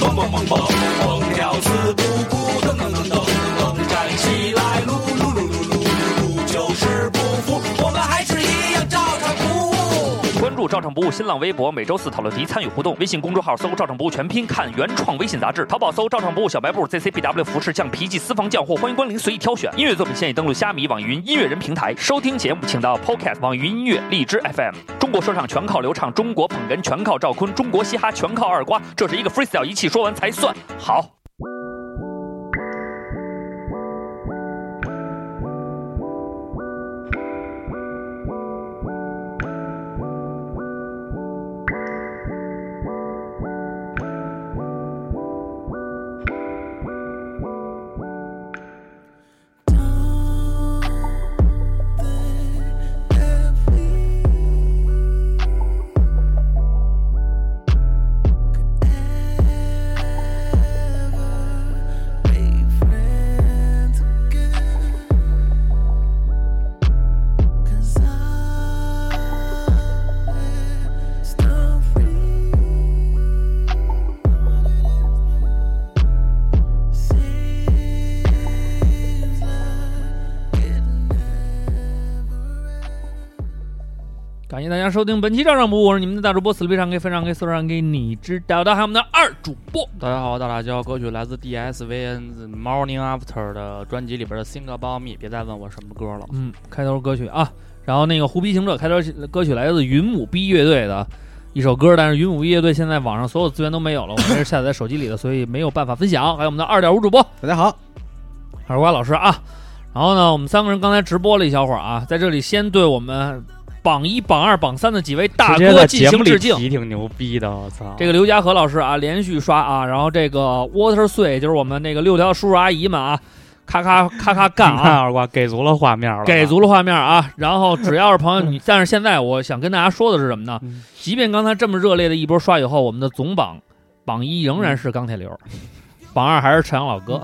蹦蹦蹦蹦，跳四不顾，噔噔噔噔噔，站起来，撸撸撸撸撸撸，就是不服，我们还是一样照常服务。关注“照常不误”新浪微博，每周四讨论题参与互动。微信公众号搜“照常不误全拼”，看原创微信杂志。淘宝搜“照常不误小白布 ”，ZCBW 服饰匠、皮记私房匠货，欢迎光临，随意挑选。音乐作品现已登录虾米、网易云音乐人平台收听节目，请到 Podcast、网易云音乐、荔枝 FM。中国说唱全靠刘畅，中国捧哏全靠赵坤，中国嘻哈全靠二瓜。这是一个 freestyle，一气说完才算好。感谢大家收听本期《照上不误》，我是你们的大主播死驴上给分上给送上给你知道的，还有我们的二主播。大家好，我大辣椒，歌曲来自 DSVN The Morning After 的专辑里边的 Think About Me，别再问我什么歌了。嗯，开头歌曲啊，然后那个《胡逼行者》开头歌曲来自云母逼乐队的一首歌，但是云母逼乐队现在网上所有资源都没有了，我们这是下载在手机里的，所以没有办法分享。啊还有我们的二点五主播大家好，二瓜老师啊，然后呢，我们三个人刚才直播了一小会儿啊，在这里先对我们榜一、榜二、榜三的几位大直接哥在进节目行里致敬。提挺牛逼的，我操！这个刘家和老师啊，连续刷啊，然后这个 Water 碎就是我们那个六条叔叔阿姨们啊，咔咔咔咔干你看啊，二瓜给足了画面了，给足了画面啊。然后只要是朋友你，但是现在我想跟大家说的是什么呢嗯？即便刚才这么热烈的一波刷以后，我们的总榜榜一仍然是钢铁流，嗯榜二还是陈阳老哥，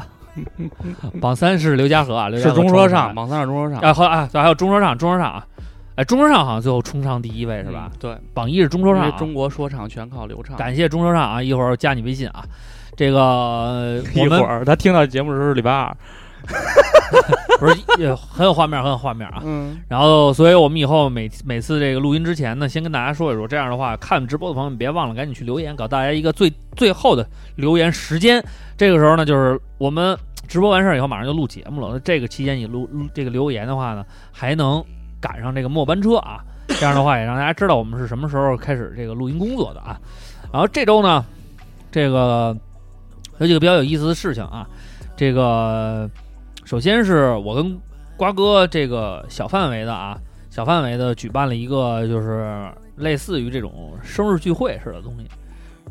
榜三是刘家和啊，刘家是和中冲说上来唱，榜三是中说唱，啊，和啊，对还有中说唱，中说唱啊，哎，中说唱好像最后冲上第一位是吧？嗯？对，榜一是中说因唱为啊，中国说唱全靠流畅。感谢中说唱啊，一会儿加你微信啊。这个呃我 一会们儿他听到节目的时候是礼拜二，不是也很有画面，很有画面啊。嗯，然后，所以我们以后每每次这个录音之前呢，先跟大家说一说。这样的话，看直播的朋友们别忘了赶紧去留言，搞大家一个最最后的留言时间。这个时候呢，就是我们直播完事儿以后，马上就录节目了。那这个期间你录录这个留言的话呢，还能赶上这个末班车啊。这样的话，也让大家知道我们是什么时候开始这个录音工作的啊。然后这周呢，这个有几个比较有意思的事情啊。这个首先是我跟瓜哥这个小范围的啊，小范围的举办了一个就是类似于这种生日聚会似的东西。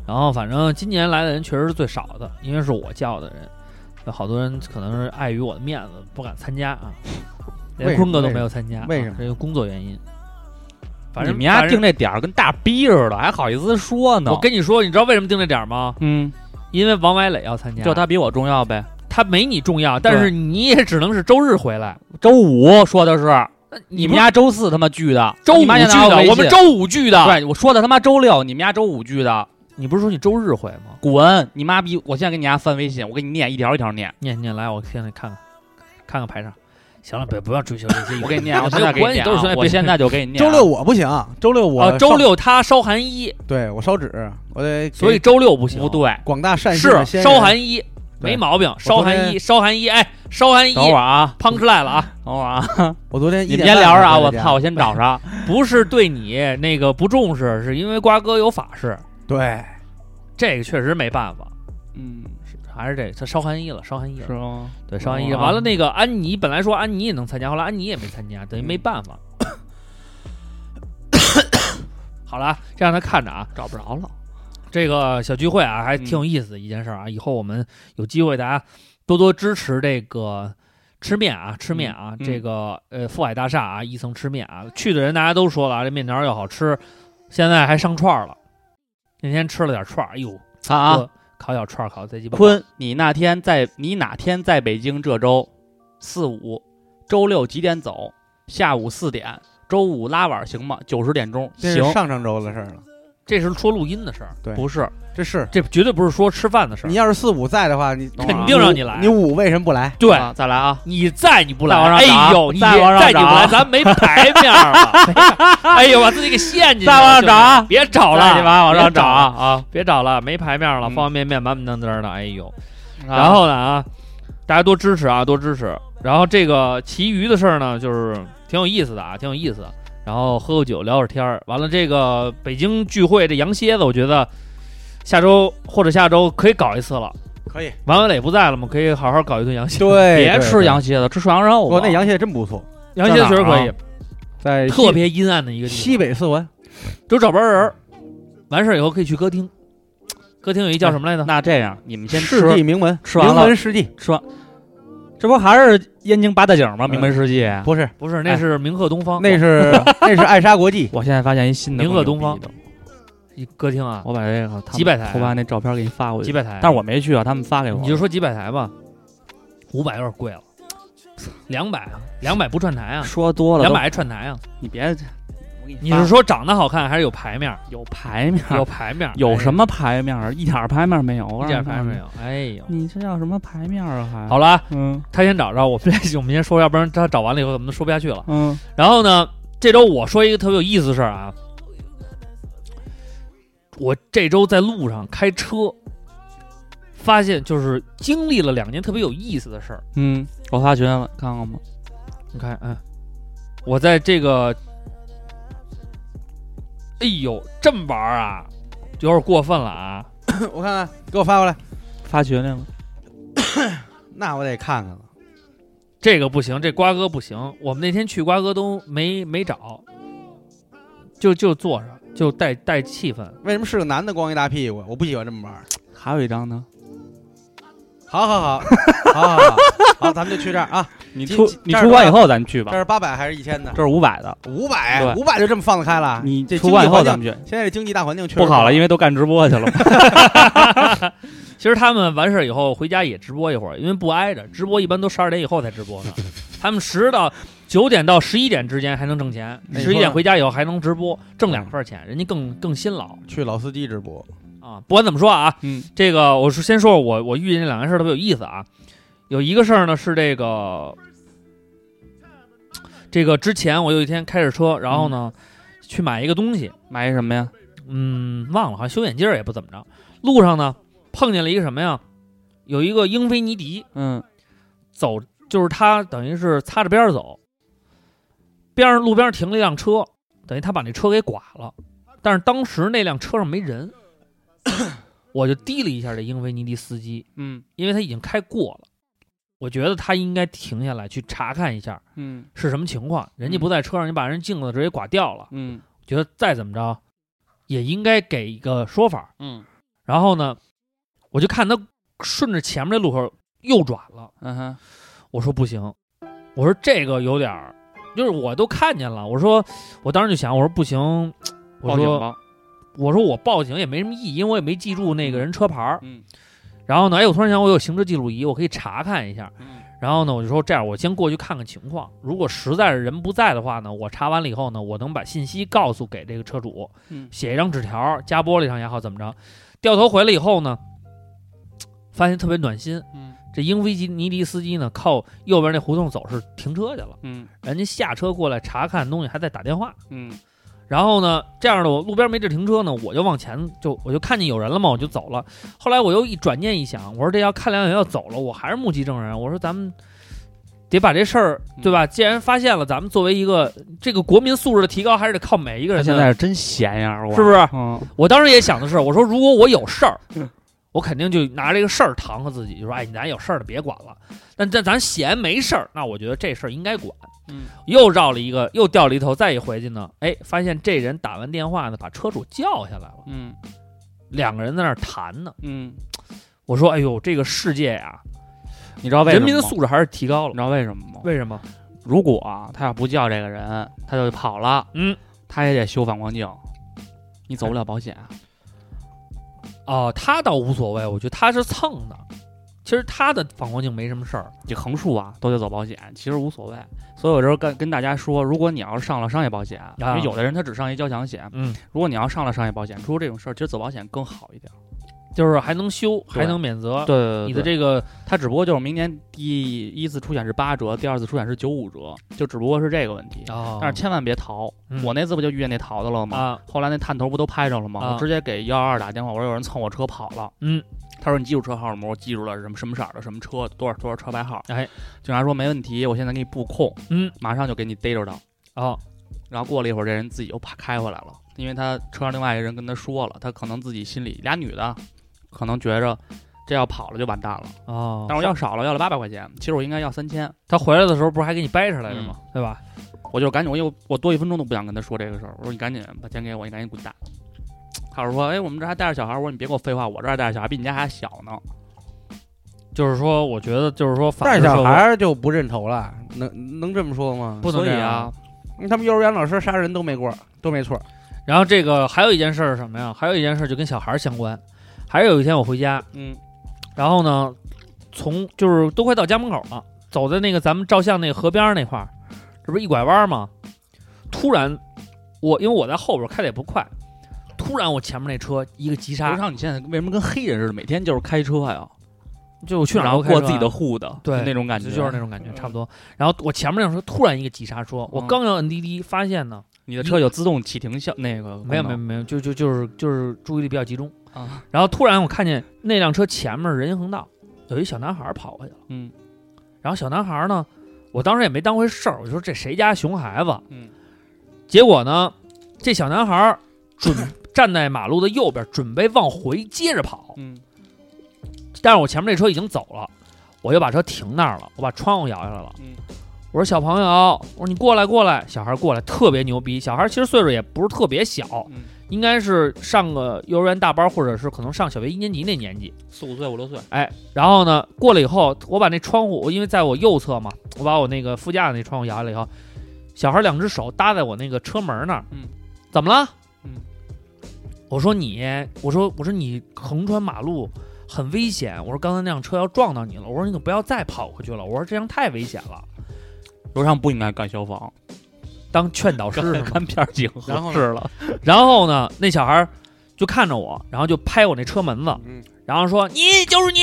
然后反正今年来的人确实是最少的，因为是我叫的人，有好多人可能是碍于我的面子不敢参加啊，连为什么坤哥都没有参加啊，为什么这个工作原因。反你正们家反正定这点儿跟大逼似的，还好意思说呢？我跟你说，你知道为什么定这点儿吗？嗯，因为王歪磊要参加，就他比我重要呗。他没你重要，但对是你也只能是周日回来。周五说的是你呃不是们家周四他妈聚的，周五你聚妈现在还有的，微我们信周五聚的。对我说的他妈周六，你们家周五聚的，你不是说你周日回吗？滚！你妈逼！我现在给你家翻微信，我给你念一条一条念，，念念来，我现在看看，看看牌上。行了，别不要追求这些 我给你念，我现在没给有你关系，念都是兄啊，弟我现 在就给你念。周六，我不行，周六我啊，烧周六他烧寒衣，对我烧纸，我得给所以周六不行。不，对，广大善心是的先烧寒衣，没对毛病。烧寒衣，天烧寒衣，哎，烧寒衣等，会儿啊，胖出来了啊！等会儿 啊，我昨天你一们点先聊着啊，半我才回家操，我先找着。不是对你那个不重视，是因为瓜哥有法事，对，这个确实没办法。嗯，还是这他烧寒衣了，烧寒衣了是。吗？对，上一哦完了那个安妮，本来说安妮也能参加，后来安妮也没参加，等于嗯没办法。 好了，这让他看着啊，找不着了，嗯这个小聚会啊，还挺有意思的一件事儿啊。以后我们有机会，大家多多支持这个吃面啊，吃面啊，嗯这个呃富海大厦啊，一层吃面啊，去的人大家都说了啊，这面条又好吃，现在还上串儿了。那天吃了点串儿，哎呦，看啊，呃，烤小串儿烤得贼鸡巴好。坤，你那天在你哪天在北京？这周四五，周六几点走？下午四点，周五拉晚行吗？九十点钟这行是。上上周的事儿了。这是说录音的事儿，对不啊是，这是这绝对不是说吃饭的事儿你。要是四五在的话，你懂肯定让你来你五为什么不来？对，啊再来啊！你在你不来，再往上涨哎呦，你再往上啊在你不来，涨咱没牌面儿 了。哎呦，把自己给陷进去了。再往上兄弟涨别找好了，了，你把往别上涨找啊了，啊！别找了，没牌面了，嗯方便面满满当当的。哎呦，然然后后呢啊，大家多支持啊，多支持。然后这个其余的事儿呢，就是挺有意思的啊，挺有意思的。然后喝喝酒，聊会儿天儿。完了，这个北京聚会这羊蝎子，我觉得下周或者下周可以搞一次了。可以，王伟磊不在了嘛，可以好好搞一顿羊蝎。对，别对吃，羊蝎子，吃涮羊肉对我吧。那羊蝎真不错，羊啊蝎子确实可以，在特西别阴暗的一个地方。西北四环，就找不着人儿，完事儿以后可以去歌厅。歌厅有一叫什么来着？那这样，你们先吃世纪名门，吃完了名门世纪吃完，这不还是燕京八大景吗？名门世纪。不是，不是，哎那是明鹤东方。哦那 是那是爱莎国际，我现在发现一新的明更鹤牛东方逼的，一歌厅啊，我把这个他们几百台啊我把那照片给你发过去几。百台。但是我没去啊，他们发给我。你就说几百台吧，五百有点贵了，两百啊，两百不串台啊，说多了两都，百还串台啊。你别，我给你发是说长得好看还是有排面儿？有牌面儿？有排面儿，有什么么牌面儿？一点儿牌面儿嗯没有，一一点排面没。有？哎呦，你这叫什么牌面儿啊？还好，了啊，嗯他先找着，我们先我们先说，要不然他找完了以后我们都说不下去了。嗯，然后呢，这周我说一个特别有意思的事儿啊，我这周在路上开车，发现就是经历了两件特别有意思的事儿。嗯，我发群了，看看吧。你看，嗯，我在这个，哎呦，这么玩儿啊，有点过分了啊！ 我看看，给我发过来，发群了吗？那我得看看了。这个不行，这瓜哥不行。我们那天去瓜哥都没没找，就就坐着，就带带气氛。为什么是个男的光一大屁股？我不喜欢这么玩儿。还有一张呢。好好好，好好好，好，咱们就去这儿 啊。你这出这你这儿出多关以少后咱们去吧这，是八百还是一千的？这是五百的。五百，对五百就这么放得开了？你这出关以后经济咱环们境去。现在这经济大环境确实不好了，因为都干直播 去了。其实他们完事儿以后回家也直播一会儿，因为不挨嗯着，直播一般都十二点以后才直播 呢。他们十到九点到十一点之间还能挣钱，没错嗯十一点回家以后还能直播，挣两份儿钱，人家更更辛劳去老司机直播，啊。不管怎么说啊，嗯，这个我是先说说我我遇见这两件事儿特别有意思啊。有一个事儿呢是这个，这个之前我有一天开着车，然后嗯呢、去买一个东西，买什么呀？嗯，忘了，好像修眼镜儿也不怎么着。路上呢，碰见了一个什么呀？有一个英菲尼迪嗯，走，就是他等于是擦着边儿走，边上路边儿停了一辆车，等于他把那车给剐了。但是当时那辆车上没人，我就滴了一下这英菲尼迪司机，嗯因为他已经开过了，我觉得他应该停下来去查看一下嗯是什么情况。人家不在车上，你把人镜子直接剐掉了，嗯觉得再怎么着也应该给一个说法。嗯然后呢，我就看他顺着前面这路口右转了，嗯哼，我说不行，我说这个有点儿，就是我都看见了，我说我当时就想，我说不行，我报警说吧。我说我报警也没什么意义，因为我也没记住那个人车牌儿。嗯然后呢，哎，我突然想我有行车记录仪，我可以查看一下。嗯然后呢，我就说这样，我先过去看看情况。如果实在是人不在的话呢，我查完了以后呢，我能把信息告诉给这个车主，嗯写一张纸条夹玻璃上也好怎么着。掉头回来以后呢，发现特别暖心。嗯这英菲尼迪司机呢，靠右边那胡同走是停车去了，嗯人家下车过来查看东西，还在打电话。嗯然后呢，这样的我路边没地儿停车呢，我就往前就我就看见有人了嘛，我就走了。后来我又一转念一想，我说这要看两眼要走了，我还是目击证人。我说咱们得把这事儿，嗯对吧？既然发现了，咱们作为一个这个国民素质的提高，还是得靠每一个他人的。现在是真闲呀，我是不是？嗯我当时也想的是，我说如果我有事儿嗯，我肯定就拿这个事儿搪塞自己，就说哎，咱有事儿的别管了。但但咱闲没事儿，那我觉得这事儿应该管。嗯，又绕了一个，又掉了一头，再一回去呢，哎，发现这人打完电话呢，把车主叫下来了，嗯两个人在那儿谈呢。嗯，我说，哎呦，这个世界呀、你知道为什人么民的吗素质还是提高了。你知道为什么吗？为什么？如果啊他要不叫这个人，他就跑了，嗯，他也得修反光镜，你走不了保险。哦、他倒无所谓，我觉得他是蹭的，其实他的反光镜没什么事儿，这横竖啊都得走保险，其实无所谓。所以我就是跟跟大家说，如果你要是上了商业保险，因为有的人他只上一交强险，嗯，如果你要上了商业保险，出这种事儿，其实走保险更好一点。就是还能修，对还能免责。对对对，你的这个它只不过就是明年第一次出险是八折，第二次出险是九五折，就只不过是这个问题。啊但是千万别逃，嗯我那次不就遇见那逃的了吗？啊，后来那探头不都拍着了吗？啊我直接给幺二二打电话，我说有人蹭我车跑了。嗯，他说你记住车号了吗？我说记住了，什么什么色儿的，什么车，多少多少车牌号。哎，警察说没问题，我现在给你布控，嗯，马上就给你逮着到。哦，然后过了一会儿，这人自己又啪开回来了，因为他车上另外一个人跟他说了，他可能自己心里俩女的，可能觉着这要跑了就完蛋了。哦，但是我要少了，要了八百块钱，其实我应该要三千，他回来的时候不是还给你掰扯来着吗？嗯对吧？我就赶紧，我因为我多一分钟都不想跟他说这个事儿，我说你赶紧把钱给我，你赶紧滚蛋。他说，哎，我们这还带着小孩儿，我说你别给我废话，我这还带着小孩儿，比你家还小呢。就是说，我觉得就是说，带反小孩儿就不认仇了，能能这么说吗？不能所以这啊样，他们幼儿园老师杀人都没过，都没错。然后这个还有一件事是什么呀？还有一件事就跟小孩儿相关。还有一天我回家，嗯，然后呢，从就是都快到家门口了，走在那个咱们照相那河边儿那块儿，这不是一拐弯吗？突然，我因为我在后边儿开的也不快，突然我前面那车一个急刘刹，畅，你现在为什么跟黑人似的，每天就是开车呀，就我去哪然儿都后开过车自己的啊户的，对就那种感觉，就就是那种感觉，差不多。然后我前面那车突然一个急刹车，我嗯刚要摁滴滴，发现呢，你的车有自动启停效那个没有功没有能没有，就就就是就是注意力比较集中。啊，然后突然我看见那辆车前面人行横道有一小男孩儿跑过去了，嗯然后小男孩儿呢，我当时也没当回事儿，我就说这谁家熊孩子？嗯，结果呢，这小男孩儿 准站在马路的右边，准备往回接着跑，嗯但是我前面这车已经走了，我就把车停那儿了，我把窗户摇下来了。嗯我说小朋友，我说你过来过来，小孩儿过来特别牛逼，小孩儿其实岁数也不是特别小，嗯，应该是上个幼儿园大班，或者是可能上小学一年级那年纪。四五岁五六岁，哎，然后呢，过了以后，我把那窗户，我因为在我右侧嘛，我把我那个副驾那窗户摇下来以后，小孩两只手搭在我那个车门那儿，嗯，怎么了？嗯，我说你，我说我说你横穿马路很危险，我说刚才那辆车要撞到你了，我说你可不要再跑回去了，我说这样太危险了。刘畅不应该干消防，当劝导师干是吗？干片儿警然后呢合适了，然后呢，那小孩就看着我，然后就拍我那车门啊子，嗯，然后说你就是你，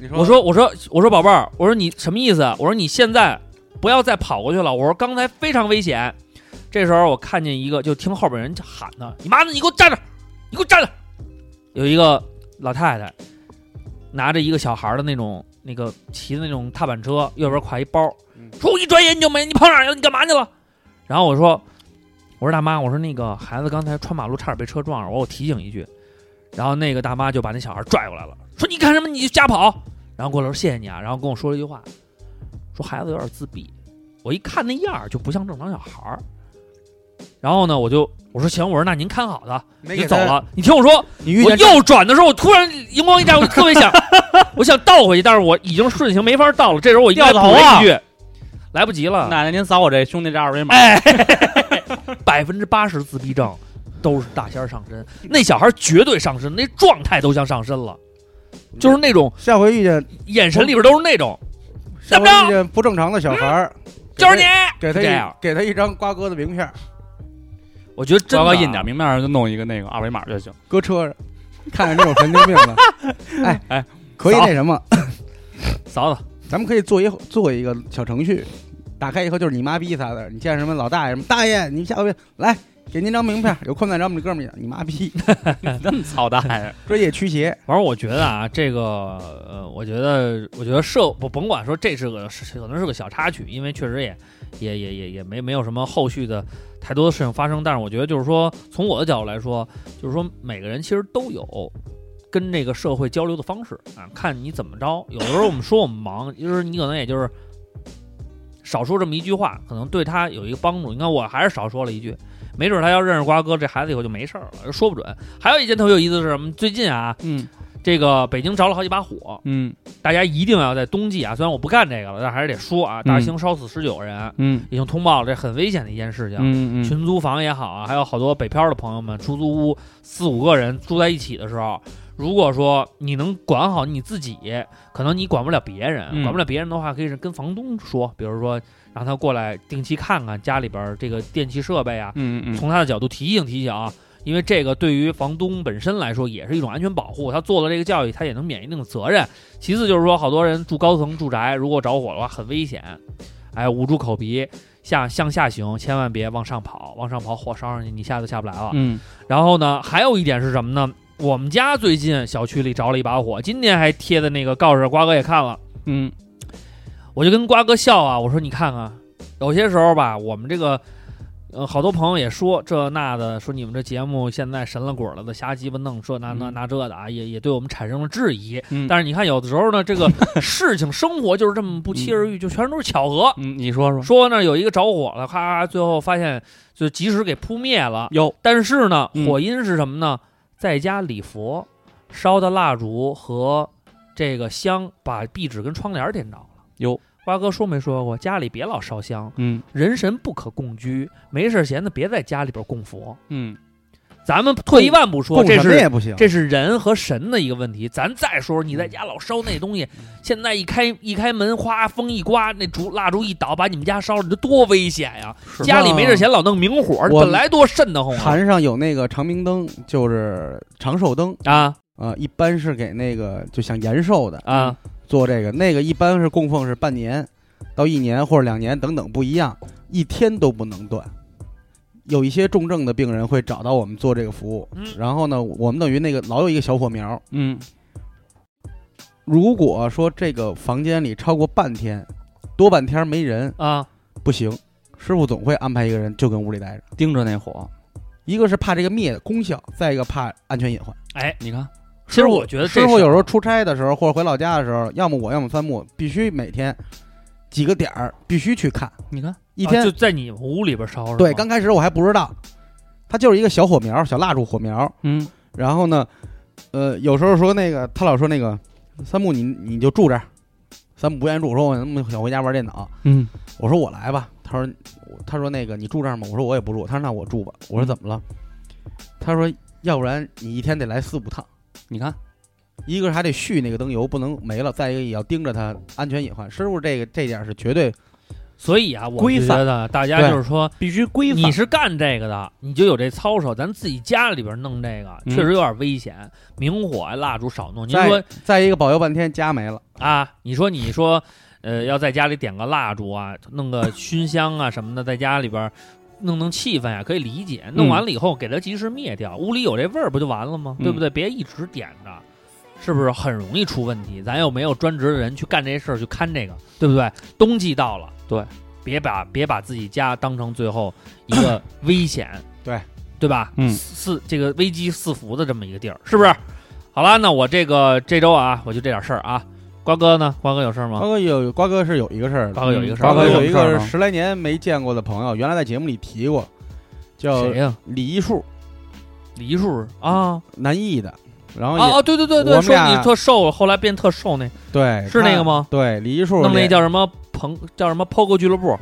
你我说我说我说宝贝儿，我说你什么意思？啊我说你现在不要再跑过去了。我说刚才非常危险。这时候我看见一个，就听后边人喊呢：“你妈的，你给我站着！你给我站着！”有一个老太太拿着一个小孩儿的那种那个骑的那种踏板车，右边挎一包嗯，说：“我一转眼你就没，你跑哪儿去了？你干嘛去了？”然后我说：“我说大妈，我说那个孩子刚才穿马路差点被车撞上，我说我提醒一句。”然后那个大妈就把那小孩拽过来了，说：“你干什么？你就瞎跑！”然后过来说谢谢你啊，然后跟我说了一句话，说孩子有点自闭，我一看那样儿就不像正常小孩儿。然后呢，我就我说行，我说那您看好的，没您给走他，了。你听我说，你遇我见右转的时候，我突然荧光一乍，我特别想，我想倒回去，但是我已经顺行没法倒了。这时候我应该掉补头啊一句，来不及了。奶奶您扫我这兄弟这二维码，啊哎， 百分之八十自闭症都是大仙儿上身，那小孩儿绝对上身，那状态都像上身了，就是那种下回遇见眼神里边都是那种，下怎回么着嗯遇见不正常的小孩儿，就是你，给他这一样。给他一张瓜哥的名片儿，我觉得真高高的啊印点，明面上就弄一个那个二维码就行。搁车上，看看这种神经病 的。哎哎，可以扫那什么，嫂子，咱们可以做一做一个小程序，打开以后就是你妈逼仨字儿，你见什么老大爷什么大爷，你下回来给您张名 片儿，有困难找我们这哥们儿去，你妈逼， 那么操蛋啊呀！专业驱邪，反正我觉得啊，这个呃，我觉得，我觉得社不甭管说这是个是可能是个小插曲，因为确实也也也也也没没有什么后续的太多的事情发生。但是我觉得就是说，从我的角度来说，就是说每个人其实都有跟这个社会交流的方式啊，看你怎么着。有的时候我们说我们忙，就是你可能也就是少说这么一句话，可能对他有一个帮助。你看我还是少说了一句，没准他要认识瓜哥这孩子以后就没事儿了，说不准。还有一件特别有意思的是什么？最近啊。嗯这个北京着了好几把火，嗯大家一定要在冬季啊，虽然我不干这个了，但还是得说啊，大兴烧死十九人，嗯已经通报了，这很危险的一件事情。嗯嗯，群租房也好啊，还有好多北漂的朋友们，出租屋四五个人住在一起的时候，如果说你能管好你自己，可能你管不了别人，嗯管不了别人的话，可以是跟房东说，比如说让他过来定期看看家里边儿这个电器设备啊，嗯嗯从他的角度提醒提醒啊，因为这个对于房东本身来说也是一种安全保护，他做了这个教育，他也能免一定的责任。其次就是说，好多人住高层住宅，如果着火的话很危险，哎，捂住口鼻向向下行，千万别往上跑，往上跑火烧上去，你下都下不来了。嗯然后呢，还有一点是什么呢？我们家最近小区里着了一把火，今天还贴的那个告示，瓜哥也看了，嗯我就跟瓜哥笑啊，我说你看看，有些时候吧，我们这个，呃，好多朋友也说这那的，说你们这节目现在神了鬼了的，瞎鸡巴弄这那那嗯那这的啊，也也对我们产生了质疑。嗯但是你看，有的时候呢， 这个事情生活就是这么不期而遇，就全都是巧合。嗯，你说说，说呢，有一个着火了，咔，最后发现就及时给扑灭了。有但是呢，嗯火因是什么呢？在家礼佛烧的蜡烛和这个香，把壁纸跟窗帘儿点着了。哟，瓜哥说没说过，家里别老烧香，嗯人神不可共居，没事儿闲的别在家里边供佛。嗯咱们退一万步说，供这什么是也不行。这是人和神的一个问题。咱再说，你在家老烧那东西，嗯现在一开一开门，哗风一刮，那烛蜡烛一倒，把你们家烧了，这多危险呀！家里没事儿闲老弄明火，啊我本来多瘆得慌啊！坛上有那个长明灯，就是长寿灯啊啊、呃一般是给那个就想延寿的啊，做这个，那个一般是供奉是半年到一年或者两年等等不一样，一天都不能断。有一些重症的病人会找到我们做这个服务，嗯然后呢，我们等于那个老有一个小火苗，嗯如果说这个房间里超过半天，多半天没人啊，不行，师傅总会安排一个人就跟屋里待着。盯着那火，一个是怕这个灭的功效，再一个怕安全隐患。哎，你看，其实我觉得这啊师傅是有时候出差的时候，或者回老家的时候，要么我，要么三木，必须每天几个点儿必须去看。你看，一天、啊就在你们屋里边烧是吗？对，刚开始我还不知道，它就是一个小火苗，小蜡烛火苗。嗯然后呢，呃，有时候说那个他老说那个三木你你就住这儿，三木不愿意住，我说我能不能想回家玩电脑。嗯我说我来吧，他说我他说那个你住这儿吗？我说我也不住，他说那我住吧。我说怎么了？他说要不然你一天得来四五趟，你看，一个是还得续那个灯油，不能没了；再一个也要盯着它安全隐患。师傅这个这点是绝对所以啊，我规觉范得大家对就是说，必须规范。你是干这个的，你就有这操守。咱自己家里边弄这个，嗯确实有点危险。明火啊蜡烛少弄。您在说再一个保佑半天家没了，啊，你说你说，呃，要在家里点个蜡烛啊，弄个熏香啊什么的，在家里边弄弄气氛呀、啊可以理解。弄完了以后，给它及时灭掉，屋里有这味儿不就完了吗？嗯对不对？别一直点着。是不是很容易出问题？咱又没有专职的人去干这事儿，去看这个，对不对？冬季到了，对，别把别把自己家当成最后一个危险，对对吧？嗯四这个危机四伏的这么一个地儿，是不是？好啦，那我这个这周啊，我就这点事儿啊。瓜哥呢？瓜哥有事儿瓜吗？哥有瓜哥是有一个事儿的，嗯啊瓜哥有一个事儿，瓜瓜哥哥有嗯有一事儿个吗十来年没见过的朋友，原来在节目里提过，叫谁呀？李一树，李一树啊南艺的，然后也、啊啊！对对对我对，们说俩你特瘦，后来变特瘦那，对是那个他吗？对，李一树弄那也叫什么朋叫什么 POGO 俱乐部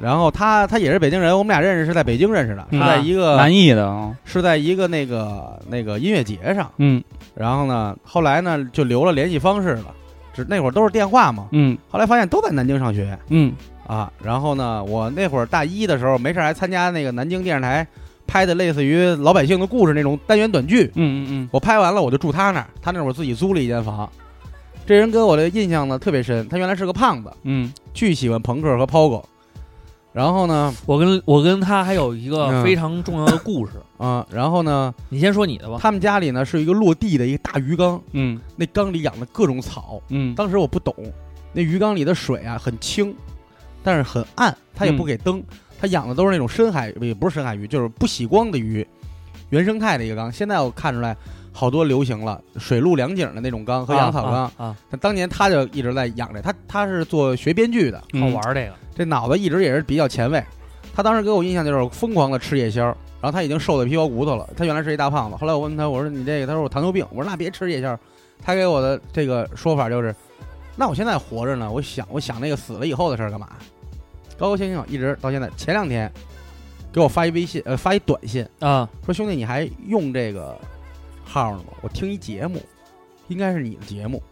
然后他他也是北京人，我们俩认识是在北京认识的，是嗯在一个、南艺的啊，是在一个那个那个音乐节上。嗯然后呢，后来呢就留了联系方式了，只那会儿都是电话嘛。嗯后来发现都在南京上学嗯啊。然后呢，我那会儿大一的时候没事儿还参加那个南京电视台拍的类似于老百姓的故事那种单元短剧。嗯嗯我拍完了我就住他那儿，他那会儿自己租了一间房。这人给我的印象呢特别深，他原来是个胖子，嗯巨喜欢朋克和 POGO。然后呢，我跟我跟他还有一个嗯非常重要的 故事，啊、然后呢，你先说你的吧。他们家里呢是一个落地的一个大鱼缸，嗯那缸里养的各种草。嗯当时我不懂，那鱼缸里的水啊很清，但是很暗，它也嗯不给灯，它养的都是那种深海，也不是深海鱼，就是不喜光的鱼，原生态的一个缸。现在我看出来好多流行了水陆两景的那种缸和养草缸。啊啊，啊但当年他就一直在养着，他他是做学编剧的，嗯，好玩儿这个。这脑子一直也是比较前卫。他当时给我印象就是疯狂的吃夜宵，然后他已经瘦的皮包骨头了。他原来是一大胖子，后来我问他，我说你这个，他说我糖尿病。我说那别吃夜宵。他给我的这个说法就是，那我现在活着呢，我想我想那个死了以后的事儿干嘛？高高兴兴一直到现在。前两天给我发一微信，呃，发一短信啊说兄弟，你还用这个号呢吗？我听一节目，应该是你的节目。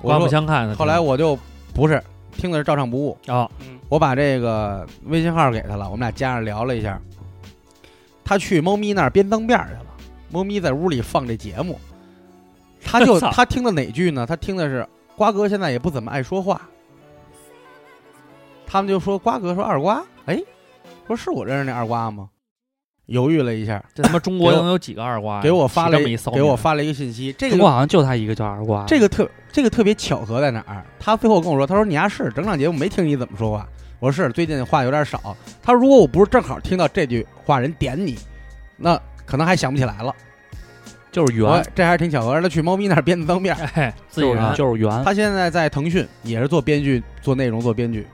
我刮目说，相看的。后来我就不是听的是照唱不误，啊，嗯我把这个微信号给他了，我们俩加上聊了一下。他去猫咪那儿编脏辫儿去了，猫咪在屋里放这节目，他 就操他听的哪句呢？他听的是瓜哥现在也不怎么爱说话，他们就说瓜哥说二瓜，哎，说是我认识那二瓜吗？犹豫了一下，这他妈中国给我能有几个二哎瓜呀？给我发起了这么一一骚给我名发了一个信息，这中国个好像就他一个叫二瓜，这个特这个特别巧合在哪儿？他最后跟我说，他说你丫是整场节目没听你怎么说话，我说是最近话有点少。他说如果我不是正好听到这句话人点你，那可能还想不起来了。就是我缘，这还是挺巧合，让他去猫咪那儿编的脏 辫儿。哎， 自己就人是。就是缘。他现在在腾讯也是做编剧、做内容、做编剧，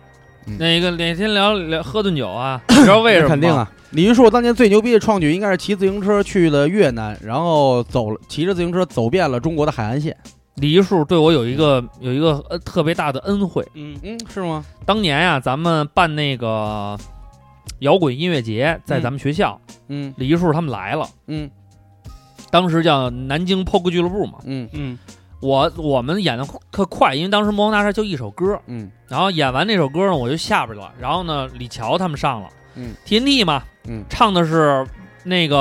那个哪天聊聊喝顿 酒啊？你知道为什么吗肯定！啊。李云树当年最牛逼的创举应该是骑自行车去了越南，然后走了骑着自行车走遍了中国的海岸线。李一树对我有一个有一个呃特别大的恩惠。嗯嗯，是吗？当年呀、咱们办那个摇滚音乐节，在嗯咱们学校，嗯李一树他们来了，嗯当时叫南京 POG 俱乐部嘛。嗯嗯，我我们演的特快，因为当时魔方大厦就一首歌，嗯然后演完那首歌呢，我就下边了。然后呢，李乔他们上了，嗯，TNT 嘛，嗯唱的是那个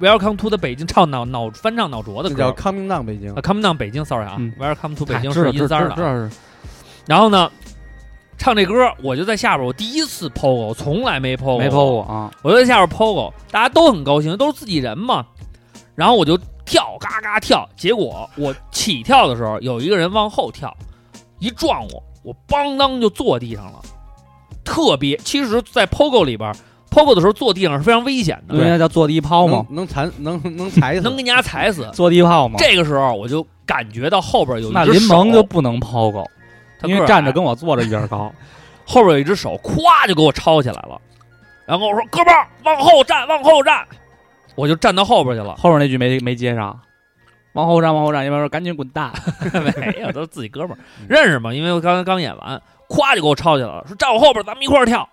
Welcome to the 北京，唱脑脑翻唱脑浊的那叫歌。 Coming Down 北京啊。，Come down 北京，sorry 啊、嗯 w e l c o m e to 北哎京知是道音三儿的知啊。道知道是然后呢，唱这歌我就在下边，我第一次 POGO，我从来没 POGO，没抛过啊，我就在下边 POGO，大家都很高兴，都是自己人嘛。然后我就跳，嘎嘎跳。结果我起跳的时候，有一个人往后跳，一撞我，我邦当就坐地上了。特别，其实，在 POGO 里边，POGO 的时候坐地上是非常危险应的，该叫坐地抛嘛，能能残能能踩死，能给人家踩死。坐地抛嘛。这个时候，我就感觉到后边有一嗯那只林萌手就不能抛高，他因个为儿站矮着跟我坐着一边 高。后边有一只手，咵就给我抄起来了，然后跟我说：“哥们儿，往后站，往后站。”我就站到后边去 了。后面那句没没接上，往后站，往后站，一边说赶紧滚蛋。没有，都是自己哥们儿，认识嘛？因为我刚刚演完，咵就给我抄起来了，说站我后边，咱们一块儿跳。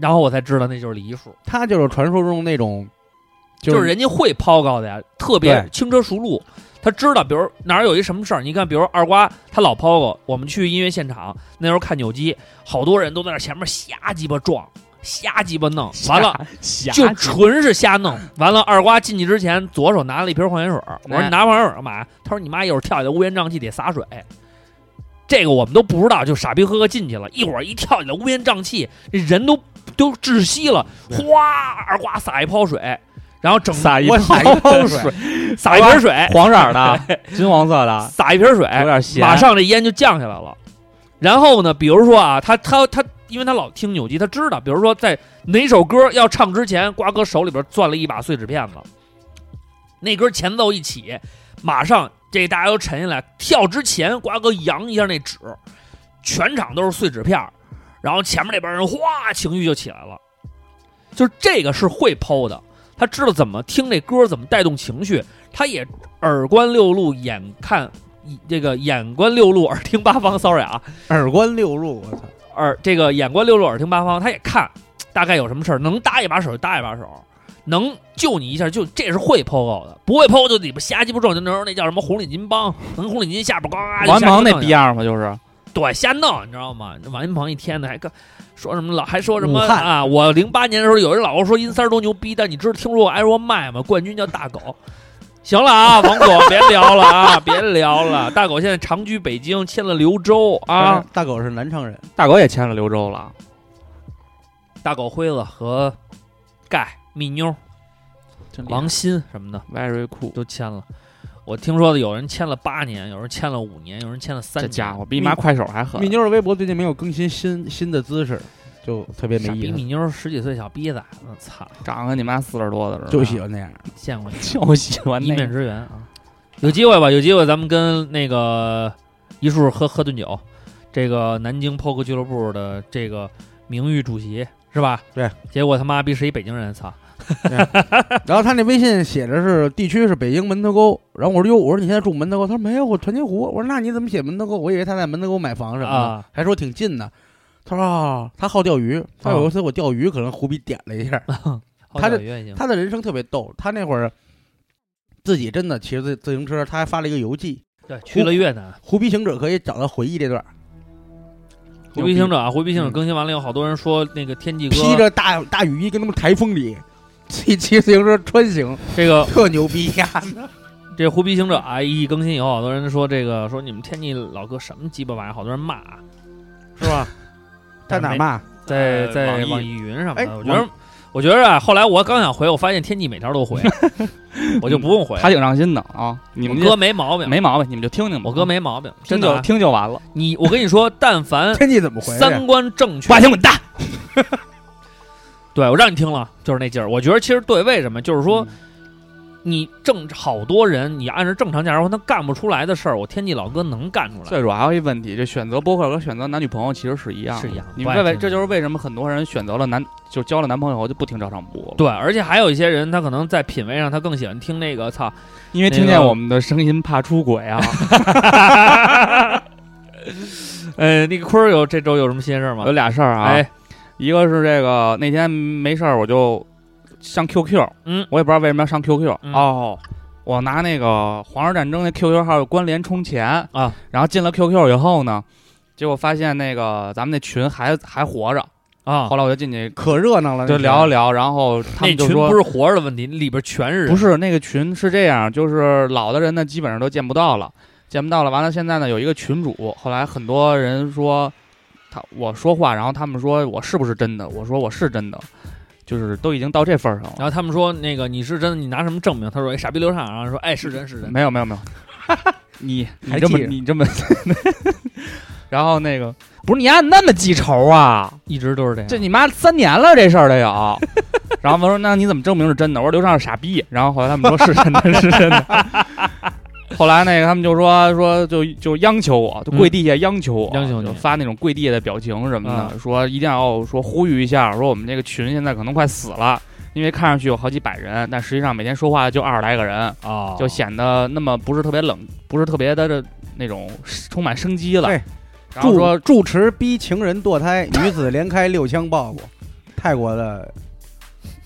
然后我才知道那就是李一树，他就是传说中那种， 就是是 人家会抛高的呀，特别对轻车熟路。他知道，比如哪儿有一什么事儿，你看，比如二瓜他老抛高，我们去音乐现场那时候看扭机，好多人都在那前面瞎鸡巴撞，瞎鸡巴弄，完了瞎，就瞎纯是瞎弄。完了，二瓜进去之前，左手拿了一瓶矿泉水儿，我说哎你拿矿泉水儿干嘛？他说你妈一会儿跳下来乌烟瘴气得洒水。这个我们都不知道，就傻逼呵呵进去了，一会儿一跳起来乌烟瘴气，这人都都窒息了，对哗，二瓜洒一泡水，然后整撒一我泡撒一泡水，水，洒一瓶水， 黄色儿的， 金黄色的，洒一瓶水，有点咸。哎马上这烟就降下来了。然后呢，比如说啊，他他他，因为他老听扭机，他知道，比如说在哪首歌要唱之前，瓜哥手里边攥了一把碎纸片子，那歌前奏一起，马上这大家都沉下来，跳之前瓜哥扬一下那纸，全场都是碎纸片儿，然后前面那边人哗情绪就起来了，就是这个是会抛的，他知道怎么听这歌，怎么带动情绪，他也耳观六路，眼看这个眼观六路，耳听八方。sorry 啊，耳观六路，我操！耳这个眼观六路，耳听八方，他也看大概有什么事儿，能搭一把手就搭一把手，能救你一下就这是会 POGO 的，不会 POGO 就里边瞎鸡巴撞，就那时候那叫什么红领巾帮，能红领巾下边呱呱呱就王瞎鸡巴蒙那弄逼样嘛，就是对，瞎闹，你知道吗？这王云鹏一天的还跟说什么老还说什么武汉啊？我零八年的时候有人老跟我说阴三儿多牛逼，但你知道听说过艾若麦吗？冠军叫大狗。行了啊，王狗，别聊了啊，别聊了。大狗现在长居北京，签了刘州啊。，大狗是南昌人，大狗也签了刘州了，大狗辉子和盖蜜妞、真厉害王鑫什么的 very cool，都签了。我听说的有人签了八年，有人签了五年，有人签了三这年。家伙比你妈快手还狠蜜。妞的微博最近没有更新新新的姿势，就特别傻没逼意蜜思，妞十几岁小逼崽子，操，长得你妈四十多的时候，就喜欢那样。见过你。 就喜欢一那面个。之缘啊。有机会吧，有机会咱们跟那个一树喝喝顿酒，这个南京 POK 俱乐部的这个名誉主席是吧？对，结果他妈逼是一北京人，操！ 然后他那微信写着是地区是北京门头沟，然后我说哟，我说你现在住门头沟，他说没有，我团结湖。我说那你怎么写门头沟？我以为他在门头沟买房什么的啊，还说挺近的。他说啊，他好钓鱼，他啊有一次我钓鱼可能胡逼点了一下。好他这久远已经他的人生特别逗，他那会儿自己真的骑着自自行车，他还发了一个游记，对，去了越南。《胡逼行者》可以找到回忆这段，胡逼行者啊，胡逼行者更新完了，有好多人说那个天际哥披着大大雨衣跟他们台风里骑 骑自行车穿行，这个特牛逼呀！ 这胡逼行者啊一更新以后，好多人说这个说你们天际老哥什么鸡巴玩意儿，好多人骂啊，是吧？在哪儿骂？在呃在网易网易云上面哎的，我觉得。我觉得啊，后来我刚想回，我发现天际每条都回， 我就不用回。他挺上心的啊。你们我这哥没毛病，没毛病，你们就听听吧。我哥没毛病，真听的就啊。听就完了，你我跟你说，但 凡天气怎么回事？啊三观正确花，钱滚蛋。对我让你听了，就是那劲儿。我觉得其实对，为什么？就是嗯说，你正好多人，你按照正常价值观，他干不出来的事儿，我天际老哥能干出来。最主要还有一问题，这选择播客和选择男女朋友其实是一样的，是一样的你不爱为为听这就是为什么很多人选择了男就交了男朋友后就不听照常播了，对，而且还有一些人，他可能在品味上，他更喜欢听那个 操， 因为那听见个我们的声音怕出轨 啊。呃，那个坤儿有这周有什么新鲜事儿吗有？俩事儿啊，哎，一个是这个那天没事儿我就上 QQ，嗯，我也不知道为什么要上 QQ、嗯哦，我拿那个《皇室战争》那 QQ 号关联充钱啊，然后进了 QQ 以后呢，结果发现那个咱们那群还还活着，啊，后来我就进去可热闹了，就那天聊一聊，然后他那们就群说不是活着的问题，里边全是人。不是那个群是这样，就是老的人呢基本上都见不到了，见不到了。完了，现在呢有一个群主，后来很多人说他我说话，然后他们说我是不是真的？我说我是真的，就是都已经到这份儿上啊了。然后他们说那个你是真的，你拿什么证明？他说哎，傻逼刘畅，然后说哎是真是真。没有没 有没有，你你还这么记着你这么， 然后那个不是你丫那么记仇啊？一直都是这样。这你妈三年了这事儿得有。 然后我说那你怎么证明是真的？我说刘畅是傻逼。然后后来他们说 是真的，是真的。后来那个他们就说说就就央求我，就跪地下央求我，嗯央求你嗯就发那种跪地下的表情什么的，说一定要说呼吁一下，说我们这个群现在可能快死了，因为看上去有好几百人，但实际上每天说话就二十来个人，啊，就显得那么不是特别冷，不是特别的这那种充满生机了对。然后住说住持逼情人堕胎，女子连开六枪报复，泰国的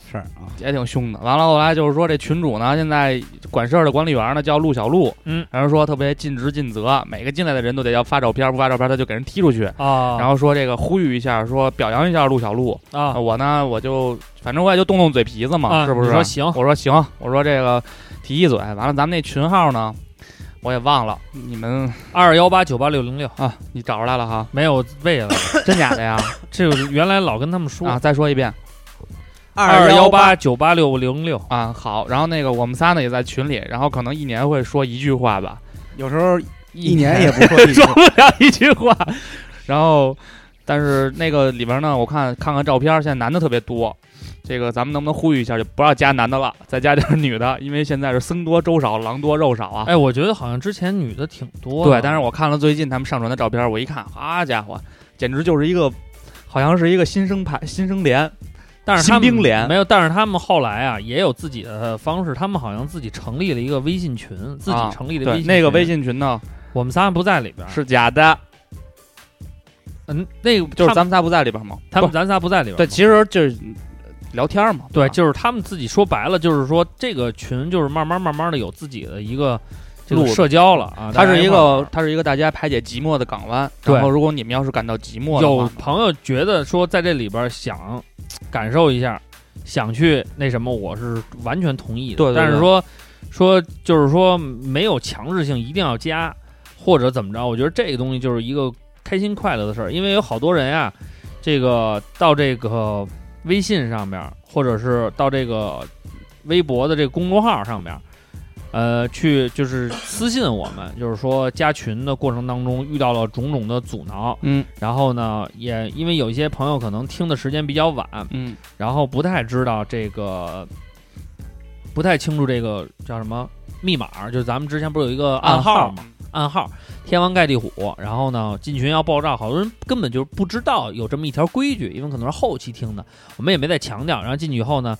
事儿啊。也挺凶的。完了，后来就是说这群主呢，现在管事儿的管理员呢叫陆小璐，嗯，然后说特别尽职尽责，每个进来的人都得要发照片，不发照片他就给人踢出去。啊，然后说这个呼吁一下，说表扬一下陆小璐。啊啊，我呢我就反正我也就动动嘴皮子嘛，啊是不是？你说行我说行，我说这个提一嘴。完了，咱们那群号呢，我也忘了，你们二幺八九八六零六？啊，你找出来了哈没有位了，真假的呀？这个原来老跟他们说啊，再说一遍幺八，九八六零六啊。好，然后那个我们仨呢也在群里，然后可能一年会说一句话吧。有时候一年年也不 会 说不了一句话。然后，但是那个里边呢，我看看看照片，现在男的特别多。这个咱们能不能呼吁一下，就不要加男的了，再加点女的，因为现在是僧多粥少，狼多肉少啊。哎，我觉得好像之前女的挺多的，对，但是我看了最近他们上传的照片，我一看，好家伙，简直就是一个，好像是一个新生派、新生连，但是他们新兵连没有，但是他们后来啊也有自己的方式，他们好像自己成立了一个微信群，自己啊成立的微对，信那个群微，信群呢我们仨不在里边儿，是假的，嗯，那个就是他们咱们仨不在里边吗？他们不咱仨不在里边儿对，嘛。其实就是聊天嘛，对，吧就是他们自己说白了，就是说这个群就是慢慢慢慢的有自己的一个这个路子社交了啊。它大家是一块儿个，它是一个大家排解寂寞的港湾。对然后，如果你们要是感到寂寞的有话，朋友觉得说在这里边儿想感受一下，想去那什么，我是完全同意的。对对对但是说说就是说没有强制性一定要加或者怎么着，我觉得这个东西就是一个开心快乐的事儿，因为有好多人啊，这个到这个微信上面儿，或者是到这个微博的这个公众号上面儿。呃，去就是私信我们，就是说加群的过程当中遇到了种种的阻挠，嗯然后呢，也因为有一些朋友可能听的时间比较晚，嗯，然后不太知道这个，不太清楚这个叫什么密码，就是咱们之前不是有一个暗号嘛，暗号天王盖地虎。然后呢，进群要爆照，好多人根本就不知道有这么一条规矩，因为可能是后期听的，我们也没再强调。然后进去以后呢。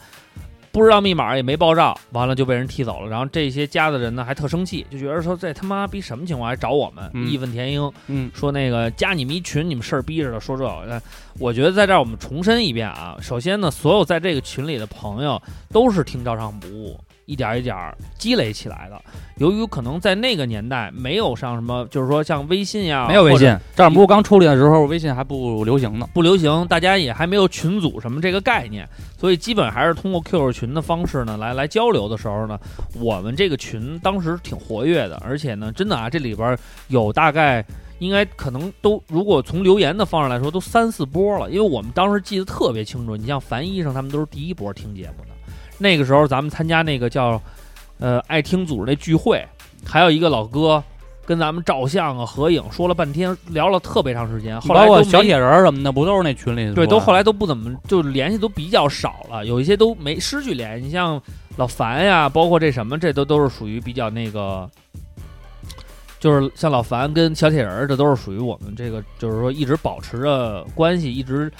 不知道密码也没爆照，完了就被人踢走了。然后这些加的人呢还特生气，就觉得说这他妈逼什么情况还找我们，嗯义愤填膺。嗯，说那个加你们一群，你们事儿逼着的，说这个。呃我觉得在这儿我们重申一遍啊，首先呢，所有在这个群里的朋友都是听照唱不误，一点儿一点儿积累起来的。由于可能在那个年代没有上什么，就是说像微信呀，没有微或者信，赵本不刚出来的时候，微信还不流行呢。不流行，大家也还没有群组什么这个概念，所以基本还是通过 QQ 群的方式呢来来交流的时候呢，我们这个群当时挺活跃的，而且呢，真的啊，这里边有大概应该可能都，如果从留言的方式来说，都三四波了，因为我们当时记得特别清楚，你像樊医生他们都是第一波听节目的，那个时候咱们参加那个叫呃爱听组织那聚会，还有一个老哥。跟咱们照相啊、合影，说了半天，聊了特别长时间。后来包括都没小铁人儿什么的，啊不都是那群里？对，都后来都不怎么就联系都比较少了，有一些都没失去联系。你像老樊呀，包括这什么，这都都是属于比较那个，就是像老樊跟小铁人儿，这都是属于我们这个，就是说一直保持着关系，一直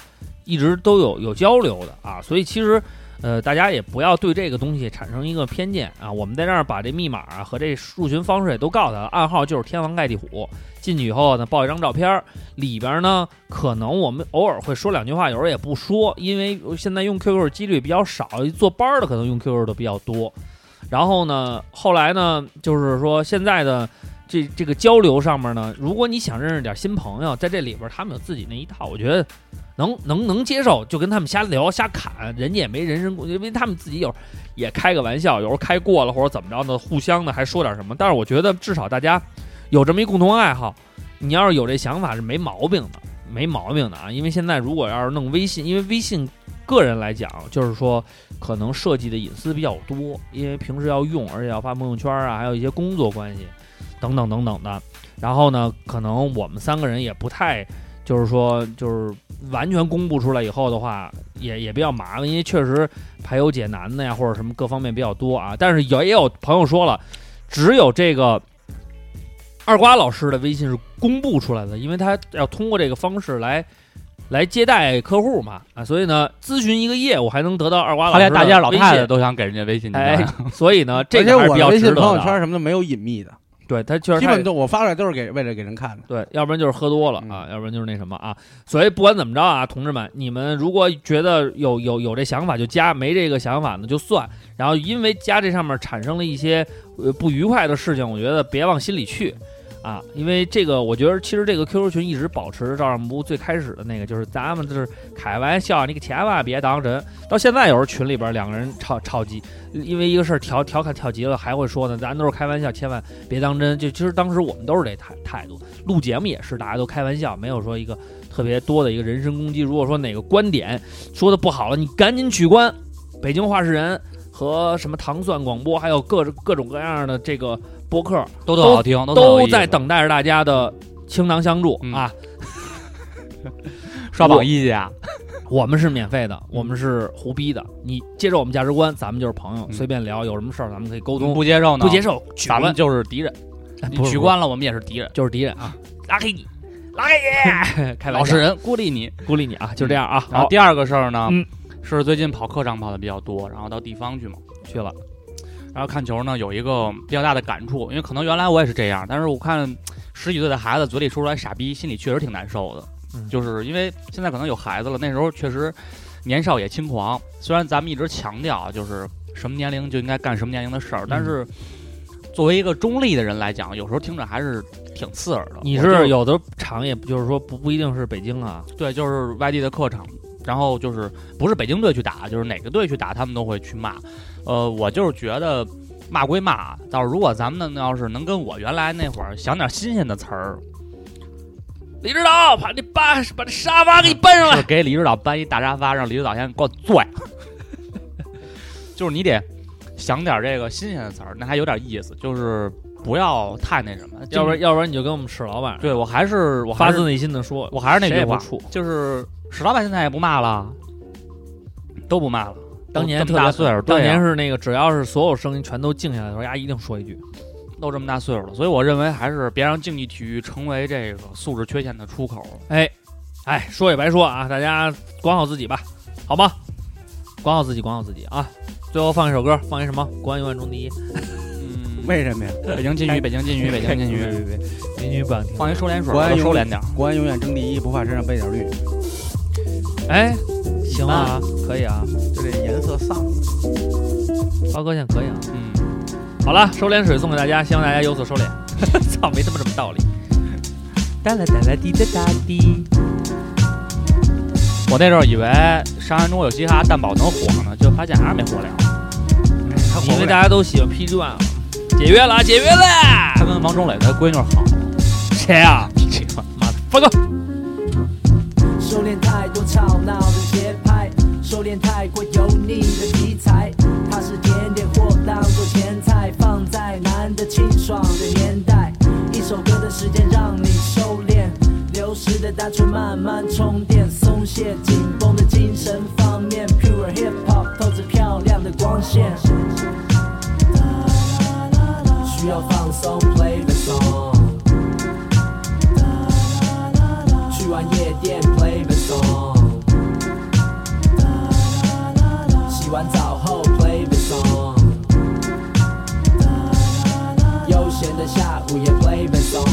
一直都有有交流的啊。所以其实。呃，大家也不要对这个东西产生一个偏见啊！我们在这儿把这密码啊和这入群方式也都告诉他，暗号就是天王盖地虎。进去以后呢，报一张照片儿，里边呢，可能我们偶尔会说两句话，有时候也不说，因为现在用 QQ 的几率比较少，做班儿的可能用 QQ 的比较多。然后呢，后来呢，就是说现在的这这个交流上面呢，如果你想认识点新朋友，在这里边他们有自己那一套，我觉得能能能接受，就跟他们瞎聊瞎侃，人家也没人身攻击，因为他们自己有也开个玩笑，有时候开过了或者怎么着呢，互相的还说点什么。但是我觉得至少大家有这么一共同爱好，你要是有这想法是没毛病的，没毛病的啊。因为现在如果要是弄微信，因为微信个人来讲，就是说可能涉及的隐私比较多，因为平时要用，而且要发朋友圈啊，还有一些工作关系等等等等的。然后呢，可能我们三个人也不太，就是说就是完全公布出来以后的话，也也比较麻烦，因为确实排忧解难的呀，或者什么各方面比较多啊。但是有也有朋友说了，只有这个。二瓜老师的微信是公布出来的，因为他要通过这个方式来来接待客户嘛啊，所以呢，咨询一个业务还能得到二瓜老后师来的大街上老微太信太都想给人家微信，你哎看，所以呢，这而且个还是我比较微值信得朋友的圈啊。什么的没有隐秘的，对他确实基太本都我发出来都是给为了给人看的。嗯对，要不然就是喝多了啊，要不然就是那什么啊。所以不管怎么着啊，同志们，你们如果觉得有有有这想法就加，没这个想法呢就算。然后因为加这上面产生了一些呃不愉快的事情，我觉得别往心里去啊，因为这个我觉得其实这个 QQ 群一直保持着照样不误最开始的那个，就是咱们就是开玩笑，你可千万别当真。到现在有时候群里边两个人吵吵急，因为一个事儿调调侃跳急了，还会说呢，咱都是开玩笑，千万别当真。就其实当时我们都是这态态度。录节目也是大家都开玩笑，没有说一个特别多的一个人身攻击。如果说哪个观点说的不好了，你赶紧取关。北京话事人和什么糖蒜广播，还有各各种各样的这个播客，都特好听，哦都都在等待着大家的倾囊相助、嗯啊！刷榜一去啊。我们是免费的，嗯我们是胡逼的。你接受我们价值观，咱们就是朋友，嗯随便聊，有什么事儿咱们可以沟通。不接受呢？不接，受，取咱关们就是敌人。你不是取关了，我们也是敌人。就是敌人啊！拉黑你，拉黑 你！开玩笑，嗯老实人嗯孤立你。鼓励你啊！就这样啊！然后好，第二个事儿呢嗯，是最近跑客场跑的比较多，然后到地方去嘛，去了。然后看球呢，有一个比较大的感触，因为可能原来我也是这样，但是我看十几岁的孩子嘴里说出来“傻逼”，心里确实挺难受的。嗯就是因为现在可能有孩子了，那时候确实年少也轻狂。虽然咱们一直强调就是什么年龄就应该干什么年龄的事儿，但嗯是作为一个中立的人来讲，有时候听着还是挺刺耳的。你啊我就是有的场也不就是说不不一定是北京啊，对，就是外地的客场，然后就是不是北京队去打，就是哪个队去打，他们都会去骂。呃，我就是觉得骂归骂，但是如果咱们呢要是能跟我原来那会儿想点新鲜的词儿，李指导把那搬把这沙发给你搬上就是，给李指导搬一大沙发，让李指导先给我坐下。 就是你得想点这个新鲜的词儿，那还有点意思。就是不要太那什么， 要不然就要不然你就跟我们史老板对我还是我还发是自内心的说，我还是那谁句也不话，怵。就是史老板现在也不骂了，都不骂了。当年都这特么别大岁数，当对啊呀年是那个只要是所有声音全都静下来的时候，丫一定说一句，都这么大岁数了，所以我认为还是别让竞技体育成为这个素质缺陷的出口。哎，哎，说也白说啊，大家管好自己吧，好吗？管好自己，管好自己啊！最后放一首歌，放一什么？国安永远冲第一。嗯，为什么呀？北京禁语，北京禁语，北京禁别语，别别，美女不想听。放一收敛水，国安都收永敛点儿。国安永远争第一，不怕身上背点绿。哎，行啊，可以啊。就这颜色丧。八哥现在可以啊。嗯，好了，收敛水送给大家，希望大家有所收敛。 操，没他妈什么道理。哒啦哒啦滴哒哒滴。我那时候以为《上山中国有嘻哈》蛋宝能火呢，就发现还是没火了。哎他火 因不为了。大家都喜欢 PG One，解约了啊，解约他了。跟王中磊他闺女好，谁啊？这个妈的，八哥。收敛太多吵闹的节拍，收敛太过油腻的题材。它是甜点或当做前菜，放在难得清爽的年代。一首歌的时间让你收敛，流失的单纯慢慢充电，松懈紧绷的精神方面，pure hip hop 透着漂亮的光线。需要放松，play the song。去完夜店 play the song，洗完澡后 play the song，悠闲的下午也 play the song。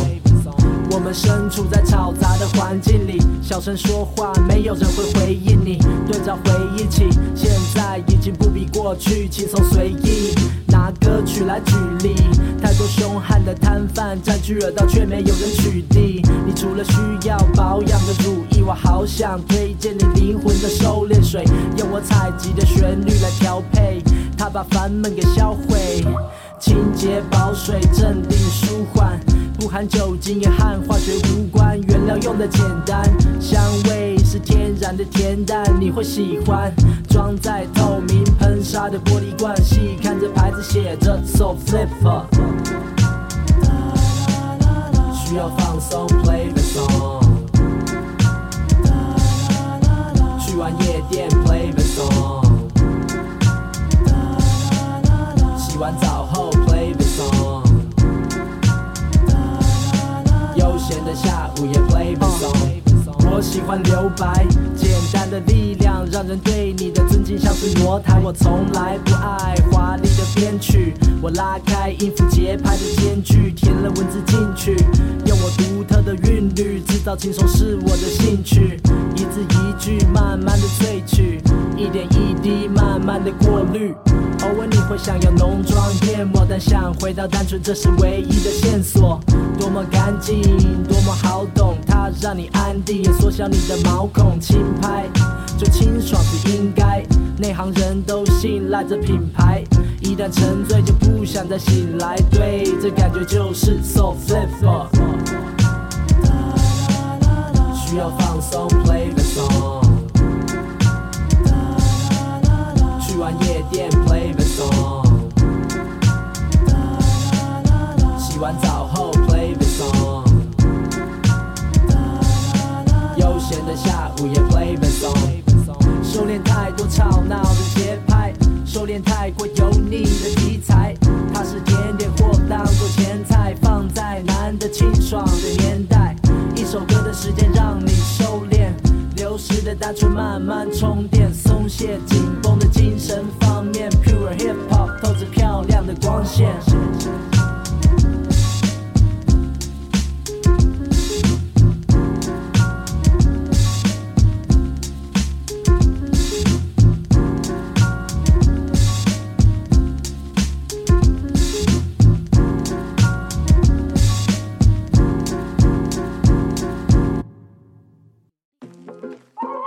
我们身处在嘈杂的环境里，小声说话，没有人会回应你。对照回忆起，现在已经不比过去轻松随意。拿歌曲来举例，太多凶悍的摊贩占据热道，却没有人取缔。你除了需要保养的乳液，我好想推荐你灵魂的收敛水，用我采集的旋律来调配，它把烦闷给销毁。清洁保水镇定舒缓，不含酒精也和化学无关，原料用的简单，香味是天然的恬淡，你会喜欢。装在透明喷砂的玻璃罐，细看这牌子写着 So Flipper，需要放松 Play the song，去完夜店 Play the song。洗完澡后 play the song，悠闲的下午也 play the song。我喜欢留白，简单的力量让人对你的尊敬像是挪台。我从来不爱华丽的编曲，我拉开音符节拍的间距，填了文字进去，用我独特的韵律制造轻松是我的兴趣。一字一句慢慢的萃取，一点一滴慢慢的过滤。偶尔你会想要浓妆艳抹，但想回到单纯，这是唯一的线索。多么干净，多么好懂，它让你安定，也缩小你的毛孔。轻拍就清爽是应该，内行人都信赖这品牌。一旦沉醉就不想再醒来，对，这感觉就是 so flip flop。需要放松，play the song。去完夜店 play the song，洗完澡后 play the song，悠闲的下午也 play the song，收敛太多吵闹的节拍，收敛太过油腻的题材，它是甜点或当做前菜，放在难得清爽的年代，一首歌的时间让你收敛。流失的单纯慢慢充电，松懈紧绷的精神方面，pure hip hop 透着漂亮的光线。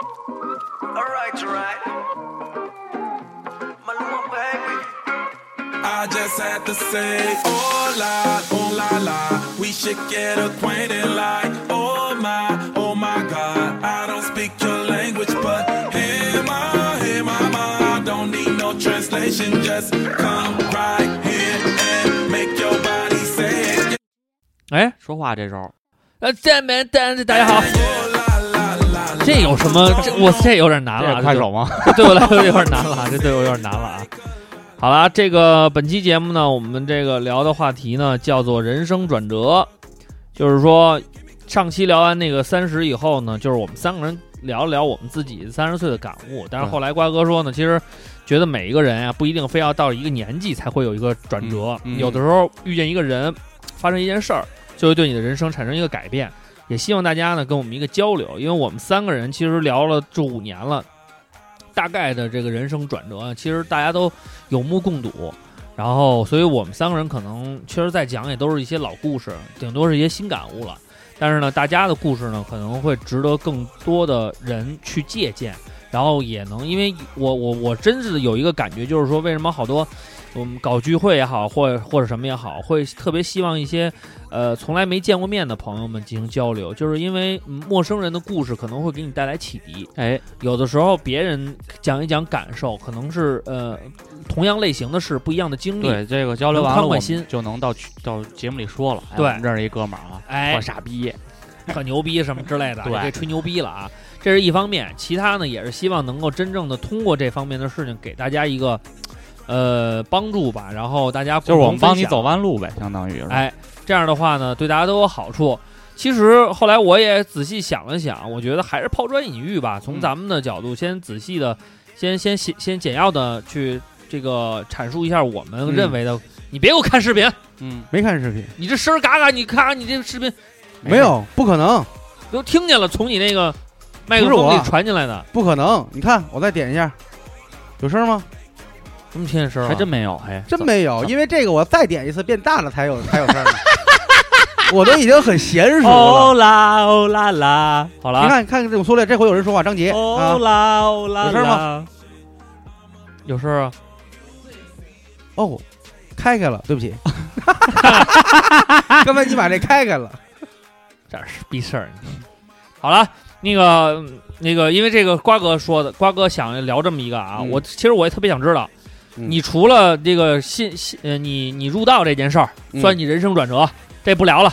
Alright, alright. Maluma, baby. I just had to say, oh la, oh la la. We should get acquainted like, oh my, oh my god. I don't speak your language, but hear my, hear my mind. Don't need no translation, just come right here and make your body say it. 哎， 说话这时候呃，下面大大家好， Oh la la la la. 这有什么？这我这有点难了这啊，是快手吗？ 这对我来说有点难了啊，这对我有点难了啊。好啦，这个本期节目呢，我们这个聊的话题呢叫做人生转折，就是说上期聊完那个三十以后呢，就是我们三个人聊了聊我们自己三十岁的感悟。但是后来瓜哥说呢，其实觉得每一个人啊，不一定非要到一个年纪才会有一个转折，嗯嗯有的时候遇见一个人，发生一件事儿，就会对你的人生产生一个改变。也希望大家呢跟我们一个交流，因为我们三个人其实聊了这五年了，大概的这个人生转折啊，其实大家都有目共睹。然后，所以我们三个人可能其实，在讲也都是一些老故事，顶多是一些新感悟了。但是呢，大家的故事呢，可能会值得更多的人去借鉴，然后也能，因为我我我真是有一个感觉，就是说，为什么好多我们搞聚会也好，或或者什么也好，会特别希望一些呃从来没见过面的朋友们进行交流，就是因为嗯陌生人的故事可能会给你带来启迪，哎，有的时候别人讲一讲感受，可能是呃同样类型的事，不一样的经历。对这个交流能完宽了，我宽们心就能到群到节目里说了。哎对我们认识一哥们儿啊，哎特，傻逼，特牛逼什么之类的，对也可以吹牛逼了啊。这是一方面，其他呢也是希望能够真正的通过这方面的事情给大家一个呃帮助吧，然后大家就是我们共同帮分你享走弯路呗，相当嗯于是吧。哎，这样的话呢，对大家都有好处。其实后来我也仔细想了想，我觉得还是抛砖引玉吧，从嗯咱们的角度先仔细的，先先先先简要的去这个阐述一下我们嗯认为的。你别给我看视频，嗯，没看视频，你这声儿嘎嘎，你咔，你这视频没有，不可能，都听见了，从你那个麦克不是我啊风里传进来的，不可能。你看，我再点一下，有声吗？这么听见声儿了啊还真没有，哎，真没有，怎因为这个我再点一次变大了才 有才有声儿呢。我都已经很娴熟哦了。啦哦啦啦，好你了，啊看，看这种缩略，这回有人说话，张杰啊哦，啦哦啦啦，有事儿吗？有事儿啊？哦，开开了，对不 起，刚才你把这开开了，这是逼事儿。你知道吗好了，那个嗯那个，因为这个瓜哥说的，瓜哥想聊这么一个啊，嗯我其实我也特别想知道，嗯你除了这个信信呃，你你入道这件事儿嗯算你人生转折，这不聊了。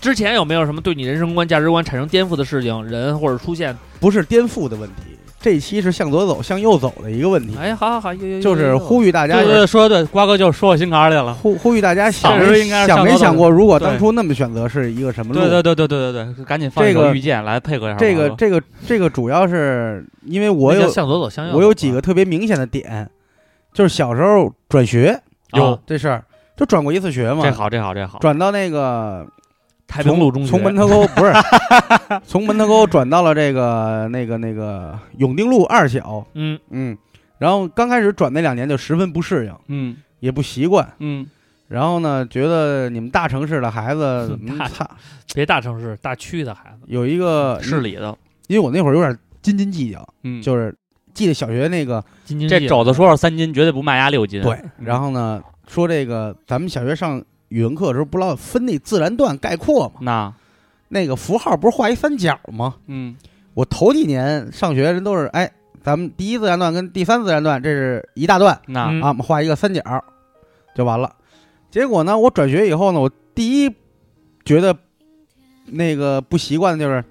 之前有没有什么对你人生观、价值观产生颠覆的事情、人或者出现？不是颠覆的问题，这期是向左走、向右走的一个问题，哎，好好好，有有有就是呼吁大家对对，对说的对，瓜哥就说我心坎儿里了。呼呼吁大家想早就应没该是想没上高想过，如果对当初那么选择是一个什么路？对对对对对对对，赶紧放一这首个《遇见》来配合一下瓜这哥。个这个这个主要是因为我那叫有向左走，向右走。啊我有几个特别明显的点，就是小时候转学啊哟这事儿，就转过一次学嘛哦这，好这好这好，转到那个太平路中学从门头 沟不是，从门头沟转到了这个那个那个永定路二小，嗯，，嗯，然后刚开始转那两年就十分不适应，嗯也不习惯，嗯，然后呢，觉得你们大城市的孩子大嗯操，别大城市大区的孩子，有一个市，里嗯的，因为我那会儿有点斤斤计较，嗯，就是记得小学那个京津这冀肘子说是三斤，绝对不卖压六斤。对，然后呢，说这个咱们小学上语文课的时候，不老分那自然段概括嘛，那那个符号不是画一三角吗？嗯我头几年上学人都是，哎，咱们第一自然段跟第三自然段这是一大段那嗯啊，我们画一个三角就完了。结果呢，我转学以后呢，我第一觉得那个不习惯的就是，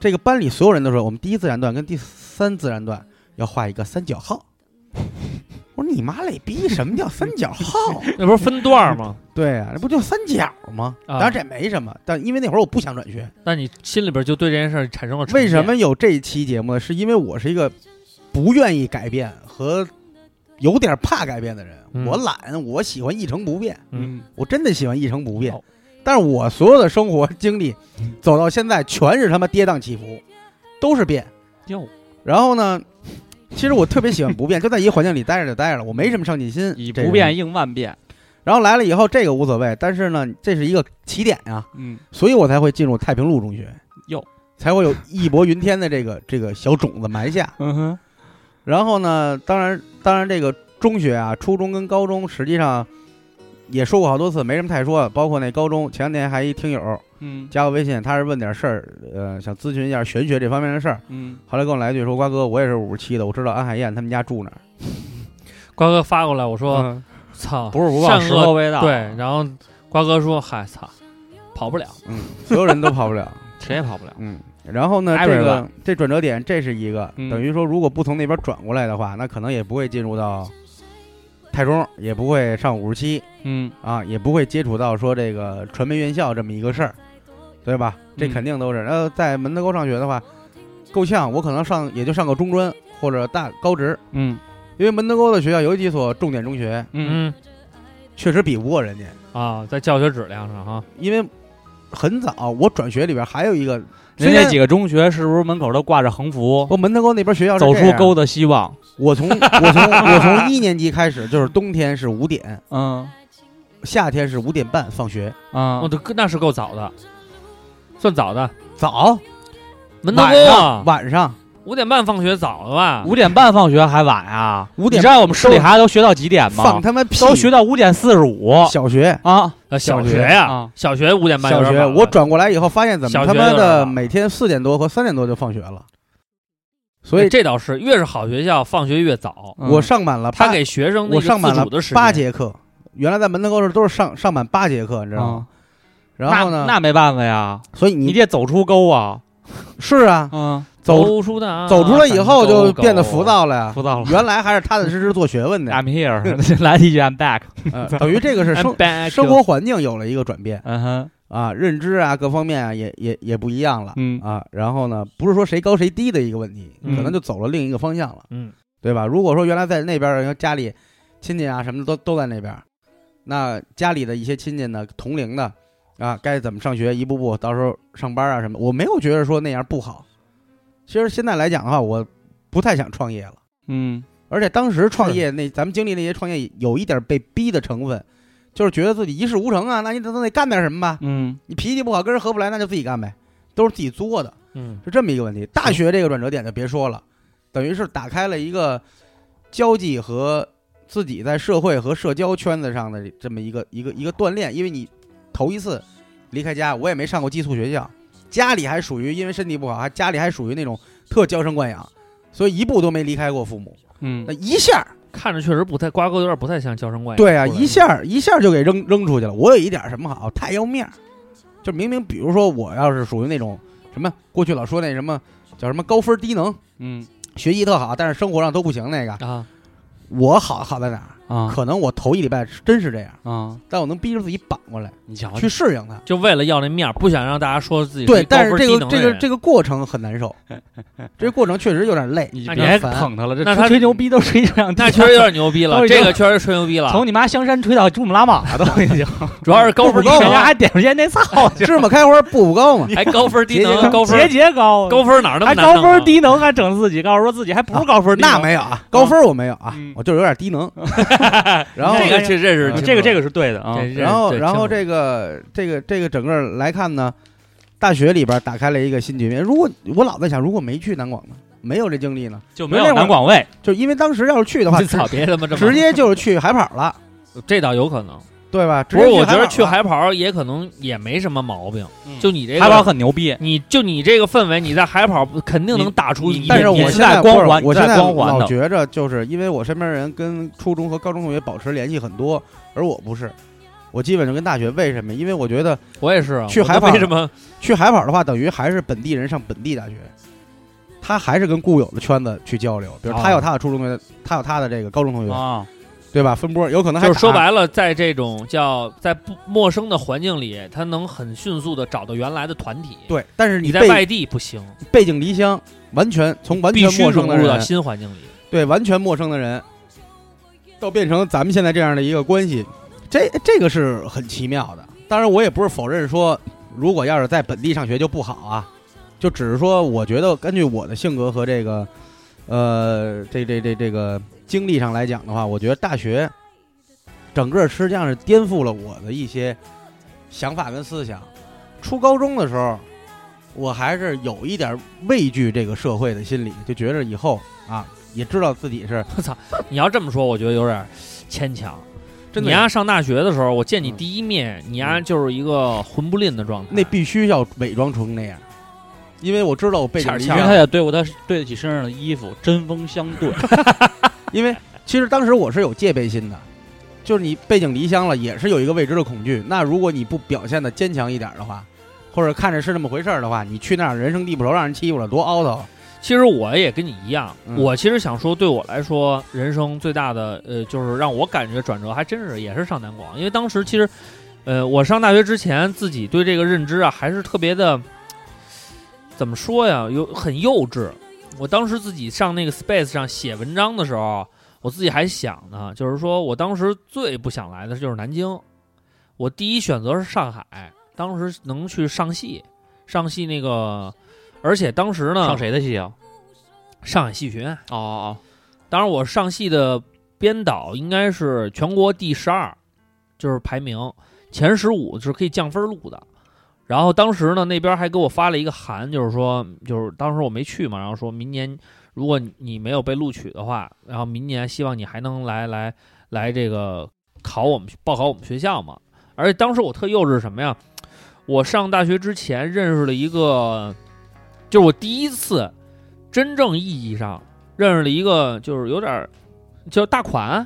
这个班里所有人都说，我们第一自然段跟第三自然段要画一个三角号。 我说你妈嘞逼，什么叫三角 号？啊那不是分段儿吗？对啊，那不就三角吗？啊当然这没什么，但因为那会儿我不想转学。那你心里边就对这件事儿产生了成见为什么有这一期节目呢？是因为我是一个不愿意改变和有点怕改变的人。嗯我懒，我喜欢一成不变，嗯我真的喜欢一成不变哦。但是我所有的生活经历走到现在，全是他妈跌宕起伏，都是变。哟然后呢，其实我特别喜欢不变，就在一个环境里待着就待着了，我没什么上进心。以这个不变应万变。然后来了以后，这个无所谓，但是呢，这是一个起点啊，嗯，所以我才会进入太平路中学，哟，才会有义薄云天的这个这个小种子埋下。嗯哼，然后呢，当然，当然，这个中学啊，初中跟高中实际上也说过好多次，没什么太说的。包括那高中，前两天还一听友嗯加我微信，他是问点事儿，呃，想咨询一下玄学这方面的事儿。嗯，后来跟我来一句说：“瓜哥，我也是五十七的，我知道安海燕他们家住哪儿。瓜哥发过来，我说嗯操，不是不报，善十恶头未到。对，，然后瓜哥说嗨操，跑不了，”嗯，所有人都跑不了。谁也跑不了。嗯，然后呢， Everyone 这个这转折点，这是一个，嗯等于说，如果不从那边转过来的话，那可能也不会进入到太中，也不会上五十七。嗯，啊，也不会接触到说这个传媒院校这么一个事儿，对吧？这嗯肯定都是。然后在门头沟上学的话，够呛，我可能上也就上个中专或者大高职，嗯因为门头沟的学校有几所重点中学，嗯嗯确实比不过人家，啊，在教学质量上哈，因为很早，我转学里边还有一个，人虽家然几个中学是不是门口都挂着横幅？我门头沟那边学校是走这出样沟的希望。我 从我从我从一年级开始，就是冬天是五点，嗯夏天是五点半放学，啊我，都哦那是够早的，算早的。早门头晚沟上啊，晚上五点半放学早了吧？五点半放学还晚啊？五点你知道我们市里孩子都学到几点吗放？他妈屁，都学到五点四十五小学啊呃，小小学学呀啊，小学五点半有小点学，晚了。我转过来以后发现怎小么他学妈有点晚了的每天四点多和三点多就放学了，所对以这倒是，越是好学校放学越早，嗯我上满了他八，给学生那我个上满自了主的时间八节课，原来在门头沟时都是上上满八节课，你知嗯道吗？然后呢嗯那，那没办法呀，所以你你得走出沟啊。是啊，嗯，走走出的走出来以后就变得浮浮，躁了呀。浮躁了。原来还是踏踏实实做学问的， I'm here，来 一句 I'm back。呃等于这个是 I'm 生 back 生活环境有了一个转变嗯哼，啊，认知啊各方面啊也也也不一样了，嗯啊，然后呢不是说谁高谁低的一个问题，嗯可能就走了另一个方向了，嗯，对吧？如果说原来在那边儿家里亲戚啊什么的都都在那边儿，那家里的一些亲戚呢同龄的啊该怎么上学一步步，到时候上班啊什么，我没有觉得说那样不好。其实现在来讲的话，我不太想创业了。嗯而且当时创业那咱们经历那些创业有一点被逼的成分，就是觉得自己一事无成啊，那你总得干点什么吧？嗯你脾气不好，跟人合不来，那就自己干呗，都是自己作的，嗯，是这么一个问题。大学这个转折点就别说了，等于是打开了一个交际和自己在社会和社交圈子上的这么一个一个一个锻炼，因为你头一次离开家，我也没上过寄宿学校，家里还属于因为身体不好，还家里还属于那种特娇生惯养，所以一步都没离开过父母，那嗯，一下。看着确实不太瓜哥，有点不太像娇生惯养。对啊，出来一下儿一下儿就给扔扔出去了。我有一点儿什么好，太要面儿。就明明，比如说我要是属于那种什么，过去老说那什么叫什么高分低能，嗯学习特好，但是生活上都不行那个，啊，我好好在哪儿？啊可能我头一礼拜是真是这样，啊，但我能逼着自己扳过来，你瞧去适应它。就为了要那面儿，不想让大家说自己对，但是这个这这个这个过程很难受，这个过程确实有点累。你那别你烦捧他了，这那吹他吹牛逼都吹这样低，那确实有点牛逼都了，已这经个确实吹牛逼了，从你妈香山吹到珠穆朗玛了，都已经。主要是高分低人家能， 还点出烟那操 去，芝麻开花步步高嘛，还高分低能，高节分节高，高分哪儿那么还难高弄啊分低能，还整自己，告诉说自己还不是高分低能。那没有啊，高分我没有啊嗯，我就是有点低能。然后这个这这嗯是这个这个，个是对的啊这。这然后，这然后挺这个这个这个整个来看呢，大学里边打开了一个新局面。如果我老在想，如果没去南广呢，没有这经历呢，就没有南广卫，就因为当时要是去的话，你操，别他妈这么直接就是去海跑了，这倒有可能。对吧？直不接是，我觉得去去海海跑也可能也没什么毛病，嗯就你这个海宝很牛逼。你就你这个氛围，你在海跑肯定能打出你一你跑了。但是片我天现在光不是环我你现在在光环老的觉着就是因为我身边人跟初中和高中同学保持联系很多，而我不是，我基本就跟大学。为什么？因为我觉得我也是啊去我都海跑没什么去海跑的话，等于还是本地人上本地大学，他还是跟固有的圈子去交流，比如啊他有他的初中同学，他有他的这个高中同学，啊，对吧？分波有可能还就是说打白了，在这种叫在不陌生的环境里，他能很迅速的找到原来的团体。，对，但是你在背外地不行，背井离乡，完全从完必全须陌生融的入到人，新环境里。对完全陌生的人，到变成咱们现在这样的一个关系，这这个是很奇妙的。当然，我也不是否认说，如果要是在本地上学就不好啊，就只是说，我觉得根据我的性格和这个，呃，这这这这个经历上来讲的话，我觉得大学整个实际上是颠覆了我的一些想法跟思想。初高中的时候，我还是有一点畏惧这个社会的心理，就觉着以后啊，也知道自己是你要这么说，我觉得有点牵强。真你的丫上大学的时候，我见你嗯第一面，你丫就是一个混不吝的状态。那必须要伪装成那样，因为我知道我背景离欠因儿欠为乡儿他也对付他对得起身上的衣服，针锋相 对。因为其实当时我是有戒备心的，就是你背井离乡了，也是有一个未知的恐惧。那如果你不表现的坚强一点的话，或者看着是那么回事儿的话，你去那儿人生地不熟，让人欺负了，多凹槽！其实我也跟你一样，嗯我其实想说，对我来说，人生最大的呃，就是让我感觉转折还真是也是上南广，因为当时其实，呃，我上大学之前自己对这个认知啊，还是特别的，怎么说呀，有很幼稚。我当时自己上那个 Space 上写文章的时候，我自己还想呢，就是说我当时最不想来的就是南京，我第一选择是上海，当时能去上戏，上戏那个，而且当时呢，上谁的戏啊？上海戏剧学院。哦哦当然，我上戏的编导应该是全国第十二，就是排名前十五是可以降分录的。然后当时呢，那边还给我发了一个函，就是说，就是当时我没去嘛，然后说明年如果你没有被录取的话，然后明年希望你还能来来来这个考我们报考我们学校嘛。而且当时我特幼稚是什么呀？我上大学之前认识了一个，就是我第一次真正意义上认识了一个，就是有点儿就是大款，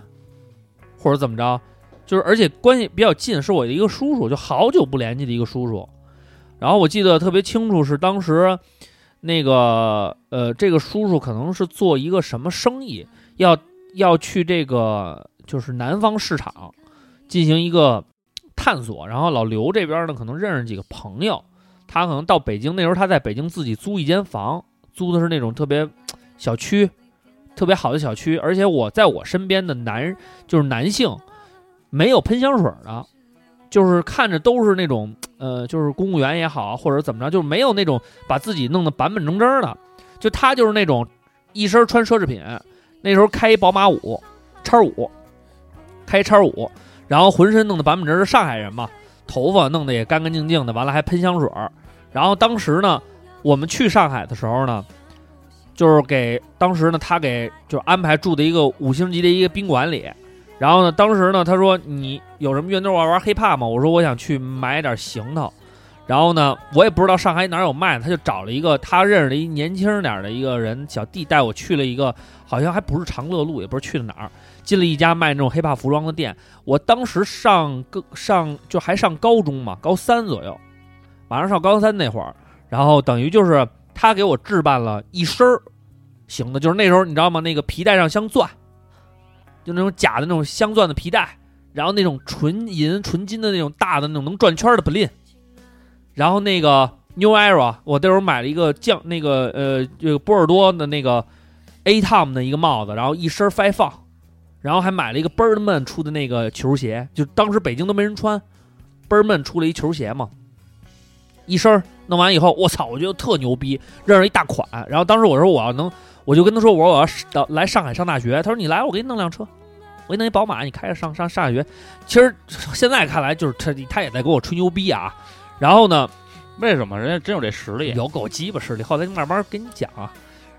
或者怎么着，就是而且关系比较近，是我的一个叔叔，就好久不联系的一个叔叔。然后我记得特别清楚，是当时那个呃，这个叔叔可能是做一个什么生意，要要去这个就是南方市场进行一个探索。然后老刘这边呢，可能认识几个朋友，他可能到北京那时候他在北京自己租一间房，租的是那种特别小区，特别好的小区。而且我在我身边的男就是男性，没有喷香水的，就是看着都是那种呃，就是公务员也好，或者怎么着，就是没有那种把自己弄得板板正正的。就他就是那种一身穿奢侈品，那时候开一宝马五叉五，开叉五，然后浑身弄得板板正正，上海人嘛，头发弄得也干干净净的，完了还喷香水儿。然后当时呢，我们去上海的时候呢，就是给当时呢，他给就是安排住的一个五星级的一个宾馆里。然后呢，当时呢，他说你有什么愿头玩玩 hiphop 吗？我说我想去买点行头。然后呢，我也不知道上海哪有卖的，他就找了一个他认识的一年轻点儿的一个人小弟带我去了一个，好像还不是长乐路，也不知道去了哪儿，进了一家卖那种 hiphop 服装的店。我当时上个上就还上高中嘛，高三左右，马上上高三那会儿，然后等于就是他给我置办了一身儿行的，就是那时候你知道吗？那个皮带上镶钻，就那种假的那种镶钻的皮带，然后那种纯银纯金的那种大的那种能转圈的 b l i n 然后那个 New Era，我那时候买了一个酱那个呃这个波尔多的那个 A Tom 的一个帽子，然后一身 f i 放，然后还买了一个 Birdman 出的那个球鞋，就当时北京都没人穿，Birdman 出了一球鞋嘛，一身儿弄完以后，我操，我觉得特牛逼，认识一大款。然后当时我说我要能，我就跟他说我说我要是到来上海上大学，他说你来，我给你弄辆车，我给你弄一宝马，你开着上上上大学。其实现在看来就是他他也在给我吹牛逼啊。然后呢，哦，为什么人家真有这实力？啊有狗鸡巴势力，后来慢慢跟你讲啊。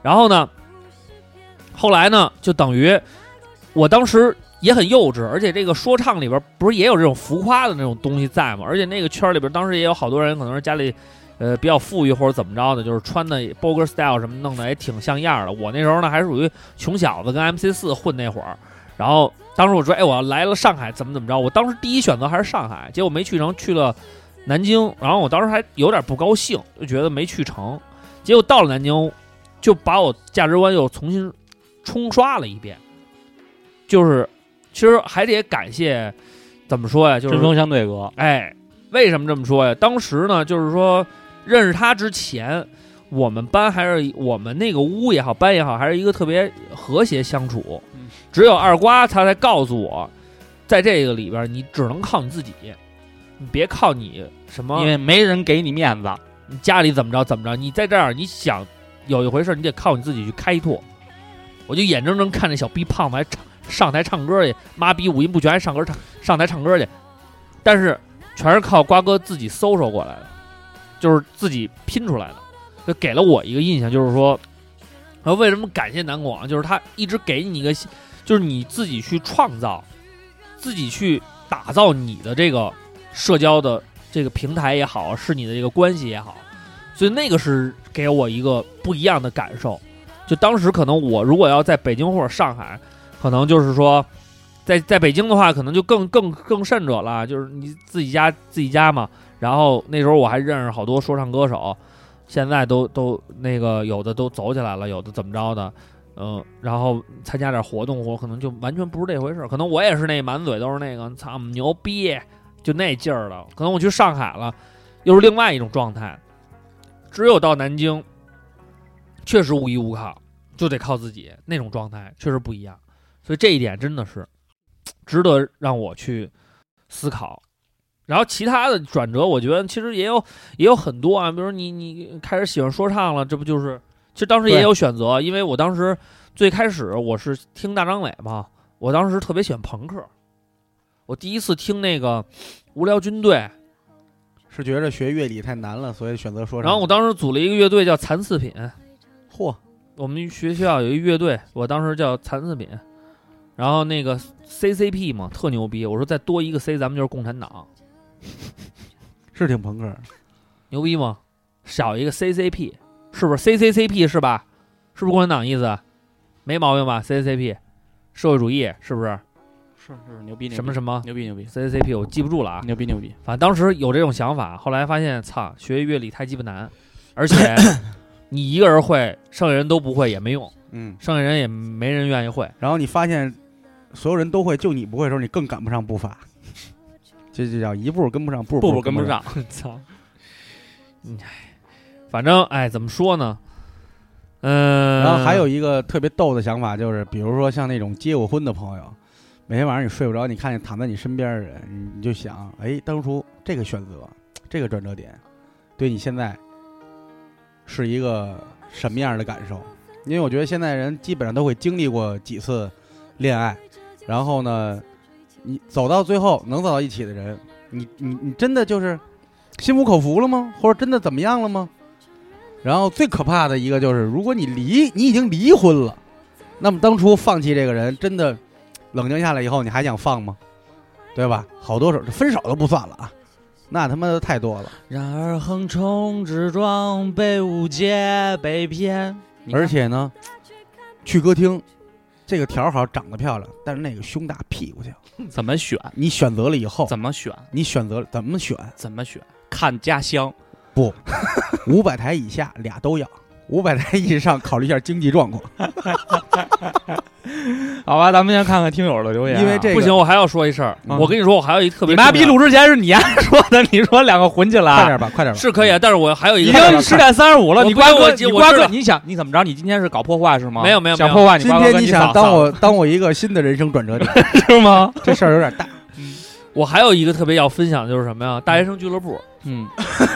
然后呢，后来呢，就等于我当时也很幼稚，而且这个说唱里边不是也有这种浮夸的那种东西在吗？而且那个圈里边当时也有好多人，可能是家里呃比较富裕或者怎么着的，就是穿的 Boger style 什么弄的也挺像样的。我那时候呢还属于穷小子，跟 MC 四混那会儿。然后当时我说，哎，我要来了上海，怎么怎么着？我当时第一选择还是上海，结果没去成，去了南京。然后我当时还有点不高兴，就觉得没去成。结果到了南京，就把我价值观又重新冲刷了一遍。就是，其实还得感谢，怎么说呀？就是针锋相对哥，哎，为什么这么说呀？当时呢，就是说认识他之前，我们班还是我们那个屋也好，班也好，还是一个特别和谐相处嗯。只有二瓜他才告诉我，在这个里边儿你只能靠你自己，你别靠你什么因为没人给你面子。你家里怎么着怎么着，你在这儿你想有一回事儿，你得靠你自己去开拓。我就眼睁睁看着小逼胖子还唱上台唱歌去，妈逼五音不全还上歌唱上台唱歌去，但是全是靠瓜哥自己搜索过来的，就是自己拼出来的，就给了我一个印象，就是说，呃，为什么感谢南广，就是他一直给你一个，就是你自己去创造，自己去打造你的这个社交的这个平台也好，是你的这个关系也好，所以那个是给我一个不一样的感受。就当时可能我如果要在北京或者上海，可能就是说，在在北京的话，可能就更更更甚者了，就是你自己家自己家嘛。然后那时候我还认识好多说唱歌手，现在都都那个有的都走起来了，有的怎么着的，嗯、然后参加点活动，我可能就完全不是这回事儿。可能我也是那满嘴都是那个操牛逼，就那劲儿了。可能我去上海了，又是另外一种状态。只有到南京，确实无依无靠，就得靠自己，那种状态确实不一样。所以这一点真的是值得让我去思考，然后其他的转折，我觉得其实也有也有很多啊，比如你你开始喜欢说唱了，这不就是？其实当时也对有选择，因为我当时最开始我是听大张伟嘛，我当时特别喜欢朋克，我第一次听那个无聊军队，是觉着学乐理太难了，所以选择说唱。然后我当时组了一个乐队叫残次品，嚯，我们学校有一乐队，我当时叫残次品，然后那个 CCP 嘛，特牛逼。我说再多一个 C，咱们就是共产党，是挺朋克的，牛逼吗？少一个 CCP，是不是 CCCP 是吧？是不是共产党意思？没毛病吧？CCP，社会主义是不是？是是牛逼什么什么牛逼牛逼 CCP 我记不住了啊，牛逼牛逼，反正当时有这种想法，后来发现操，学乐理太鸡巴难，而且你一个人会，剩下人都不会也没用，嗯。剩下人也没人愿意会。然后你发现所有人都会，就你不会的时候，你更赶不上步伐。这就叫一步跟不上，步步步步跟不上。上。操！嗯唉反正哎，怎么说呢？嗯、然后还有一个特别逗的想法，就是比如说像那种结过婚的朋友，每天晚上你睡不着，你看见躺在你身边的人，你你就想，哎，当初这个选择，这个转折点，对你现在是一个什么样的感受？因为我觉得现在人基本上都会经历过几次恋爱，然后呢，你走到最后能走到一起的人，你你你真的就是心服口服了吗？或者真的怎么样了吗？然后最可怕的一个就是，如果你离你已经离婚了，那么当初放弃这个人，真的冷静下来以后，你还想放吗？对吧？好多手分手都不算了啊，那他妈的太多了。然而横冲直撞，被误解，被骗，你看而且呢，去歌厅，这个条儿好长得漂亮，但是那个胸大屁股小。怎么选，你选择了以后，怎么选，你选择了怎么选？ 怎么选，看家乡。五百台以下俩都要，五百台以上考虑一下经济状况。好吧，咱们先看看听友的留言啊、因为这个不行，我还要说一事儿。嗯我跟你说，我还有一特别你妈重要逼录之前是你丫说的，你说两个混起快来，点吧，快点吧。是可以啊，但是我还有一嗯已个经十点三十五了，我你不瓜用哥，我记你我瓜知哥，道你想你怎么着？你今天是搞破坏是吗？没有没有想没有破坏你今瓜哥天跟你嫂想子当我当我一个新的人生转折点，是吗？这事儿有点 大。我还有一个特别要分享的就是什么呀？大学生俱乐部，嗯，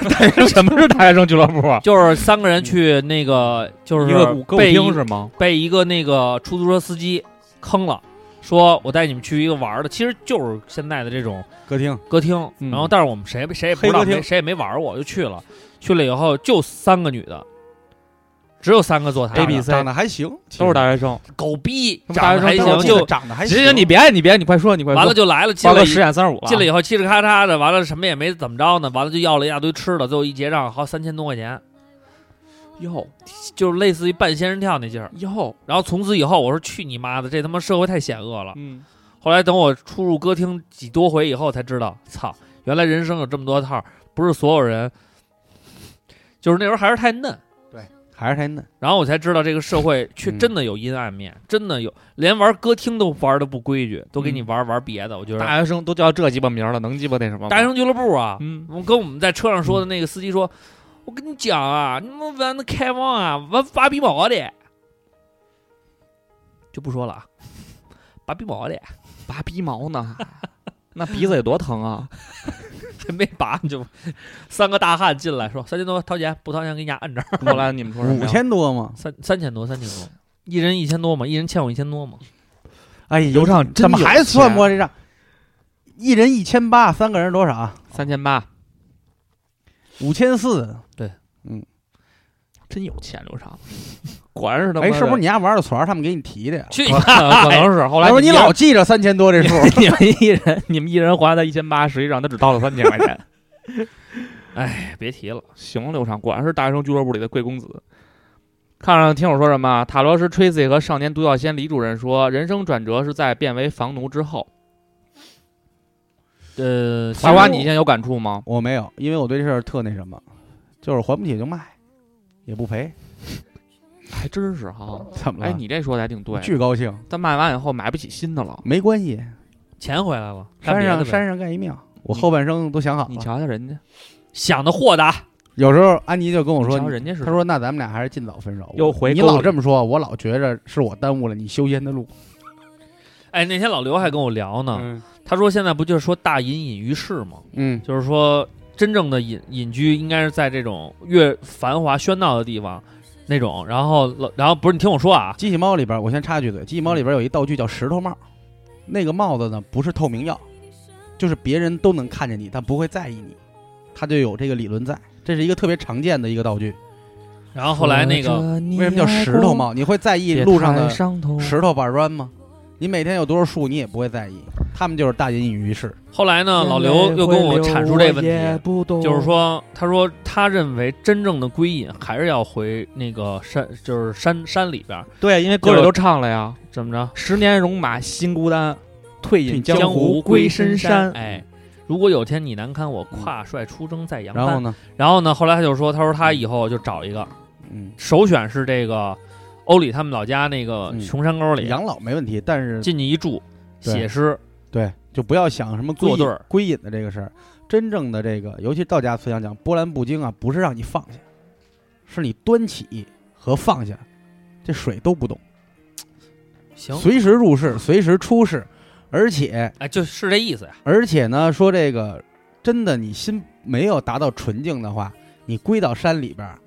大学 生什么是大学生俱乐部？啊就是三个人去那个， 就是啊一个舞歌舞被厅是吗？被一个那个出租车司机坑了，说我带你们去一个玩儿的，其实就是现在的这种歌厅，歌厅，嗯然后但是我们谁也谁也不知黑道，歌厅没谁也没玩过，就去了。去了以后就三个女的，只有三个坐台 A B 的 C 长得还行，都是大学生。狗逼他们长得还大学行，生就就长得还行行，你别你别，你快说，你快说。完了就来了，进瓜了哥以十点三十五了，进来以后嘁哩咔嚓的，完了什么也没怎么着呢，完了就要了一大堆吃的，最后一结账好三千多块钱，哟就是类似于半仙人跳那劲儿。哟，然后从此以后，我说去你妈的，这他妈社会太险恶了。嗯，后来等我出入歌厅几多回以后，才知道，操，原来人生有这么多套，不是所有人，就是那时候还是太嫩。还是太嫩。然后我才知道这个社会却嗯真的有阴暗面，真的有连玩歌厅都玩的不规矩，都给你嗯玩、玩别的。我觉得大学生都叫这鸡巴名了，能鸡巴那什么吗？大学生俱乐部啊， 嗯，我跟我们在车上说的那个司机说，我跟你讲啊，你们玩的开放啊，玩拔鼻毛的，就不说了啊，拔鼻毛的拔鼻毛呢，那鼻子得多疼啊！还 没拔你就三个大汉进来说三千多掏钱，不掏钱给你家摁这儿，后来你们说什么五呀？千多吗？三三千多三千多，一人一千多嘛，一人欠我一千多嘛，哎，刘畅真怎么有还算钱不过这账？一人一千八，三个人多少啊？三千八，五千四。真有钱，刘畅， 果然是他妈哎，的。是不是你家玩的团儿，他们给你提的呀？去你可 可能是后来要不你们老记着三千多这数， 你们一人你们一人还他一千八，实际上他只掏了三千块钱。 哎，别提了，行，刘畅果然是大学生俱乐部里的贵公子。看上听友说什么？塔罗师 Tracy 和少年独角仙李主任说，人生转折是在变为房奴之后。呃，哦花花，你现在有感触吗？我没有，因为我对这事儿特那什么，就是还不起就卖，也不赔，还真是哈。怎么了？哎，你这说的还挺对。巨高兴，但卖完以后买不起新的了。没关系，钱回来了，干山别的上呗山上盖一庙，我后半生都想好你了。瞧瞧人家，想的豁达，有时候安妮就跟我你说瞧，人家是她说那咱们俩还是尽早分手。又回你购老了这么说，我老觉着是我耽误了你修仙的路。嗯哎，那天老刘还跟我聊呢。他说现在不就是说大隐隐于市吗？嗯就是说真正的隐隐居应该是在这种越繁华喧闹的地方那种，然后老然后不是你听我说啊，机器猫里边，我先插一句嘴，机器猫里边有一道具叫石头帽，那个帽子呢不是透明药，就是别人都能看见你，但不会在意你，它就有这个理论在，这是一个特别常见的一个道具。然后后来嗯那个嗯为什么叫石头？帽？你会在意路上的石头板砖吗？你每天有多少树，你也不会在意，他们就是大隐隐于市。后来啊呢，老刘又跟我阐述这问题，哦题就是，说他说他认为真正的归隐还是要回那个山，就是山山里边儿对，因为歌里都唱了呀，“怎么着十年戎马心孤单，退隐江江湖归深深山”。哎。如果有天你难堪，我跨帅出征在扬然后帆。呢，然后呢，后来他就说，他说他以后就找一个，嗯，首选是这个欧里他们老家那个嗯穷山沟里，养老没问题，但是进去一住，对写诗，对，就不要想什么归作对隐儿归隐的这个事儿。真正的这个，尤其道家思想讲波澜不惊啊，不是让你放下，是你端起和放下，这水都不动，行，随时入世，随时出世，而且哎，就是这意思呀。而且呢，说这个真的你心没有达到纯净的话，你归到山里边儿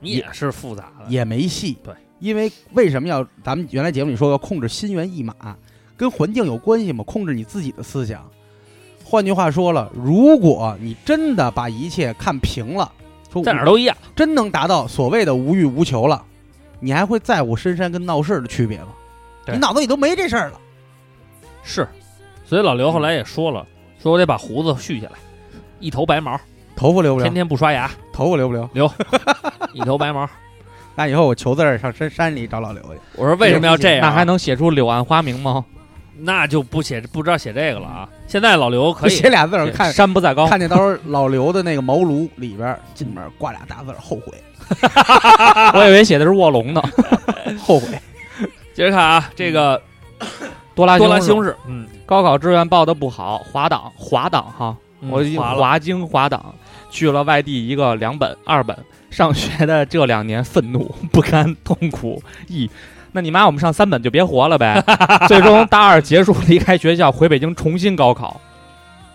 你也是复杂的，也没戏。哎对，因为为什么要咱们原来节目里说要控制心猿意马，跟环境有关系吗？控制你自己的思想。换句话说了，如果你真的把一切看平了，说在哪儿我都一样。真能达到所谓的无欲无求了，你还会在乎深山跟闹市的区别吗？对你脑子里都没这事儿了。是，所以老刘后来也说了，说我得把胡子蓄起来，一头白毛，头发留不留天？天不刷牙， 头发留不留？一头白毛。那以后我求字儿上山山里找老刘去。我说为什么要这样？啊那还能写出“柳暗花明”吗？那就不写不知道写这个了啊。现在老刘可以写，俩字儿哎看山不在高，看见到时候老刘的那个茅庐里边儿进门挂俩大字儿后 悔，我以为写的是卧龙呢。后悔。接着看啊，这个多拉多拉西西红红柿，柿，嗯，高考志愿报的不好，滑档，滑档哈，嗯我已经划了华经滑档，去了外地一个两本二本。上学的这两年，愤怒、不甘、痛苦、抑。那你妈，我们上三本就别活 了呗。最终大二结束，离开学校，回北京重新 高考。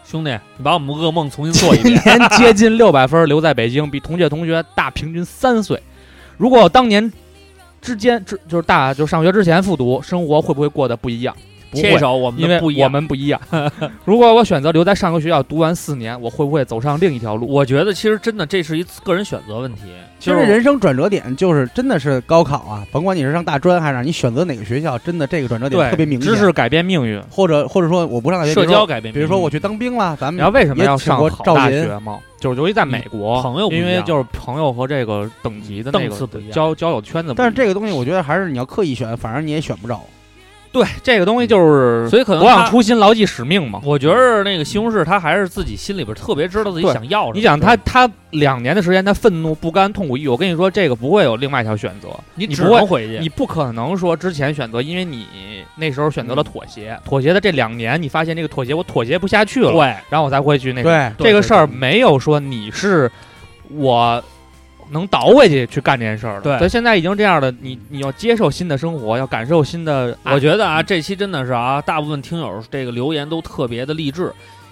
兄弟，你把我们噩梦重新做一遍。今年接近六百分，留在北京，比同届同学大平均三岁。如果我当年之间之就是大就上学之前复读，生活会不会过得不一样？不这会一，首我们因的为不一我样。们不 一样。如果我选择留在上个学校读完四年，我会不会走上另一条路？我觉得其实真的这是一个人选择问题，其就实是人生转折点就是真的是高考啊，甭管你是上大专还是你选择哪个学校，真的这个转折点对，特别明显。知识改变命运。或者或者说我不上大学，社比如交说改变比命运。如说我去当兵了，咱们你知道为什么要上也请过好赵大寅学吗？就是尤其在美国，朋友不一因样为就是朋友和这个等级的那档次不个一样交交友圈子不一样。但是这个东西我觉得还是你要刻意选，反正你也选不着。对这个东西就是，所以可能我他想初心牢记使命嘛。我觉得那个西红柿他还是自己心里边特别知道自己对想要什么。你想他，他两年的时间，他愤怒、不甘、痛苦、抑郁。我跟你说，这个不会有另外一条选择，你你只不会能回去。你不可能说之前选择，因为你那时候选择了妥协，妥协的这两年，你发现这个妥协我妥协不下去了，对，然后我才会去那个。对这个事儿没有说你是我能倒回去去干这件事儿了。对所以现在已经这样了，嗯你你要接受新的生活，要感受新的爱。我觉得啊，这期真的是啊，大部分听友这个留言都特别的励志。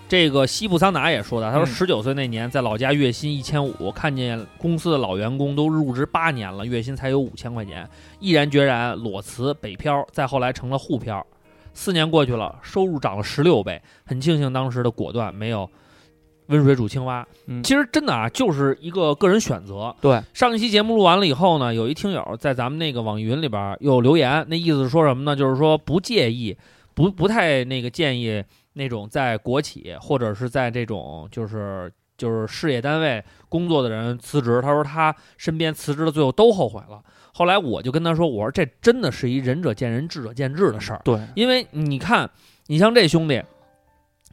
这个西部桑拿也说的，他说嗯十九岁那年在老家月薪一千五，看见公司的老员工都入职八年了，月薪才有五千块钱，毅然决然裸辞北漂，再后来成了沪漂。四年过去了，收入涨了十六倍，很庆幸当时的果断，没有温水煮青蛙。嗯其实真的啊，就是一个个人选择。对，上一期节目录完了以后呢，有一听友在咱们那个网易云里边有留言，那意思是说什么呢？就是说不介意，不不太那个建议那种在国企或者是在这种就是就是事业单位工作的人辞职。他说他身边辞职的最后都后悔了。后来我就跟他说，我说这真的是一仁者见仁，智者见智的事儿。对，因为你看，你像这兄弟，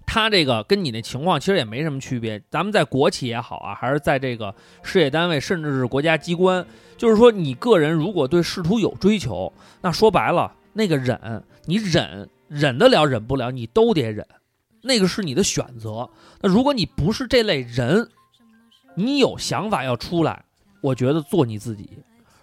他这个跟你那情况其实也没什么区别。咱们在国企也好啊，还是在这个事业单位，甚至是国家机关，就是说你个人如果对仕途有追求，那说白了，那个忍，你忍忍得了，忍不了，你都得忍，那个是你的选择。那如果你不是这类人，你有想法要出来，我觉得做你自己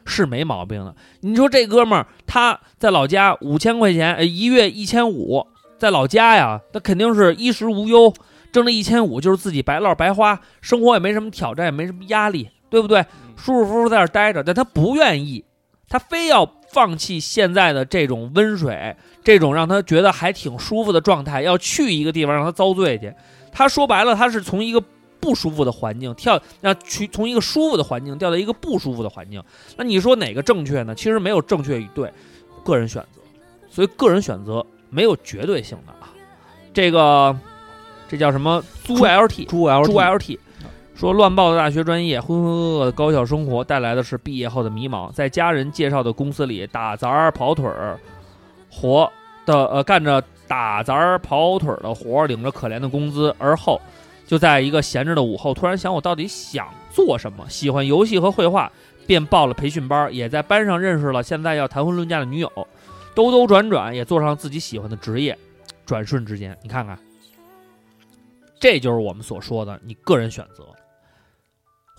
是没毛病的。你说这哥们儿他在老家五千块钱，呃，一月一千五，在老家呀，那肯定是衣食无忧，挣这一千五就是自己白落白花，生活也没什么挑战，也没什么压力，对不对？舒舒服服在这儿待着，但他不愿意，他非要放弃现在的这种温水，这种让他觉得还挺舒服的状态，要去一个地方让他遭罪去。他说白了，他是从一个不舒服的环境跳，那去从一个舒服的环境掉到一个不舒服的环境，那你说哪个正确呢？其实没有正确与对，个人选择，所以个人选择没有绝对性的啊。这个这叫什么？租 LT，猪 L 朱 LT 说，乱报的大学专业，浑浑噩噩的高校生活带来的是毕业后的迷茫，在家人介绍的公司里打杂儿、跑腿儿，活的呃干着打杂儿、跑腿儿的活儿，领着可怜的工资，而后就在一个闲置的午后，突然想我到底想做什么？喜欢游戏和绘画，便报了培训班儿，也在班上认识了现在要谈婚论嫁的女友，兜兜转转也做上自己喜欢的职业，转瞬之间，你看看。这就是我们所说的你个人选择。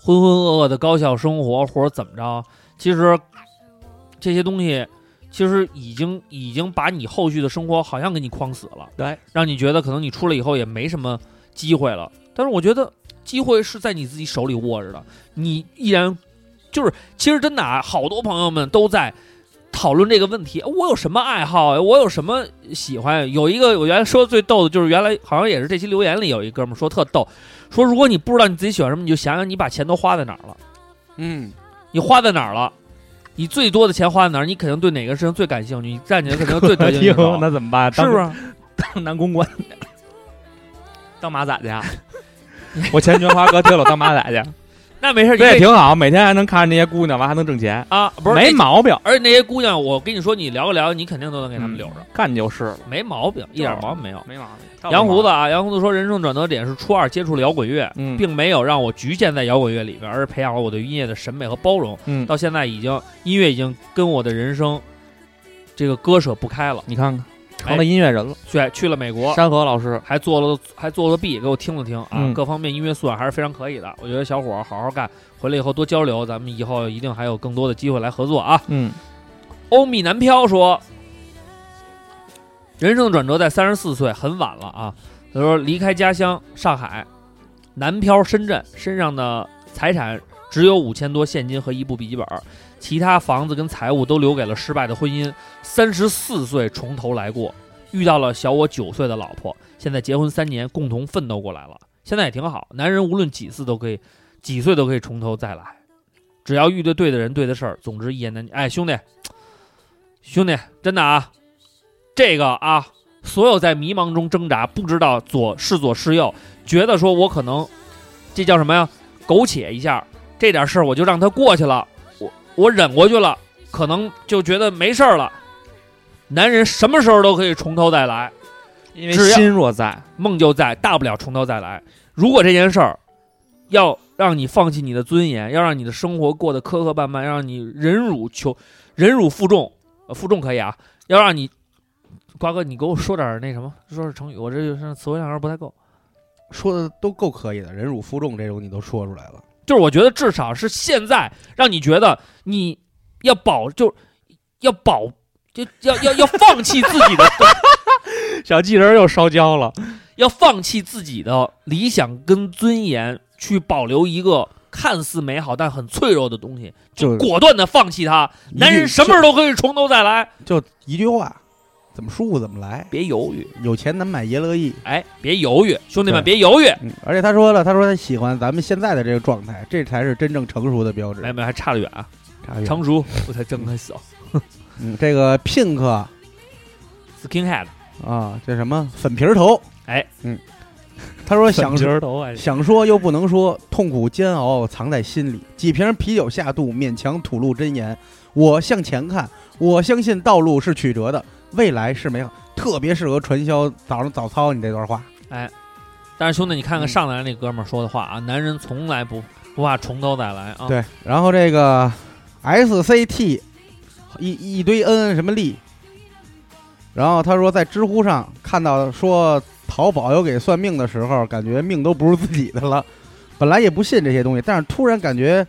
浑浑噩噩的高校生活或者怎么着，其实这些东西其实已经已经把你后续的生活好像给你框死了，对，让你觉得可能你出来以后也没什么机会了。但是我觉得机会是在你自己手里握着的，你依然就是其实真的啊，好多朋友们都在。讨论这个问题，我有什么爱好呀？我有什么喜欢？有一个我原来说的最逗的就是原来好像也是这期留言里有一哥们说特逗，说如果你不知道你自己喜欢什么，你就想想你把钱都花在哪儿了，嗯，你花在哪儿了，你最多的钱花在哪儿，你肯定对哪个事情最感兴趣，你站起来肯定最得 心应手，哎那怎么办？是不当是？当男公关，当马仔去 啊？我钱全花哥推了我当马仔 去，那没事，你这可也以挺好，每天还能看着那些姑娘完还能挣钱，啊，不是没那毛病，而且那些姑娘，我跟你说，你聊一聊，你肯定都能给他们留着，干就是了，没毛病，一点毛病没有。嗯没毛病杨胡子，啊，杨胡子说，人生转折点是初二接触了摇滚乐，嗯，并没有让我局限在摇滚乐里边，而是培养了我对音乐的审美和包容。嗯到现在已经音乐已经跟我的人生这个割舍不开了。你看看，成了音乐人了。去去了美国，山河老师，还做了还做了 B 给我听了听啊，嗯各方面音乐素养还是非常可以的。我觉得小伙儿好好干，回来以后多交流，咱们以后一定还有更多的机会来合作啊。嗯，欧米南飘说，人生的转折在三十四岁，很晚了啊。他说离开家乡上海，南漂深圳，身上的财产只有五千多现金和一部笔记本儿，其他房子跟财物都留给了失败的婚姻。三十四岁从头来过，遇到了小我九岁的老婆，现在结婚三年，共同奋斗过来了，现在也挺好。男人无论几次都可以，几岁都可以从头再来，只要遇对对的人、对的事儿。总之一言难尽。哎，兄弟，兄弟，真的啊，这个啊，所有在迷茫中挣扎，不知道左是左是右，觉得说我可能这叫什么呀？苟且一下，这点事儿我就让它过去了，我我忍过去了，可能就觉得没事儿了。男人什么时候都可以从头再来，因为只要心若在，梦就在，大不了从头再来。如果这件事儿要让你放弃你的尊严，要让你的生活过得磕磕绊绊，要让你忍辱求忍辱负重，呃，负重可以啊，要让你瓜哥，你给我说点儿那什么，说是成语，我这就是词汇量有点不太够。说的都够可以的，忍辱负重这种你都说出来了，就是我觉得至少是现在让你觉得你要保，就要保，就要要要放弃自己的 小巨人又烧焦了。要放弃自己的理想跟尊严，去保留一个看似美好但很脆弱的东西，就果断的放弃它。男人什么时候都可以从头再来，就一句话，怎么舒服怎么来，别犹豫，有钱难买爷乐意。哎，别犹豫，兄弟们对别犹豫。嗯，而且他说了，他说他喜欢咱们现在的这个状态，这才是真正成熟的标志没。有没有，还差得远啊！差远成熟我才睁开手嗯，这个 Pink 啊， ，Skinhead，这什么粉皮儿头，哎，嗯，他说想小巨人头还是想说又不能说，痛苦煎熬藏在心里。几瓶啤酒下肚，勉强吐露真言。我向前看，我相信道路是曲折的，未来是美好。特别适合传销早上早操，你这段话，但是兄弟，你看嗯看上来那哥们儿说的话啊，男人从来不不怕从头再来啊。对。然后这个 S C T 一一堆 N 什么力，然后他说在知乎上看到说淘宝有给算命的时候，感觉命都不是自己的了。本来也不信这些东西，但是突然感觉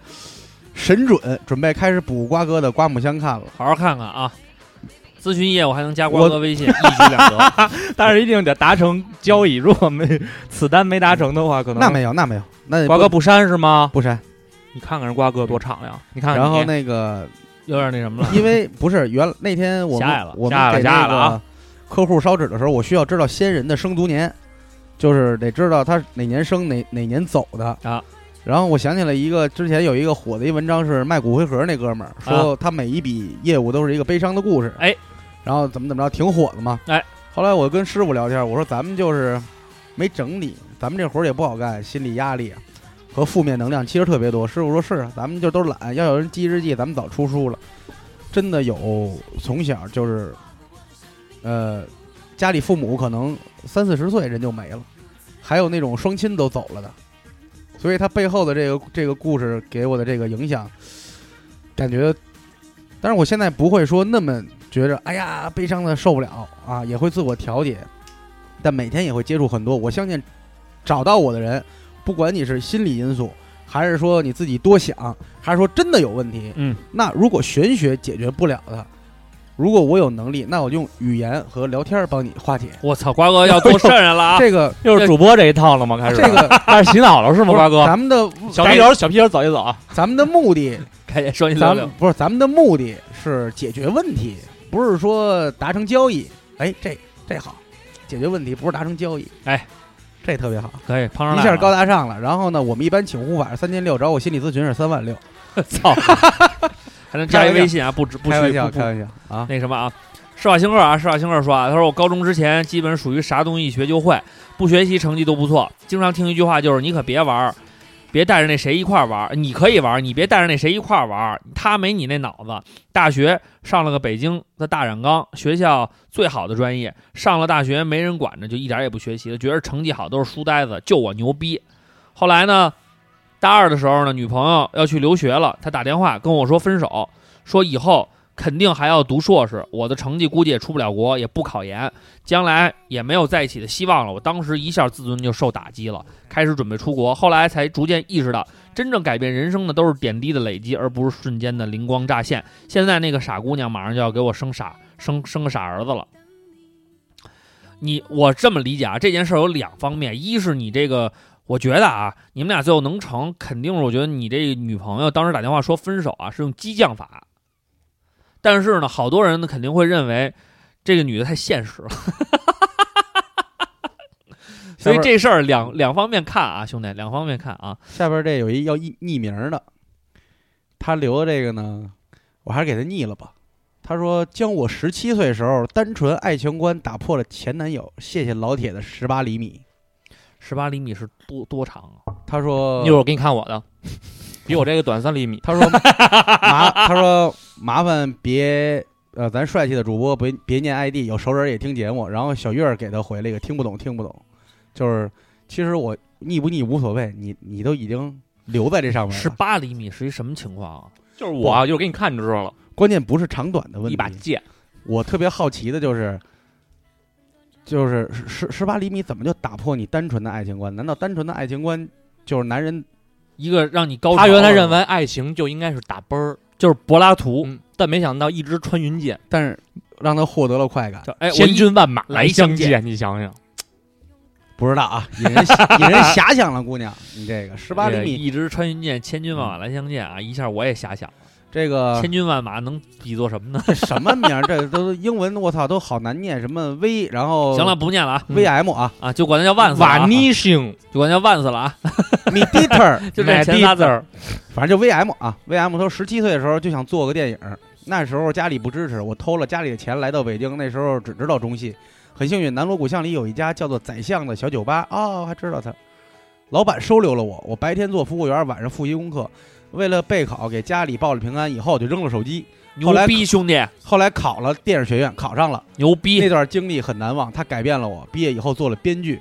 神准，准备开始补瓜哥的刮目相看了。好好看看啊。咨询业我还能加瓜我哥微 信，一举两得。但是一定得达成交易，如果没此单没达成的话，可能那没有，那没有，那嗯瓜哥不不删是吗？不删。你看看人瓜哥多敞亮，你看看然后你那个，有点那什么了，因为不是原那天 我狭隘们了我狭隘们了给狭隘那了个啊客户烧纸的时候，我需要知道先人的生卒年，就是得知道他哪年生哪哪年走的啊。然后我想起来一个之前有一个火的一文章是卖骨灰盒那哥们儿说他每一笔业务都是一个悲伤的故事，啊哎，然后怎么怎么着挺火的嘛，哎。后来我跟师傅聊天，我说咱们就是哎没整理，咱们这活儿也不好干，心理压力和负面能量其实特别多。师傅说是啊，咱们就都懒，要有人记日记，咱们早出书了。真的有从小就是，呃，家里父母可能三四十岁人就没了，还有那种双亲都走了的，所以他背后的这个这个故事给我的这个影响，感觉，但是我现在不会说那么觉着，哎呀，悲伤的受不了啊，也会自我调节，但每天也会接触很多，我相信找到我的人，不管你是心理因素，还是说你自己多想，还是说真的有问题，嗯，那如果玄学解决不了的。如果我有能力，那我用语言和聊天帮你化解。我操，瓜哥 要做圣人了啊！这个又是主播这一套了吗？开始这个开始洗脑了是吗？瓜哥，咱们的小皮球，小皮球走一走啊！咱们的目的，赶紧 说你聊咱聊们。不是咱们的目的是解决问题，不是说达成交易。哎，这这好，解决问题不是达成交易。哎，这特别好，可以，胖上一来下了高大上了。然后呢，我们一般请护法是三千六，找我心理咨询是三万六。操，还能加一微信啊？不止不开玩虚笑，不开不玩笑啊！那什么啊？施瓦辛克啊，施瓦辛克说啊，他说我高中之前基本属于啥东西一学就会，不学习成绩都不错。经常听一句话就是你可别玩儿，别带着那谁一块儿玩儿，你可以玩儿，你别带着那谁一块儿玩儿，他没你那脑子。大学上了个北京的大染缸，学校最好的专业，上了大学没人管着，就一点儿也不学习了，觉得成绩好都是书呆子，就我牛逼。后来呢，大二的时候呢，女朋友要去留学了，她打电话跟我说分手，说以后肯定还要读硕士，我的成绩估计也出不了国，也不考研，将来也没有在一起的希望了。我当时一下自尊就受打击了，开始准备出国，后来才逐渐意识到，真正改变人生的都是点滴的累积，而不是瞬间的灵光乍现。现在那个傻姑娘马上就要给我生傻生生个傻儿子了。你我这么理解啊，这件事儿有两方面，一是你这个，我觉得啊，你们俩最后能成，肯定是我觉得你这个女朋友当时打电话说分手啊，是用激将法，但是呢，好多人呢肯定会认为这个女的太现实了， 所以这事儿两两方面看啊，兄弟，两方面看啊，下边这有一要匿匿名的，他留的这个呢，我还是给他匿了吧。他说：“将我十七岁时候单纯爱情观打破了前男友，谢谢老铁的十八厘米。十八厘米是多多长啊？”他说：“呃一会儿我给你看我的，比我这个短三厘米。他说麻，他说麻烦别呃，咱帅气的主播别别念 ID，有熟人也听节目。然后小月儿给他回了一个听不懂，听不懂，就是其实我腻不腻无所谓，你你都已经留在这上面了。呃十八厘米是一什么情况啊？就是我啊，一会儿给你看你就知道了，关键不是长短的问一把题。剑。我特别好奇的就是，就是十十八厘米怎么就打破你单纯的爱情观？难道单纯的爱情观就是男人一个让你高潮啊他了原来认为爱情就应该是打啵儿，就是柏拉图，嗯，但没想到一支穿云箭，但是让他获得了快感？就哎，我千一军万马来相相见，你想想，不知道啊，引人引人遐想了，姑娘，你这个十八厘米，呃一直穿云箭，千军万马来相见嗯啊！一下我也遐想，这个啊千军万马能比作什么呢？这什么名儿？这都英文，我操，都好难念。什么 V，然后行了，不念了啊，VM 啊啊，就管它叫万斯了啊，哦瓦尼星就管它叫万斯了啊， ，Mediter， 就这前仨字儿，反正就 VM 啊，VM。都十七岁的时候就想做个电影儿，那时候家里不支持，我偷了家里的钱来到北京，那时候只知道中戏。很幸运，南锣鼓巷里有一家叫做宰相的小酒吧，哦，还知道它。老板收留了我，我白天做服务员，晚上复习功课。为了备考，给家里报了平安，以后我就扔了手机。牛后来逼兄弟，后来考了电影学院，考上了。牛那逼，段经历很难忘，它改变了我。毕业以后做了编剧，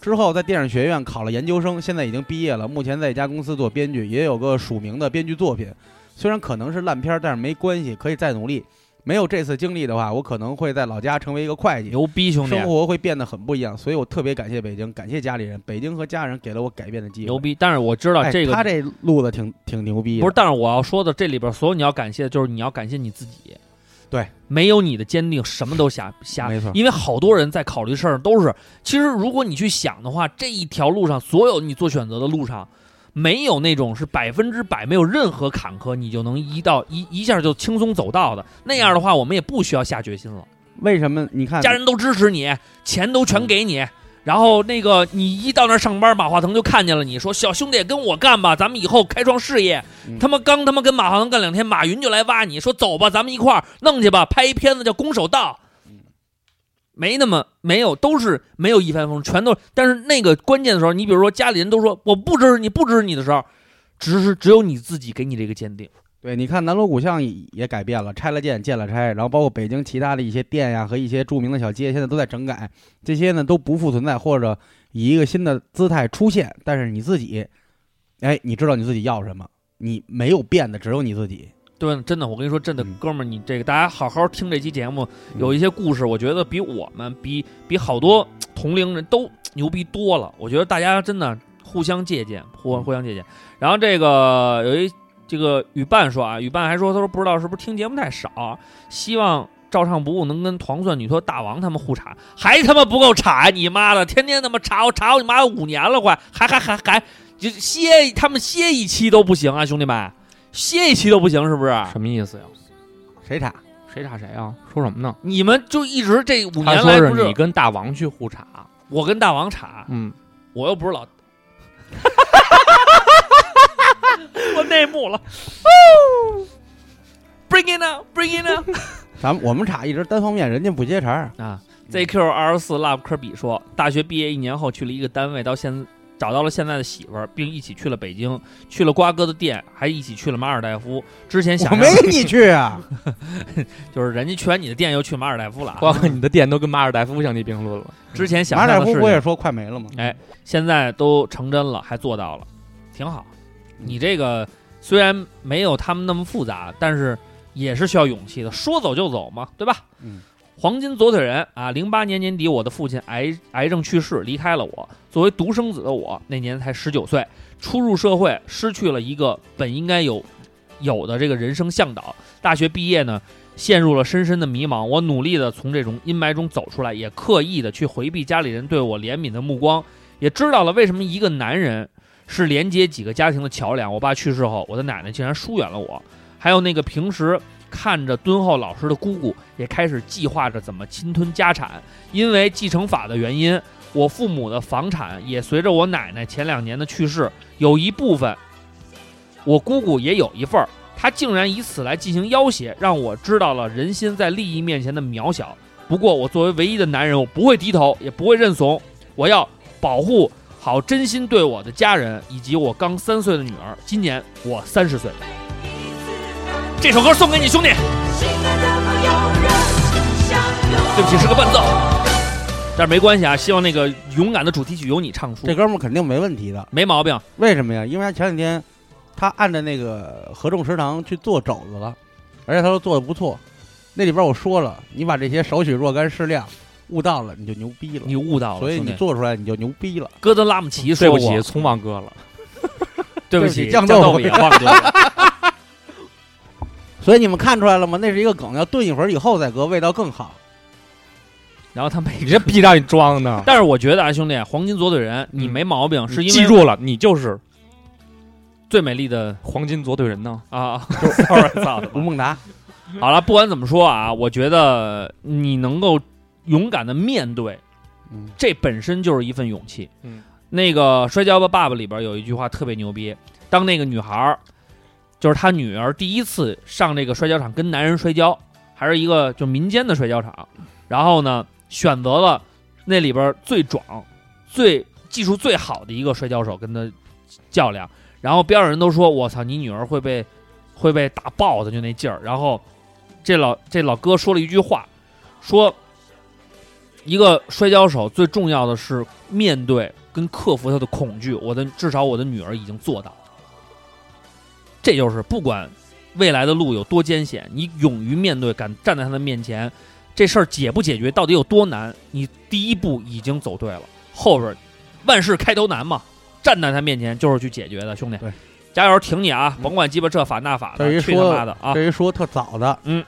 之后在电影学院考了研究生，现在已经毕业了，目前在一家公司做编剧，也有个署名的编剧作品。虽然可能是烂片儿，但是没关系，可以再努力。没有这次经历的话，我可能会在老家成为一个会计，牛逼兄弟，生活会变得很不一样。所以我特别感谢北京，感谢家里人，北京和家人给了我改变的机会。牛！逼。但是我知道哎，这个他这路子挺挺牛逼的，不是，但是我要说的这里边所有你要感谢，就是你要感谢你自己，对，没有你的坚定，什么都瞎瞎。没错因为好多人在考虑事儿都是，其实如果你去想的话，这一条路上所有你做选择的路上，没有那种是百分之百没有任何坎坷，你就能一到一一下就轻松走到的。那样的话，我们也不需要下决心了。为什么？你看，家人都支持你，钱都嗯全给你。然后那个你一到那儿上班，马化腾就看见了你，说小兄弟跟我干吧，咱们以后开创事业。嗯他妈刚他妈跟马化腾干两天，马云就来挖你说走吧，咱们一块儿弄去吧，拍一片子叫《攻守道》。嗯没那么没有，都是没有一帆风顺，全都。但是那个关键的时候，你比如说家里人都说我不支持你，不支持你的时候，只是只有你自己给你这个坚定。对，你看南锣鼓巷也改变了，拆了建，建了拆，然后包括北京其他的一些店呀和一些著名的小街，现在都在整改，这些呢都不复存在，或者以一个新的姿态出现。但是你自己，哎，你知道你自己要什么，你没有变的只有你自己。对，真的，我跟你说，真的嗯，哥们儿，你这个大家好好听这期节目，嗯有一些故事，我觉得比我们比比好多同龄人都牛逼多了。我觉得大家真的互相借鉴，嗯互互相借鉴。然后这个有一这个雨伴说啊，雨伴还说，他说不知道是不是听节目太少，希望照唱不误能跟糖蒜女托大王他们互查，还他妈不够查，你妈的，天天他妈查我查我你妈五年了快，还还还还就歇他们歇一期都不行啊，兄弟们。歇一期都不行，是不是？什么意思呀？谁查？谁查谁啊？说什么呢？你们就一直这五他年说来是不你跟大王去互查，我跟大王查，嗯，我又不是老，我内幕了。Bring it up, bring it up 咱们我们查一直单方面，人家不接茬儿。啊！ZQ 二十四 Love 科比说，大学毕业一年后去了一个单位，到现找到了现在的媳妇儿，并一起去了北京，去了瓜哥的店，还一起去了马尔代夫。之前想我让没你去啊，就是人家去完你的店又去马尔代夫了啊。瓜哥，你的店都跟马尔代夫相提并论了。之前 想马象尔的代事夫情不也说快没了吗？哎，现在都成真了，还做到了，挺好。你这个虽然没有他们那么复杂，但是也是需要勇气的，说走就走嘛，对吧？嗯。黄金左腿人啊，零八年年底，我的父亲癌癌症去世，离开了我。作为独生子的我，那年才十九岁，初入社会，失去了一个本应该有有的这个人生向导。大学毕业呢，陷入了深深的迷茫。我努力的从这种阴霾中走出来，也刻意的去回避家里人对我怜悯的目光，也知道了为什么一个男人是连接几个家庭的桥梁。我爸去世后，我的奶奶竟然疏远了我，还有那个平时看着敦厚老实的姑姑，也开始计划着怎么侵吞家产。因为继承法的原因，我父母的房产也随着我奶奶前两年的去世，有一部分，我姑姑也有一份儿。他竟然以此来进行要挟，让我知道了人心在利益面前的渺小。不过，我作为唯一的男人，我不会低头，也不会认怂，我要保护好真心对我的家人以及我刚三岁的女儿。今年我三十岁，这首歌送给你兄弟。对不起，是个伴奏，但是没关系啊。希望那个勇敢的主题曲由你唱出，这哥们儿肯定没问题的，没毛病。为什么呀？因为他前两天他按着那个合众食堂去做肘子了，而且他说做的不错。那里边我说了，你把这些少许若干适量悟到了，你就牛逼了。你悟到了，所以兄弟你做出来你就牛逼了。戈登拉姆齐对说不过，起，葱忘哥了。对不对不起，起酱豆豆腐腐也忘丢了。所以你们看出来了吗？那是一个梗，要炖一会儿以后再搁，味道更 好。然后他每你这逼让你装的，但是我觉得啊，兄弟，黄金左腿人，你没毛病，是你因为记住了，你就是最美丽的黄金左腿人呢。啊 ，sorry，操的吴孟达，好了，不管怎么说啊，我觉得你能够勇敢的面对，嗯这本身就是一份勇气。嗯，那个《摔跤吧，爸爸》里边有一句话特别牛逼，当那个女孩儿，就是她女儿第一次上这个摔跤场跟男人摔跤，还是一个就民间的摔跤场，然后呢，选择了那里边最壮、最技术最好的一个摔跤手跟他较量，然后边上人都说：“我操，你女儿会被会被打爆的，就那劲儿。”然后这老这老哥说了一句话，说一个摔跤手最重要的是面对跟克服他的恐惧。我的至少我的女儿已经做到了，这就是不管未来的路有多艰险，你勇于面对，敢站在他的面前，这事儿解不解决，到底有多难，你第一步已经走对了，后边儿万事开头难嘛。站在他面前就是去解决的，兄弟对，加油，挺你啊！甭管鸡巴这法那法这的，一去他说妈的啊！这一说特早的，嗯，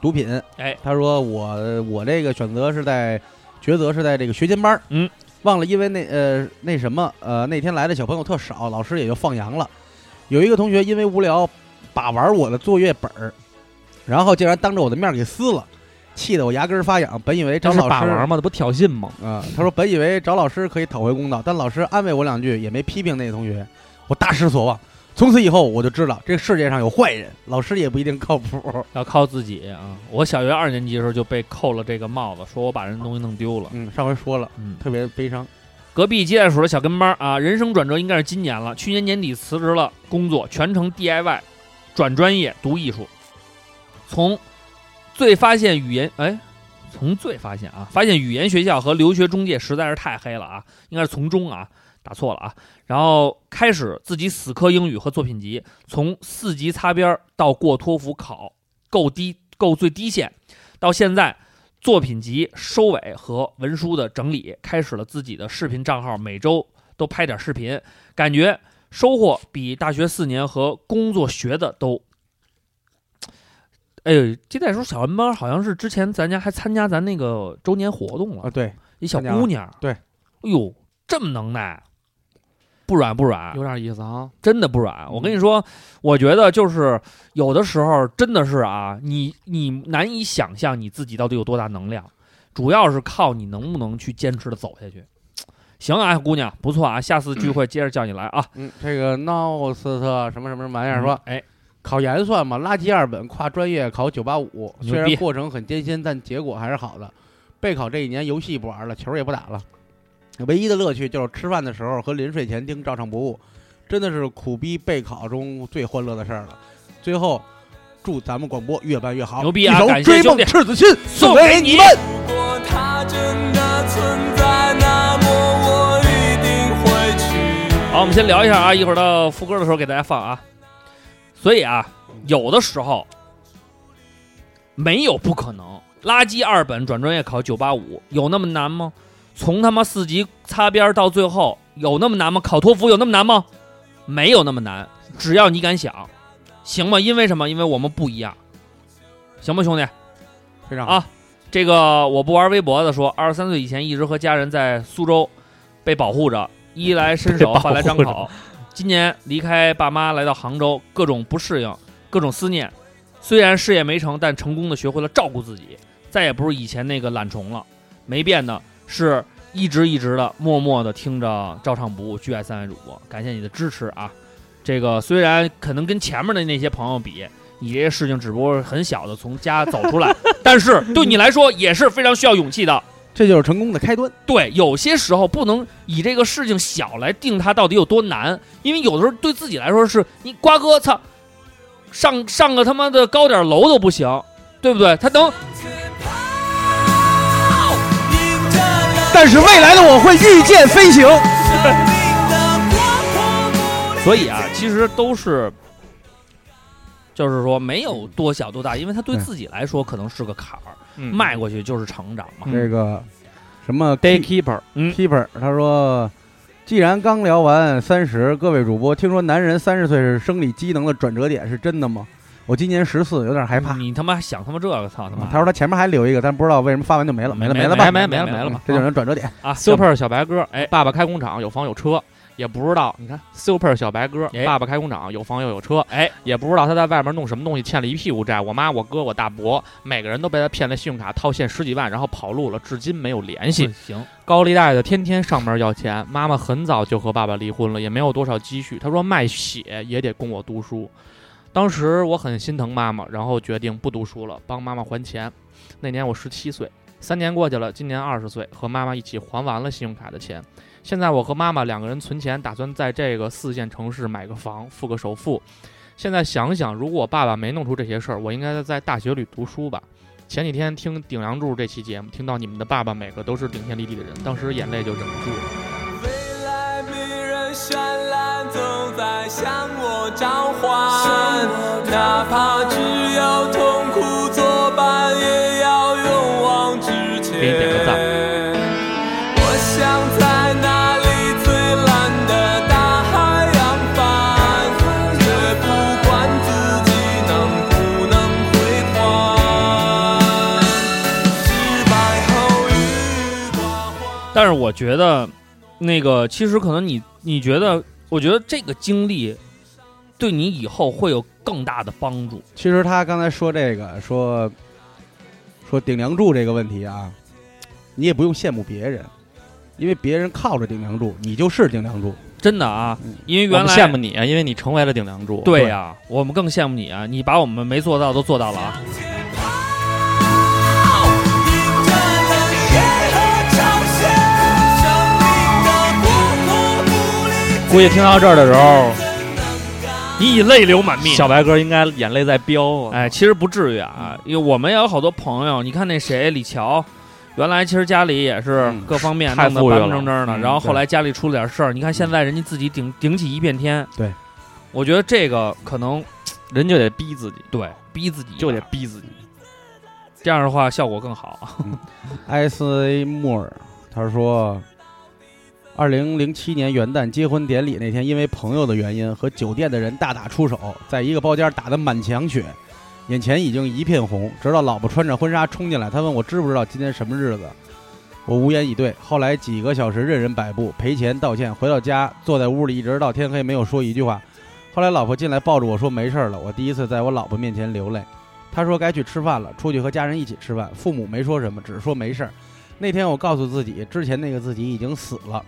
毒品。哎，他说我我这个选择是在抉择是在这个学前班儿，嗯，忘了因为那呃那什么呃那天来的小朋友特少，老师也就放羊了。有一个同学因为无聊把玩我的作业本儿，然后竟然当着我的面给撕了，气得我牙根儿发痒。本以为这找是老师把玩吗？这不挑衅吗？啊、他说本以为找老师可以讨回公道，但老师安慰我两句，也没批评那个同学，我大失所望。从此以后，我就知道这世界上有坏人，老师也不一定靠谱。要靠自己啊！我小学二年级的时候就被扣了这个帽子，说我把人东西弄丢了。嗯，上回说了，嗯，特别悲伤。隔壁接待所的小跟班儿啊，人生转折应该是今年了。去年年底辞职了工作，全程 DIY，转专业读艺术，从最发现语言哎，从最发现啊，发现语言学校和留学中介实在是太黑了啊，应该是从中啊，打错了啊。然后开始自己死磕英语和作品集，从四级擦边儿到过托福考，够低够最低线，到现在作品集收尾和文书的整理，开始了自己的视频账号，每周都拍点视频，感觉收获比大学四年和工作学的都。哎呦，接待叔小文班好像是之前咱家还参加咱那个周年活动啊，了，对，一小参加了姑娘，对哎呦，这么能耐，不软不软，有点意思啊。真的不软。我跟你说，我觉得就是有的时候真的是啊，你你难以想象你自己到底有多大能量，主要是靠你能不能去坚持的走下去。行啊，姑娘，不错啊，下次聚会接着叫你来啊。嗯，这个 no 斯特什么什么什么玩意儿说，哎，考研算吗？垃圾二本跨专业考九八五，牛逼虽然过程很艰辛，但结果还是好的。备考这一年，游戏不玩了，球也不打了，唯一的乐趣就是吃饭的时候和临睡前听照常不误，真的是苦逼备考中最欢乐的事儿了。最后，祝咱们广播越办越好，牛逼啊一首感《谢追兄梦弟赤子心》送给给你们。如果真的存在，那么我一定会去。好，我们先聊一下啊，一会儿到副歌的时候给大家放啊。所以啊，有的时候没有不可能。垃圾二本转专业考九八五，有那么难吗？从他妈四级擦边到最后，有那么难吗？考托福有那么难吗？没有那么难，只要你敢想，行吗？因为什么？因为我们不一样，行吗，兄弟？非常啊这个我不玩微博的说，二十三岁以前一直和家人在苏州被保 护着，衣来伸手，被保护着饭来张口。今年离开爸妈来到杭州，各种不适应，各种思念。虽然事业没成，但成功的学会了照顾自己，再也不是以前那个懒虫了。没变的是一直一直的默默的听着照唱不误，巨爱三位主播，感谢你的支持啊！这个虽然可能跟前面的那些朋友比，你这些事情只不过是很小的从家走出来， 但是对你来说也是非常需要勇气的。这就是成功的开端。对，有些时候不能以这个事情小来定它到底有多难，因为有的时候对自己来说是你瓜哥操，上上个他妈的高点楼都不行，对不对？他能但是未来的我会御剑飞行。所以啊，其实都是，就是说没有多小多大，因为他对嗯自己来说可能是个坎儿，嗯迈过去就是成长嘛。这个什么 day keeper，嗯 Keeper，他说，既然刚聊完三十，各位主播，听说男人三十岁是生理机能的转折点，是真的吗？我今年十四，有点害怕。啊你他哎妈想他妈这个，操他妈！他说他前面还留一个，但不知道为什么发完就没了，嗯没了，没没了没吧，没没了没没了了吧吧？这就是转折点。啊 Super 小白哥，哎爸爸开工厂有房有车，也不知道。你看，Super 小白哥哎，爸爸开工厂有房又有车，哎，也不知道他在外面弄什么东西，欠了一屁股债。我妈、我哥、我大伯，每个人都被他骗了信用卡，套现十几万，然后跑路了，至今没有联系。行，高利贷的天天上门要钱，妈妈很早就和爸爸离婚了，也没有多少积蓄。她说卖血也得供我读书。当时我很心疼妈妈，然后决定不读书了，帮妈妈还钱。那年我十七岁，三年过去了，今年二十岁，和妈妈一起还完了信用卡的钱。现在我和妈妈两个人存钱，打算在这个四线城市买个房，付个首付。现在想想，如果我爸爸没弄出这些事儿，我应该在大学里读书吧。前几天听顶梁柱这期节目，听到你们的爸爸每个都是顶天立地的人，当时眼泪就忍不住了。未来迷人绚烂，总在向我召唤，哪怕只有痛苦作伴，也要勇往直前。给你点个赞我想在那里最蓝的大海扬帆，也不管自己能不能回还。但是我觉得，那个其实可能你你觉得，我觉得这个经历对你以后会有更大的帮助。其实他刚才说这个，说说顶梁柱这个问题啊，你也不用羡慕别人，因为别人靠着顶梁柱，你就是顶梁柱。真的啊嗯，因为我原们来羡慕你啊，因为你成为了顶梁柱。对呀、我们更羡慕你啊！你把我们没做到都做到了啊！估计听到这儿的时候，你已泪流满面。小白哥应该眼泪在飙。哎，，其实不至于啊，因为我们也有好多朋友，你看那谁李乔，原来其实家里也是嗯各方面太弄得富裕板板了正正的，嗯然后后对嗯来家里出了点事儿，你看现在人家自己顶顶起一片天。对，我觉得这个可能人就得逼自己，对逼自己一就得把逼自己。这样的话效果更好。埃斯 A 莫尔他说，二零零七年元旦结婚典礼那天，因为朋友的原因和酒店的人大打出手，在一个包间打得满墙血，眼前已经一片红。直到老婆穿着婚纱冲进来，他问我知不知道今天什么日子，我无言以对。后来几个小时任人摆布，赔钱道歉，回到家坐在屋里一直到天黑，没有说一句话。后来老婆进来抱着我说没事儿了，我第一次在我老婆面前流泪。他说该去吃饭了，出去和家人一起吃饭。父母没说什么，只是说没事儿。那天我告诉自己，之前那个自己已经死了，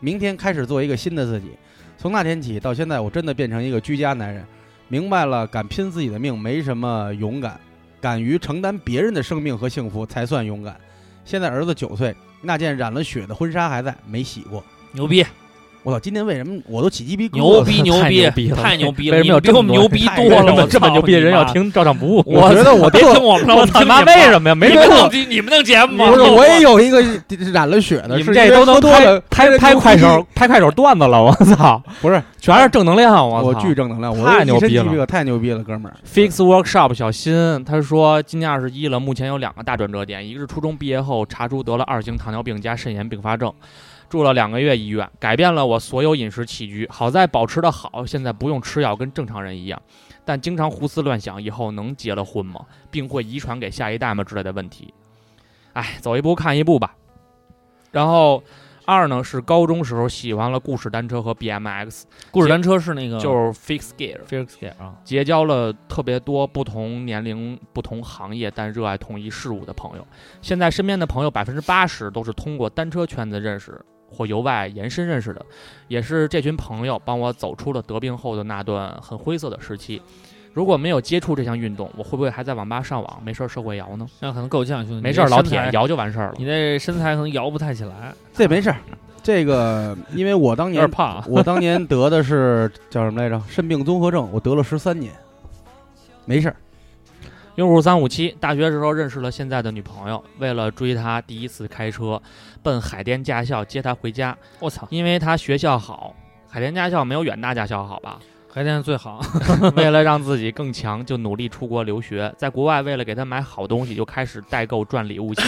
明天开始做一个新的自己。从那天起到现在，我真的变成一个居家男人，明白了，敢拼自己的命没什么勇敢，敢于承担别人的生命和幸福才算勇敢。现在儿子九岁，那件染了血的婚纱还在，没洗过。牛逼，我操，今天为什么我都起鸡皮疙瘩？牛逼，嗯 太逼牛逼，了太牛逼为了！什么你有们比这么我太们牛逼多多为了！什么我这么操牛逼的你哎人要妈？听照常不误？我觉得我别做听我们了，我操他妈为什么呀？没你跟们我弄节你们弄节目吗？不是，我也有一 个染了血的，你是们因这为都能喝多拍了，拍拍快手拍快手段子了，我操！不是，全是正能量，我操！巨正能量，我太牛逼了这一身鸡皮疙瘩太牛逼了，哥们儿。 Fix Workshop 小新他说，今年二十一了，目前有两个大转折点，一个是初中毕业后查出得了二型糖尿病加肾炎并发症，住了两个月医院，改变了我所有饮食起居，好在保持的好，现在不用吃药，跟正常人一样，但经常胡思乱想以后能结了婚吗，并会遗传给下一代吗之类的问题。哎，走一步看一步吧。然后二呢是高中时候喜欢了故事单车和 BMX，故事单车是那个就是 Fix Gear。 Felix 给啊，结交了特别多不同年龄、不同行业但热爱同一事物的朋友。现在身边的朋友百分之八十都是通过单车圈子认识或由外延伸认识的，也是这群朋友帮我走出了得病后的那段很灰色的时期。如果没有接触这项运动，我会不会还在网吧上网，没事儿社会摇呢？那可能够呛，兄弟。嗯没事儿，嗯你这老身铁材摇就完事儿了你。那身材可能摇不太起来，这没事儿，这个因为我当有点年胖啊。 我当年得的是叫什么来着？肾病综合症，我得了十三年，没事儿。用户三五七，大学时候认识了现在的女朋友，为了追她，第一次开车奔海淀驾校接她回家。我操，因为他学校好，海淀驾校没有远大驾校好吧？海淀最好，为了让自己更强，就努力出国留学，在国外为了给他买好东西，就开始代购赚礼物钱。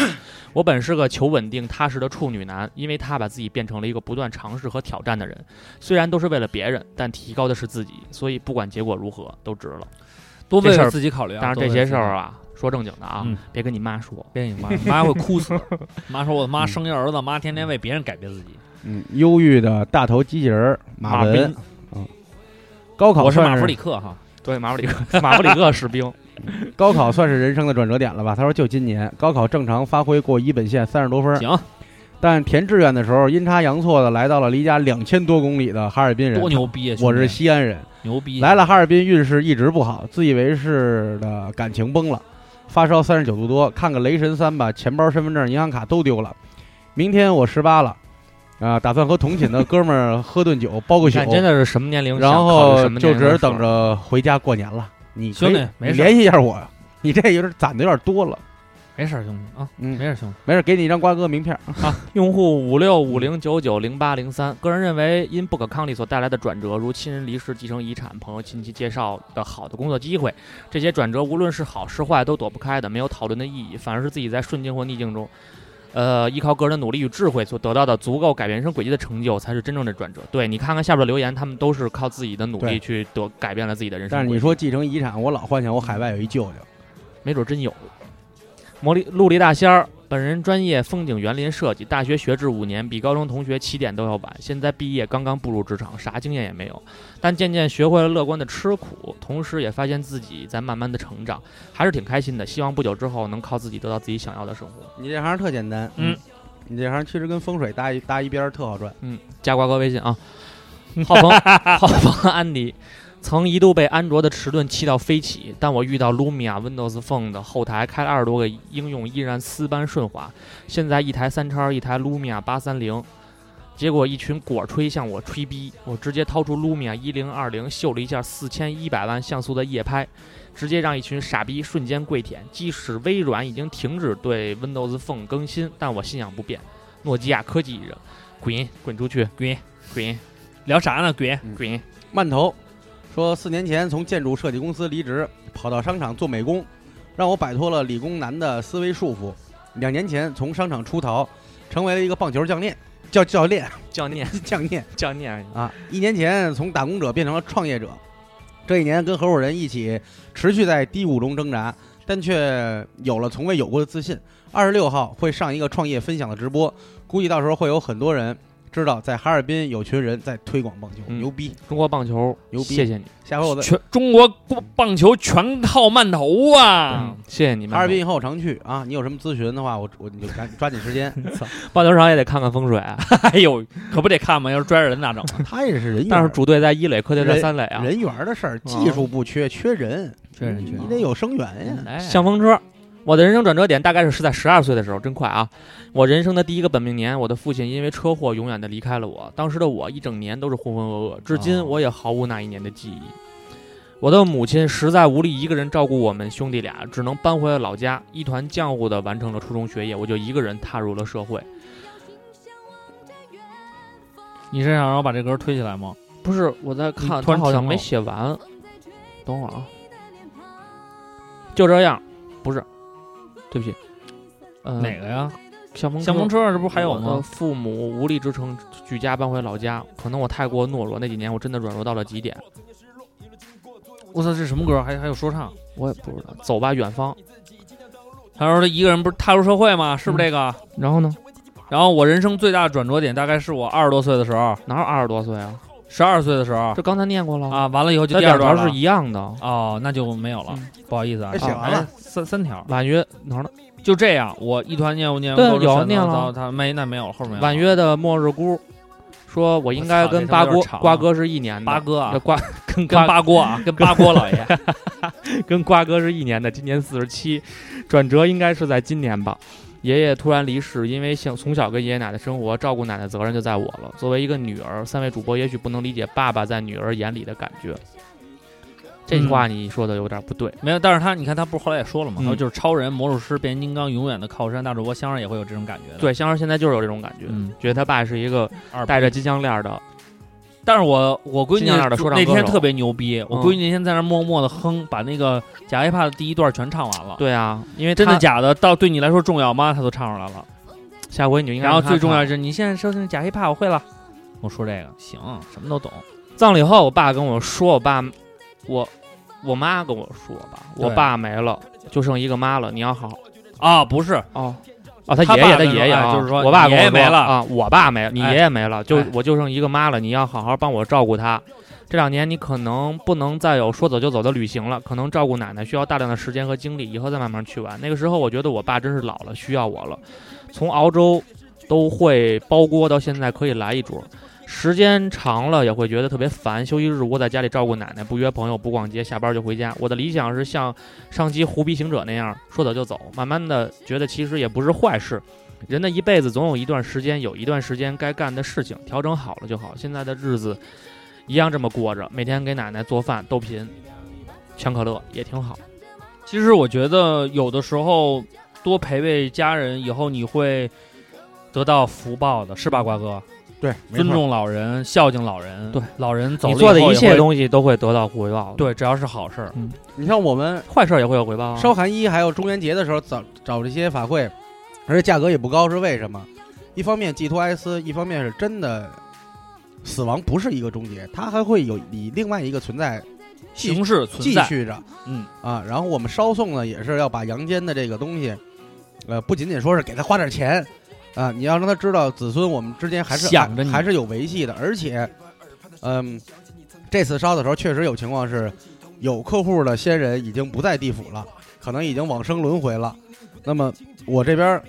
我本是个求稳定踏实的处女男，因为他把自己变成了一个不断尝试和挑战的人。虽然都是为了别人，但提高的是自己，所以不管结果如何都值了。多为这事了儿自己考虑啊。但是这些事儿啊，说正经的啊，嗯别跟你妈说。多为了自己，别你妈，妈会哭死。妈说我他妈嗯生一儿子，妈天天为别人改变自己。嗯，忧郁的大头机器人儿马马文斌，嗯，高考我是算马弗里克哈， 对，马布里克，马布里克士兵，高考算是人生的转折点了吧？他说就今年高考正常发挥过一本线三十多分儿，行，但填志愿的时候阴差阳错的来到了离家两千多公里的哈尔滨人多。牛逼啊！我兄是弟西安人，牛逼，来了哈尔滨运势一直不好，自以为是的感情崩了，发烧三十九度多，看个雷神三吧，钱包、身份证、银行卡都丢了。明天我十八了，啊、打算和同寝的哥们儿喝顿酒，包个你宿看，真的是什么年龄想然考虑后什么年龄的事儿，就只是等着回家过年了。你可以兄弟没你事联系一下我，你这有点攒的有点多了。没事儿兄弟啊，嗯没事儿兄弟。没事，给你一张瓜哥名片。用户五六五零九九零八零三，个人认为因不可抗力所带来的转折，如亲人离世、继承遗产、朋友亲戚介绍的好的工作机会，这些转折无论是好是坏，都躲不开的，没有讨论的意义，反而是自己在顺境或逆境中，呃，依靠个人的努力与智慧所得到的足够改变人生轨迹的成就，才是真正的转折。对你看看下边的留言，他们都是靠自己的努力对去得改变了自己的人生但轨是你迹。说继承遗产，我老幻想我海外有一舅舅。没准真有。魔力陆力大仙儿本人专业风景园林设计，大学学制五年，比高中同学起点都要晚。现在毕业，刚刚步入职场，啥经验也没有，但渐渐学会了乐观的吃苦，同时也发现自己在慢慢的成长，还是挺开心的。希望不久之后能靠自己得到自己想要的生活。你这行特简单，嗯，你这行其实跟风水搭一搭一边儿特好赚。加瓜哥微信啊。浩鹏，浩鹏，安迪，曾一度被安卓的迟钝气到飞起，但我遇到 Lumia Windows Phone 的后台开了二十多个应用，依然丝般顺滑。现在一台三叉，一台 Lumia 八三零，结果一群果吹向我吹逼，我直接掏出 Lumia 一零二零秀了一下四千一百万像素的夜拍，直接让一群傻逼瞬间跪舔。即使微软已经停止对 Windows Phone 更新，但我信仰不变，诺基亚科技一人，滚滚出去，嗯滚滚聊啥呢？鬼，滚！曼头说，四年前从建筑设计公司离职，跑到商场做美工，让我摆脱了理工男的思维束缚。两年前从商场出逃，成为了一个棒球教练，教教练教练，教练教练，啊。一年前从打工者变成了创业者，这一年跟合伙人一起持续在低谷中挣扎，但却有了从未有过的自信。二十六号会上一个创业分享的直播，估计到时候会有很多人知道，在哈尔滨有群人在推广棒球，嗯牛逼！ 中国棒球，牛逼谢谢你，下回我再全中国棒球全靠曼头啊！嗯，谢谢你们。哈尔滨以后我常去啊，你有什么咨询的话，我我你就赶抓紧时间。棒球场也得看看风水啊，哎呦，可不得看吗？要是 拽着人咋整？ 他也 是人嗯缘，但是主队在一垒，客队在三垒啊。人缘的事儿，技术不缺，缺人，缺人缺人你得有生源呀。哎像风车，我的人生转折点大概是是在十二岁的时候，真快啊！我人生的第一个本命年，我的父亲因为车祸永远的离开了我。当时的我一整年都是浑浑噩噩，至今哦我也毫无那一年的记忆。我的母亲实在无力一个人照顾我们兄弟俩，只能搬回了老家，一团浆糊的完成了初中学业，我就一个人踏入了社会。你是想让我把这歌推起来吗？不是，我在看，你突然他好像停了没写完。等会儿啊，就这样，不是，对不起，呃，哪个呀？像风像嗯风车这不还有我的吗？呃父母无力支撑，举家搬回老家。可能我太过懦弱，那几年我真的软弱到了极点。我操，这是什么歌？还还有说唱？我也不知道，走吧，远方。他说他一个人不是踏入社会吗？是不是这个？然后呢？然后我人生最大的转折点大概是我二十多岁的时候，哪有二十多岁啊？十二岁的时候这刚才念过了。啊，完了以后就这第二两段条了是一样的。哦，那就没有了，不好意思啊哎，写完啊了，三三条，婉约哪儿呢？就这样，我一团念不啊念？对构筑有神能念了造他没那没有了，后面没有了婉约的末日姑说：“我应该我操跟这他妈八有点哥长啊瓜哥是一年的。八哥啊这，瓜跟跟瓜八锅 啊，跟八锅老爷，跟瓜哥是一年的，今年四十七，转折应该是在今年吧。爷爷突然离世，因为想从小跟爷爷奶奶生活，照顾奶奶责任就在我了。作为一个女儿，三位主播也许不能理解爸爸在女儿眼里的感觉。这句话你说的有点不对，没有，但是他你看他不是后来也说了吗？嗯他说就是超人、魔术师、变形金刚永远的靠山，大主播香儿也会有这种感觉的。，对，香儿现在就是有这种感觉，嗯，觉得他爸是一个二逼带着金项链的，但是我我闺女尽量的说唱那天歌手特别牛逼，我嗯闺女那天在那默默的哼，把那个假 hiphop 的第一段全唱完了。，对啊，因为真的他？假的，到底对你来说重要吗？她都唱出来了。下回你就应该然后让他最重要看的是，你现在收听假 hiphop 我会了。我说这个行，什么都懂。葬礼后，我爸跟我说，我爸，我我妈跟我说吧，我对爸没了，就剩一个妈了，你要好好啊，不是，哦，哦，他他爷爸爷，他跟他爷爷哎啊，就是说我爸你跟爷爷我说没了啊，我爸没了，你哎爷爷没了，就哎我就剩一个妈了，你要好好帮我照顾她。这两年你可能不能再有说走就走的旅行了，可能照顾奶奶需要大量的时间和精力，以后再慢慢去玩。那个时候我觉得我爸真是老了，需要我了。从熬粥都会包锅到现在可以来一桌，时间长了也会觉得特别烦。休息日窝在家里照顾奶奶，不约朋友，不逛街，下班就回家。我的理想是像上期《胡逼行者》那样说走就走，慢慢的觉得其实也不是坏事。人的一辈子总有一段时间，有一段时间该干的事情，调整好了就好。现在的日子一样这么过着，每天给奶奶做饭、逗贫、全可乐也挺好。其实我觉得有的时候多陪陪家人，以后你会得到福报的，是吧，瓜哥？对，没尊错重老人，孝敬老人，对，老人走你了做的以后一也切会东西都会得到回报，，对，只要是好事儿，你像我们坏事儿也会有回报啊。烧寒衣还有中元节的时候找找这些法会，而且价格也不高，是为什么？一方面寄托哀思，一方面是真的死亡不是一个终结，它还会有以另外一个存在继形式存继在。续着，嗯啊，然后我们烧送呢也是要把阳间的这个东西呃，不仅仅说是给他花点钱，啊、你要让他知道子孙我们之间还是想着你还是有维系的，而且，嗯，这次烧的时候确实有情况是，有客户的先人已经不在地府了，可能已经往生轮回了，那么我这边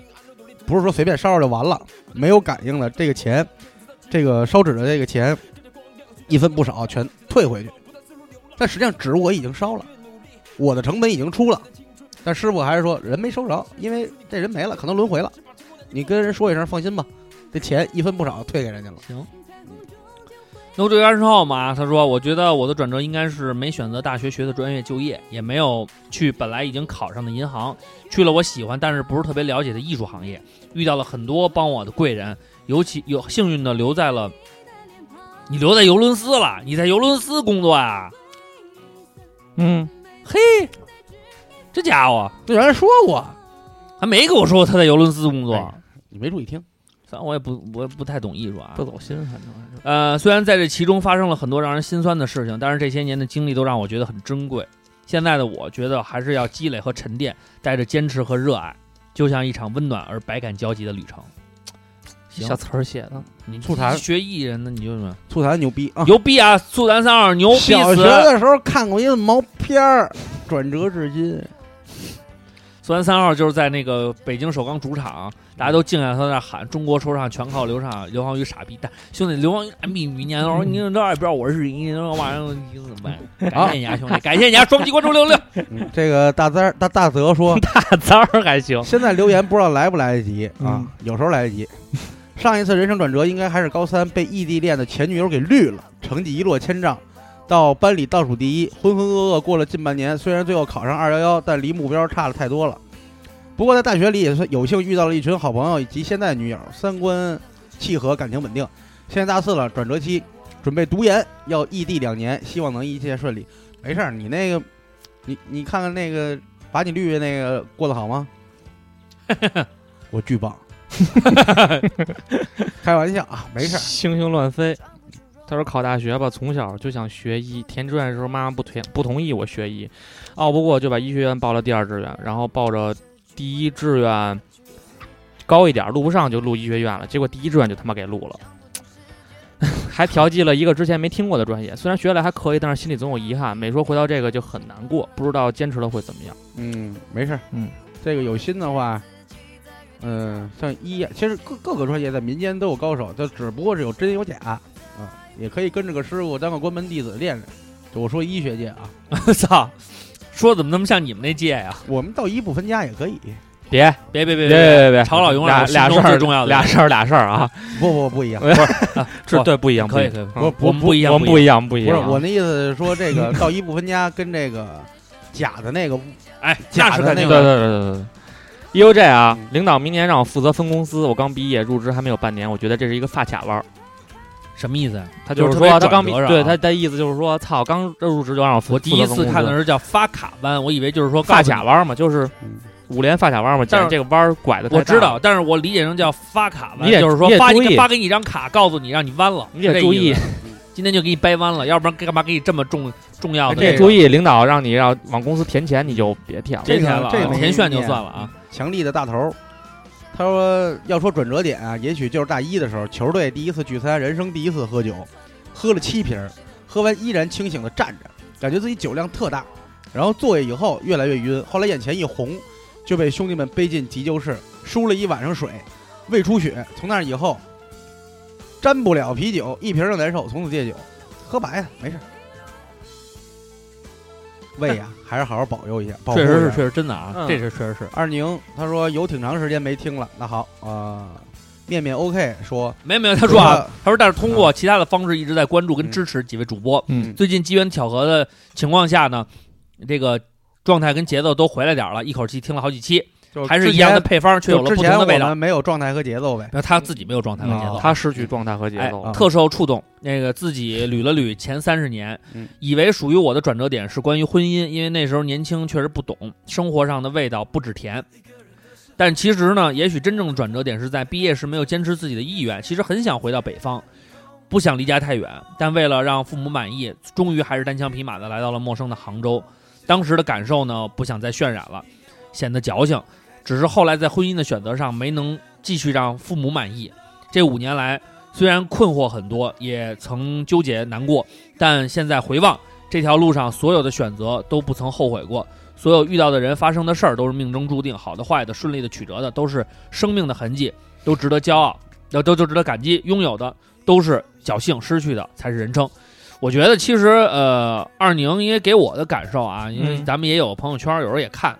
不是说随便烧烧就完了，没有感应的这个钱，这个烧纸的这个钱，一分不少全退回去，但实际上纸我已经烧了，我的成本已经出了。但师傅还是说人没收着，因为这人没了，可能轮回了。你跟人说一声，放心吧，这钱一分不少退给人家了。那我这个安号嘛，他说，我觉得我的转折应该是没选择大学学的专业就业，也没有去本来已经考上的银行，去了我喜欢但是不是特别了解的艺术行业，遇到了很多帮我的贵人，尤其有幸运的留在了，你留在尤伦斯了，你在尤伦斯工作啊？嗯，嘿，这家伙对，原来说过，还没跟我说他在尤伦斯工作，哎你没注意听。虽然我也不我也不太懂艺术啊，不走心，反正呃，虽然在这其中发生了很多让人心酸的事情，但是这些年的经历都让我觉得很珍贵。现在的我觉得还是要积累和沉淀，带着坚持和热爱，就像一场温暖而百感交集的旅程。是行小词儿写的。你吐痰学艺人呢，你就什么吐痰牛逼啊！牛逼啊！速弹三二牛逼小学死！的时候看过一个毛片儿，转折至 今。速弹三号就是在那个北京首钢主场，大家都敬仰他，在那喊“中国说唱全靠刘畅，刘航宇傻逼蛋”。兄弟，刘航宇傻逼，你 年头，你这也不知道我是你，你这玩意儿你怎么办？感谢你啊，兄弟，感谢你啊！双击关注六六六，嗯这个大三儿大大泽说，大脏儿还行，现在留言不知道来不来得及啊，有时候来得及。上一次人生转折应该还是高三，被异地恋的前女友给绿了，成绩一落千丈，到班里倒数第一，浑浑噩噩过了近半年。虽然最后考上二幺幺，但离目标差了太多了。不过在大学里也是有幸遇到了一群好朋友以及现在女友，三观契合，感情稳定。现在大四了，转折期，准备读研，要异地两年，希望能一切顺利。没事儿，你那个，你你看看那个把你绿的那个过得好吗？我巨棒。开玩笑啊，没事儿。星星乱飞。他说考大学吧，从小就想学医。填志愿的时候，妈妈不同不同意我学医，拗不过就把医学院报了第二志愿，然后报着第一志愿高一点，录不上就录医学院了。结果第一志愿就他妈给录了，还调剂了 一个之前没听过的专业。虽然学来还可以，但是心里总有遗憾。每说回到这个就很难过，不知道坚持了会怎么样。嗯，没事儿。嗯，这个有心的话，嗯、像医啊，其实各各个专业在民间都有高手，就只不过是有真有假啊、也可以跟着个师傅当个关门弟子练练。就我说医学界啊，我 操，说怎么那么像你们那届呀、我们到医不分家也可以。别别别别哎别别别，长老永远俩是俩心事中儿最重要的俩人事儿俩事儿啊，不不不一样，这对不一样，可以不一样可以，嗯不我们不一样我们不不一样不一不是样啊。我那意思是说这个 到医不分家跟这个假的那个哎，假啊那是的肯那定个对对对对对对。EUJ 啊嗯，领导明年让我负责分公司，我刚毕业入职还没有半年，我觉得这是一个发卡弯儿。什么意思呀？他就是就是说特别他刚毕转折，是对吧他的意思就是说，操，刚入职就让我负我第一负责次分公司看的是叫发卡弯，我以为就是说告诉发你卡，弯儿嘛，就是嗯五连发卡弯儿嘛，但但是是这个弯儿拐的我知道，，但是我理解成叫发卡弯，你得就是说你得发注一意发给你一张卡，告诉你让你弯了，你得是这注意意思，今天就给你掰弯了，要不然干嘛给你这么重重要的这这得个注意领导让你要往公司填钱，你就别填了。这别个填了啊，这个没填炫就意义算了啊，强力的大头儿。他说：“要说转折点啊，也许就是大一的时候，球队第一次聚餐，人生第一次喝酒，喝了七瓶儿，喝完依然清醒的站着，感觉自己酒量特大。然后坐下以后越来越晕，后来眼前一红，就被兄弟们背进急救室，输了一晚上水，胃出血。从那以后，沾不了啤酒，一瓶儿就难受，从此戒酒，喝白的没事儿。胃呀、还是好好保佑一下，保护确实一是下确实真的啊，嗯这是确实是，二宁他说有挺长时间没听了，那好啊、呃面面 OK 说没有没有，他说啊嗯，他说但是通过其他的方式一直在关注跟支持几位主播，嗯最近机缘巧合的情况下呢，这个状态跟节奏都回来点儿了，一口气听了好几期，就还是之一样的前，配方，却有了就之不同前的我味道。们没有状态和节奏呗。然后他自己没有状态和节奏，他失去状态和节哎奏啊了，特受触动。那个自己捋了捋前三十年嗯，以为属于我的转折点是关于婚姻，因为那时候年轻确实不懂，生活上的味道不止甜。但其实呢，也许真正的转折点是在毕业时没有坚持自己的意愿，其实很想回到北方，不想离家太远，但为了让父母满意，终于还是单枪匹马的来到了陌生的杭州。当时的感受呢，不想再渲染了，显得矫情。只是后来在婚姻的选择上没能继续让父母满意。这五年来，虽然困惑很多，也曾纠结难过，但现在回望这条路上所有的选择都不曾后悔过，所有遇到的人、发生的事儿都是命中注定，好的、坏的、顺利的、曲折的，都是生命的痕迹，都值得骄傲，都都就值得感激。拥有的都是侥幸，失去的才是人生。我觉得其实呃，二宁因为给我的感受啊，因为嗯咱们也有朋友圈，有时候也看，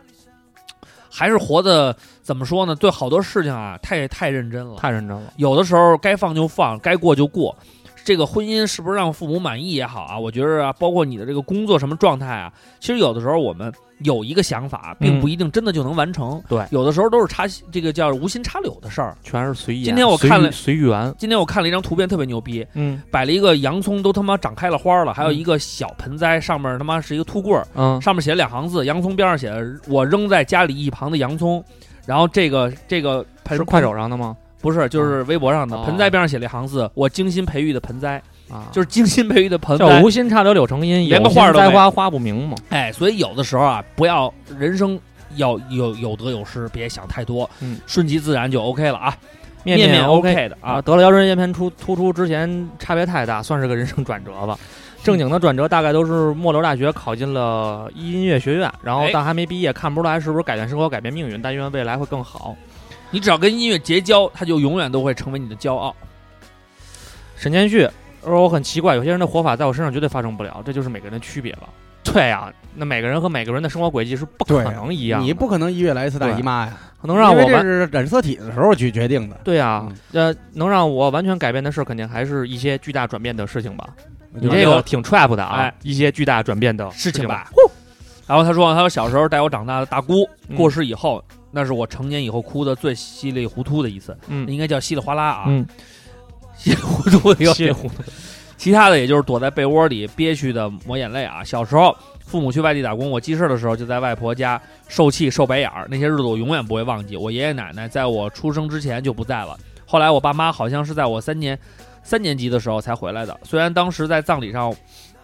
还是活的怎么说呢？对好多事情啊，太太认真了，太认真了。有的时候该放就放，该过就过。这个婚姻是不是让父母满意也好啊，我觉着啊，包括你的这个工作什么状态啊，其实有的时候我们有一个想法，并不一定真的就能完成。嗯对有的时候都是插这个叫无心插柳的事儿。全是随意。今天我看了随缘，今天我看了一张图片，特别牛逼，嗯摆了一个洋葱都他妈长开了花了，还有嗯一个小盆栽，上面他妈是一个秃棍儿，嗯，上面写了两行字，洋葱边上写的“我扔在家里一旁的洋葱”，然后这个这个盆是快手上的吗？不是，就是微博上的、哦盆栽边上写了一行字：“我精心培育的盆栽，啊，就是精心培育的盆叫栽。无心插柳柳成荫，呃连个有心画都没栽花花不明嘛。”哎，所以有的时候啊，不要人生要有有得有失，别想太多，嗯顺其自然就 OK 了啊，面面 OK OK 的啊，啊。得了腰椎间盘突突出之前差别太大，算是个人生转折吧。正经的转折大概都是末流大学考进了音乐学院，然后哎但还没毕业，看不出来是不是改变生活、改变命运，但愿未来会更好。你只要跟音乐结交，它就永远都会成为你的骄傲。沈建旭，而我很奇怪，有些人的活法在我身上绝对发生不了，这就是每个人的区别吧。对啊，那每个人和每个人的生活轨迹是不可对啊能一样的，你不可能一月来一次大对姨妈呀，能让我因为这完是染色体的时候去决定的。对啊，呃，能让我完全改变的事，肯定还是一些巨大转变的事情吧。你这个挺 trap 的啊哎，一些巨大转变的事情情吧。然后他说，他说小时候带我长大的大姑嗯过世以后，那是我成年以后哭的最稀里糊涂的一次，嗯应该叫稀里哗啦啊， 嗯，稀里糊涂的一谢次。乎其他的也就是躲在被窝里憋屈的抹眼泪啊。小时候父母去外地打工，我记事的时候就在外婆家受气受白眼儿，那些日子我永远不会忘记。我爷爷奶奶在我出生之前就不在了，后来我爸妈好像是在我三年三年级的时候才回来的。虽然当时在葬礼上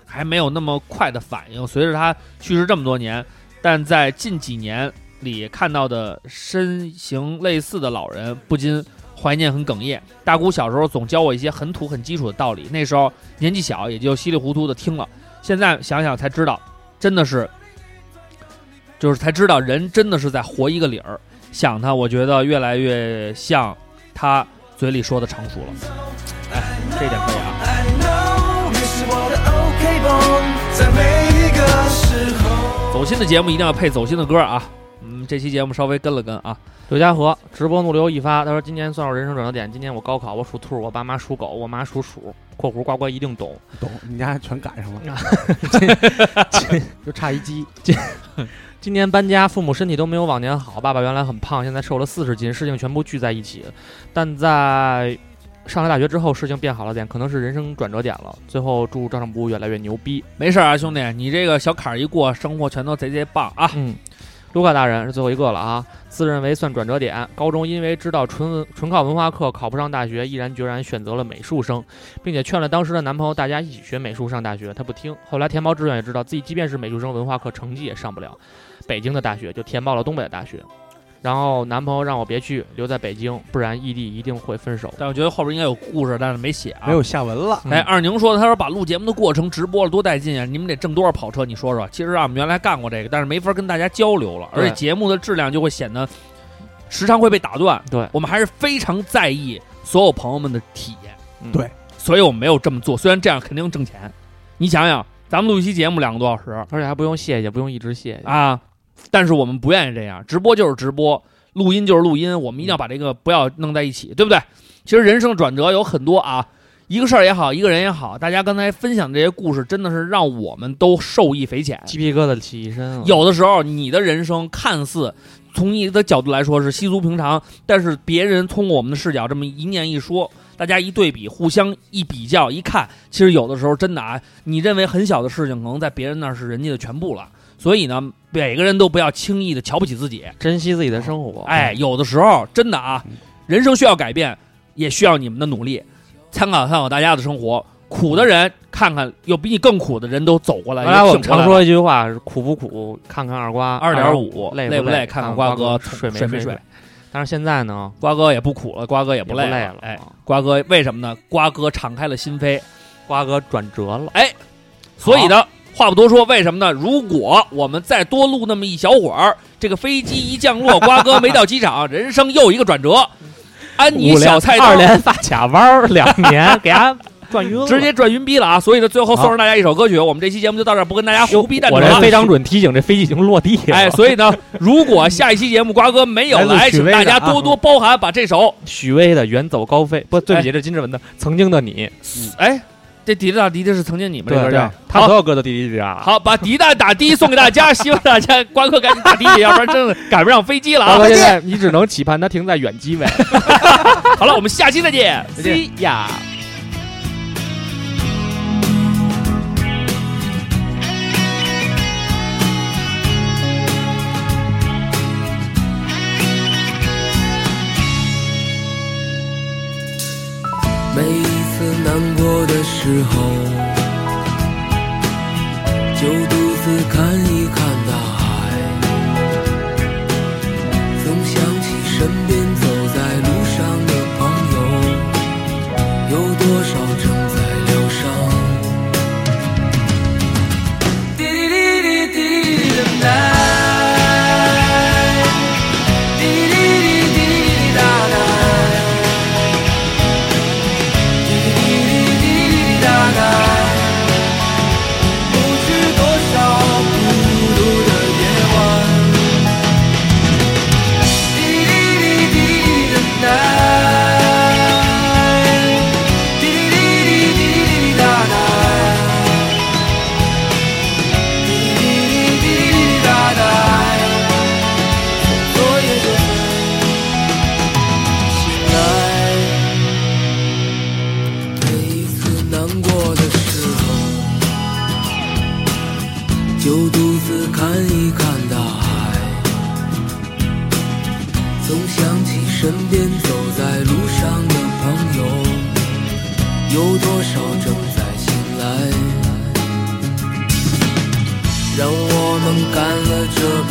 还没有那么快的反应，随着他去世这么多年，但在近几年里看到的身形类似的老人，不禁怀念很哽咽。大姑小时候总教我一些很土很基础的道理，那时候年纪小，也就稀里糊涂的听了。现在想想才知道，真的是，就是才知道人真的是在活一个理儿。想他，我觉得越来越像他嘴里说的成熟了。哎，这一点可以啊。 I know 你是我的 OK 绷，在每一个时候。走心的节目一定要配走心的歌啊。嗯，这期节目稍微跟了跟啊。柳家河直播怒流一发，他说：“今年算是人生转折点。今年我高考，我属兔，我爸妈属狗，我妈属鼠。（括弧呱呱一定懂懂，你家全赶上了， 就差一鸡。）今年搬家，父母身体都没有往年好。爸爸原来很胖，现在瘦了四十斤，事情全部聚在一起。但在上了大学之后，事情变好了点，可能是人生转折点了。最后祝照常不误越来越牛逼。没事儿啊，兄弟，你这个小坎儿一过，生活全都贼贼棒啊！嗯，卢卡大人是最后一个了啊，自认为算转折点。高中因为知道纯文纯靠文化课考不上大学，毅然决然选择了美术生，并且劝了当时的男朋友大家一起学美术上大学，他不听。后来填报志愿也知道自己即便是美术生，文化课成绩也上不了北京的大学，就填报了东北的大学。然后男朋友让我别去，留在北京，不然异地一定会分手。但我觉得后边应该有故事，但是没写啊。没有下文了。嗯哎，二宁说，他说把录节目的过程直播了，多带劲啊！你们得挣多少跑车？你说说。其实啊，我们原来干过这个，但是没法跟大家交流了，而对且节目的质量就会显得时常会被打断。对我们还是非常在意所有朋友们的体验。嗯对所以我们没有这么做。虽然这样肯定挣钱，你想想，咱们录一期节目两个多小时而且还不用谢谢，不用一直谢谢。啊，但是我们不愿意这样，直播就是直播，录音就是录音，我们一定要把这个不要弄在一起，对不对？其实人生转折有很多啊，一个事儿也好，一个人也好，大家刚才分享这些故事，真的是让我们都受益匪浅。鸡皮疙瘩起一身了。有的时候，你的人生看似从你的角度来说是稀疏平常，但是别人通过我们的视角这么一念一说，大家一对比，互相一比较一看，其实有的时候真的啊，你认为很小的事情，可能在别人那儿是人家的全部了。所以呢，每个人都不要轻易的瞧不起自己。珍惜自己的生活。哎，，有的时候真的啊，人生需要改变，也需要你们的努力。参考参考大家的生活，（苦的人看看，有比你更苦的人都走过来，原来我也们挺过常来说一句话是苦不苦，看看二瓜二点，五累不不累？累看看看瓜瓜哥哥睡睡没没睡睡？但是现在呢，瓜哥也不苦了，瓜哥也不也不累累了哎啊，瓜哥为什么呢？瓜哥敞开了心扉，瓜哥转折 了。所以呢，话不多说，为什么呢？如果我们再多录那么一小会儿，这个飞机一降落，瓜哥没到机场，人生又一个 转折。安妮五连小菜二刀连发卡弯儿两年，给他转晕了。直接转晕逼了啊！所以呢，最后送上大家一首歌曲，我们这期节目就到这儿，不跟大家胡逼蛋 扯我这了。非常准提醒，这飞机已经落地了。哎， 所以呢，如果下一期节目瓜哥没 有来，来自许请巍的大啊家多多包涵，把这首许巍的《远走高飞》，不对不起，这是金志文的《曾经的你》，哎，这迪达迪的是曾经你们这歌嗯对叫他所有歌都滴滴滴啊。好，把迪蛋打的送给大 家，希望大家瓜哥赶紧打的，要不然真的赶不上飞机了大啊哥，！现在你只能期盼它停在远机位。好了，我们下期再见，See ya。每一次难过的时候，就独自看一看大海。总想起身边走在路上的朋友，有多少正在疗伤。滴滴滴滴滴滴的 night，滴滴滴滴滴答答。滴滴滴滴答答，不知多少孤独的夜晚。滴滴滴滴滴的 night，滴滴滴滴滴答答，滴滴滴滴滴答答，从昨夜的梦醒来。每一次难过的时候，就独自看一看大海。总想起身边走在路上的朋友，有多少正在醒来？让我们干了这杯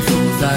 走在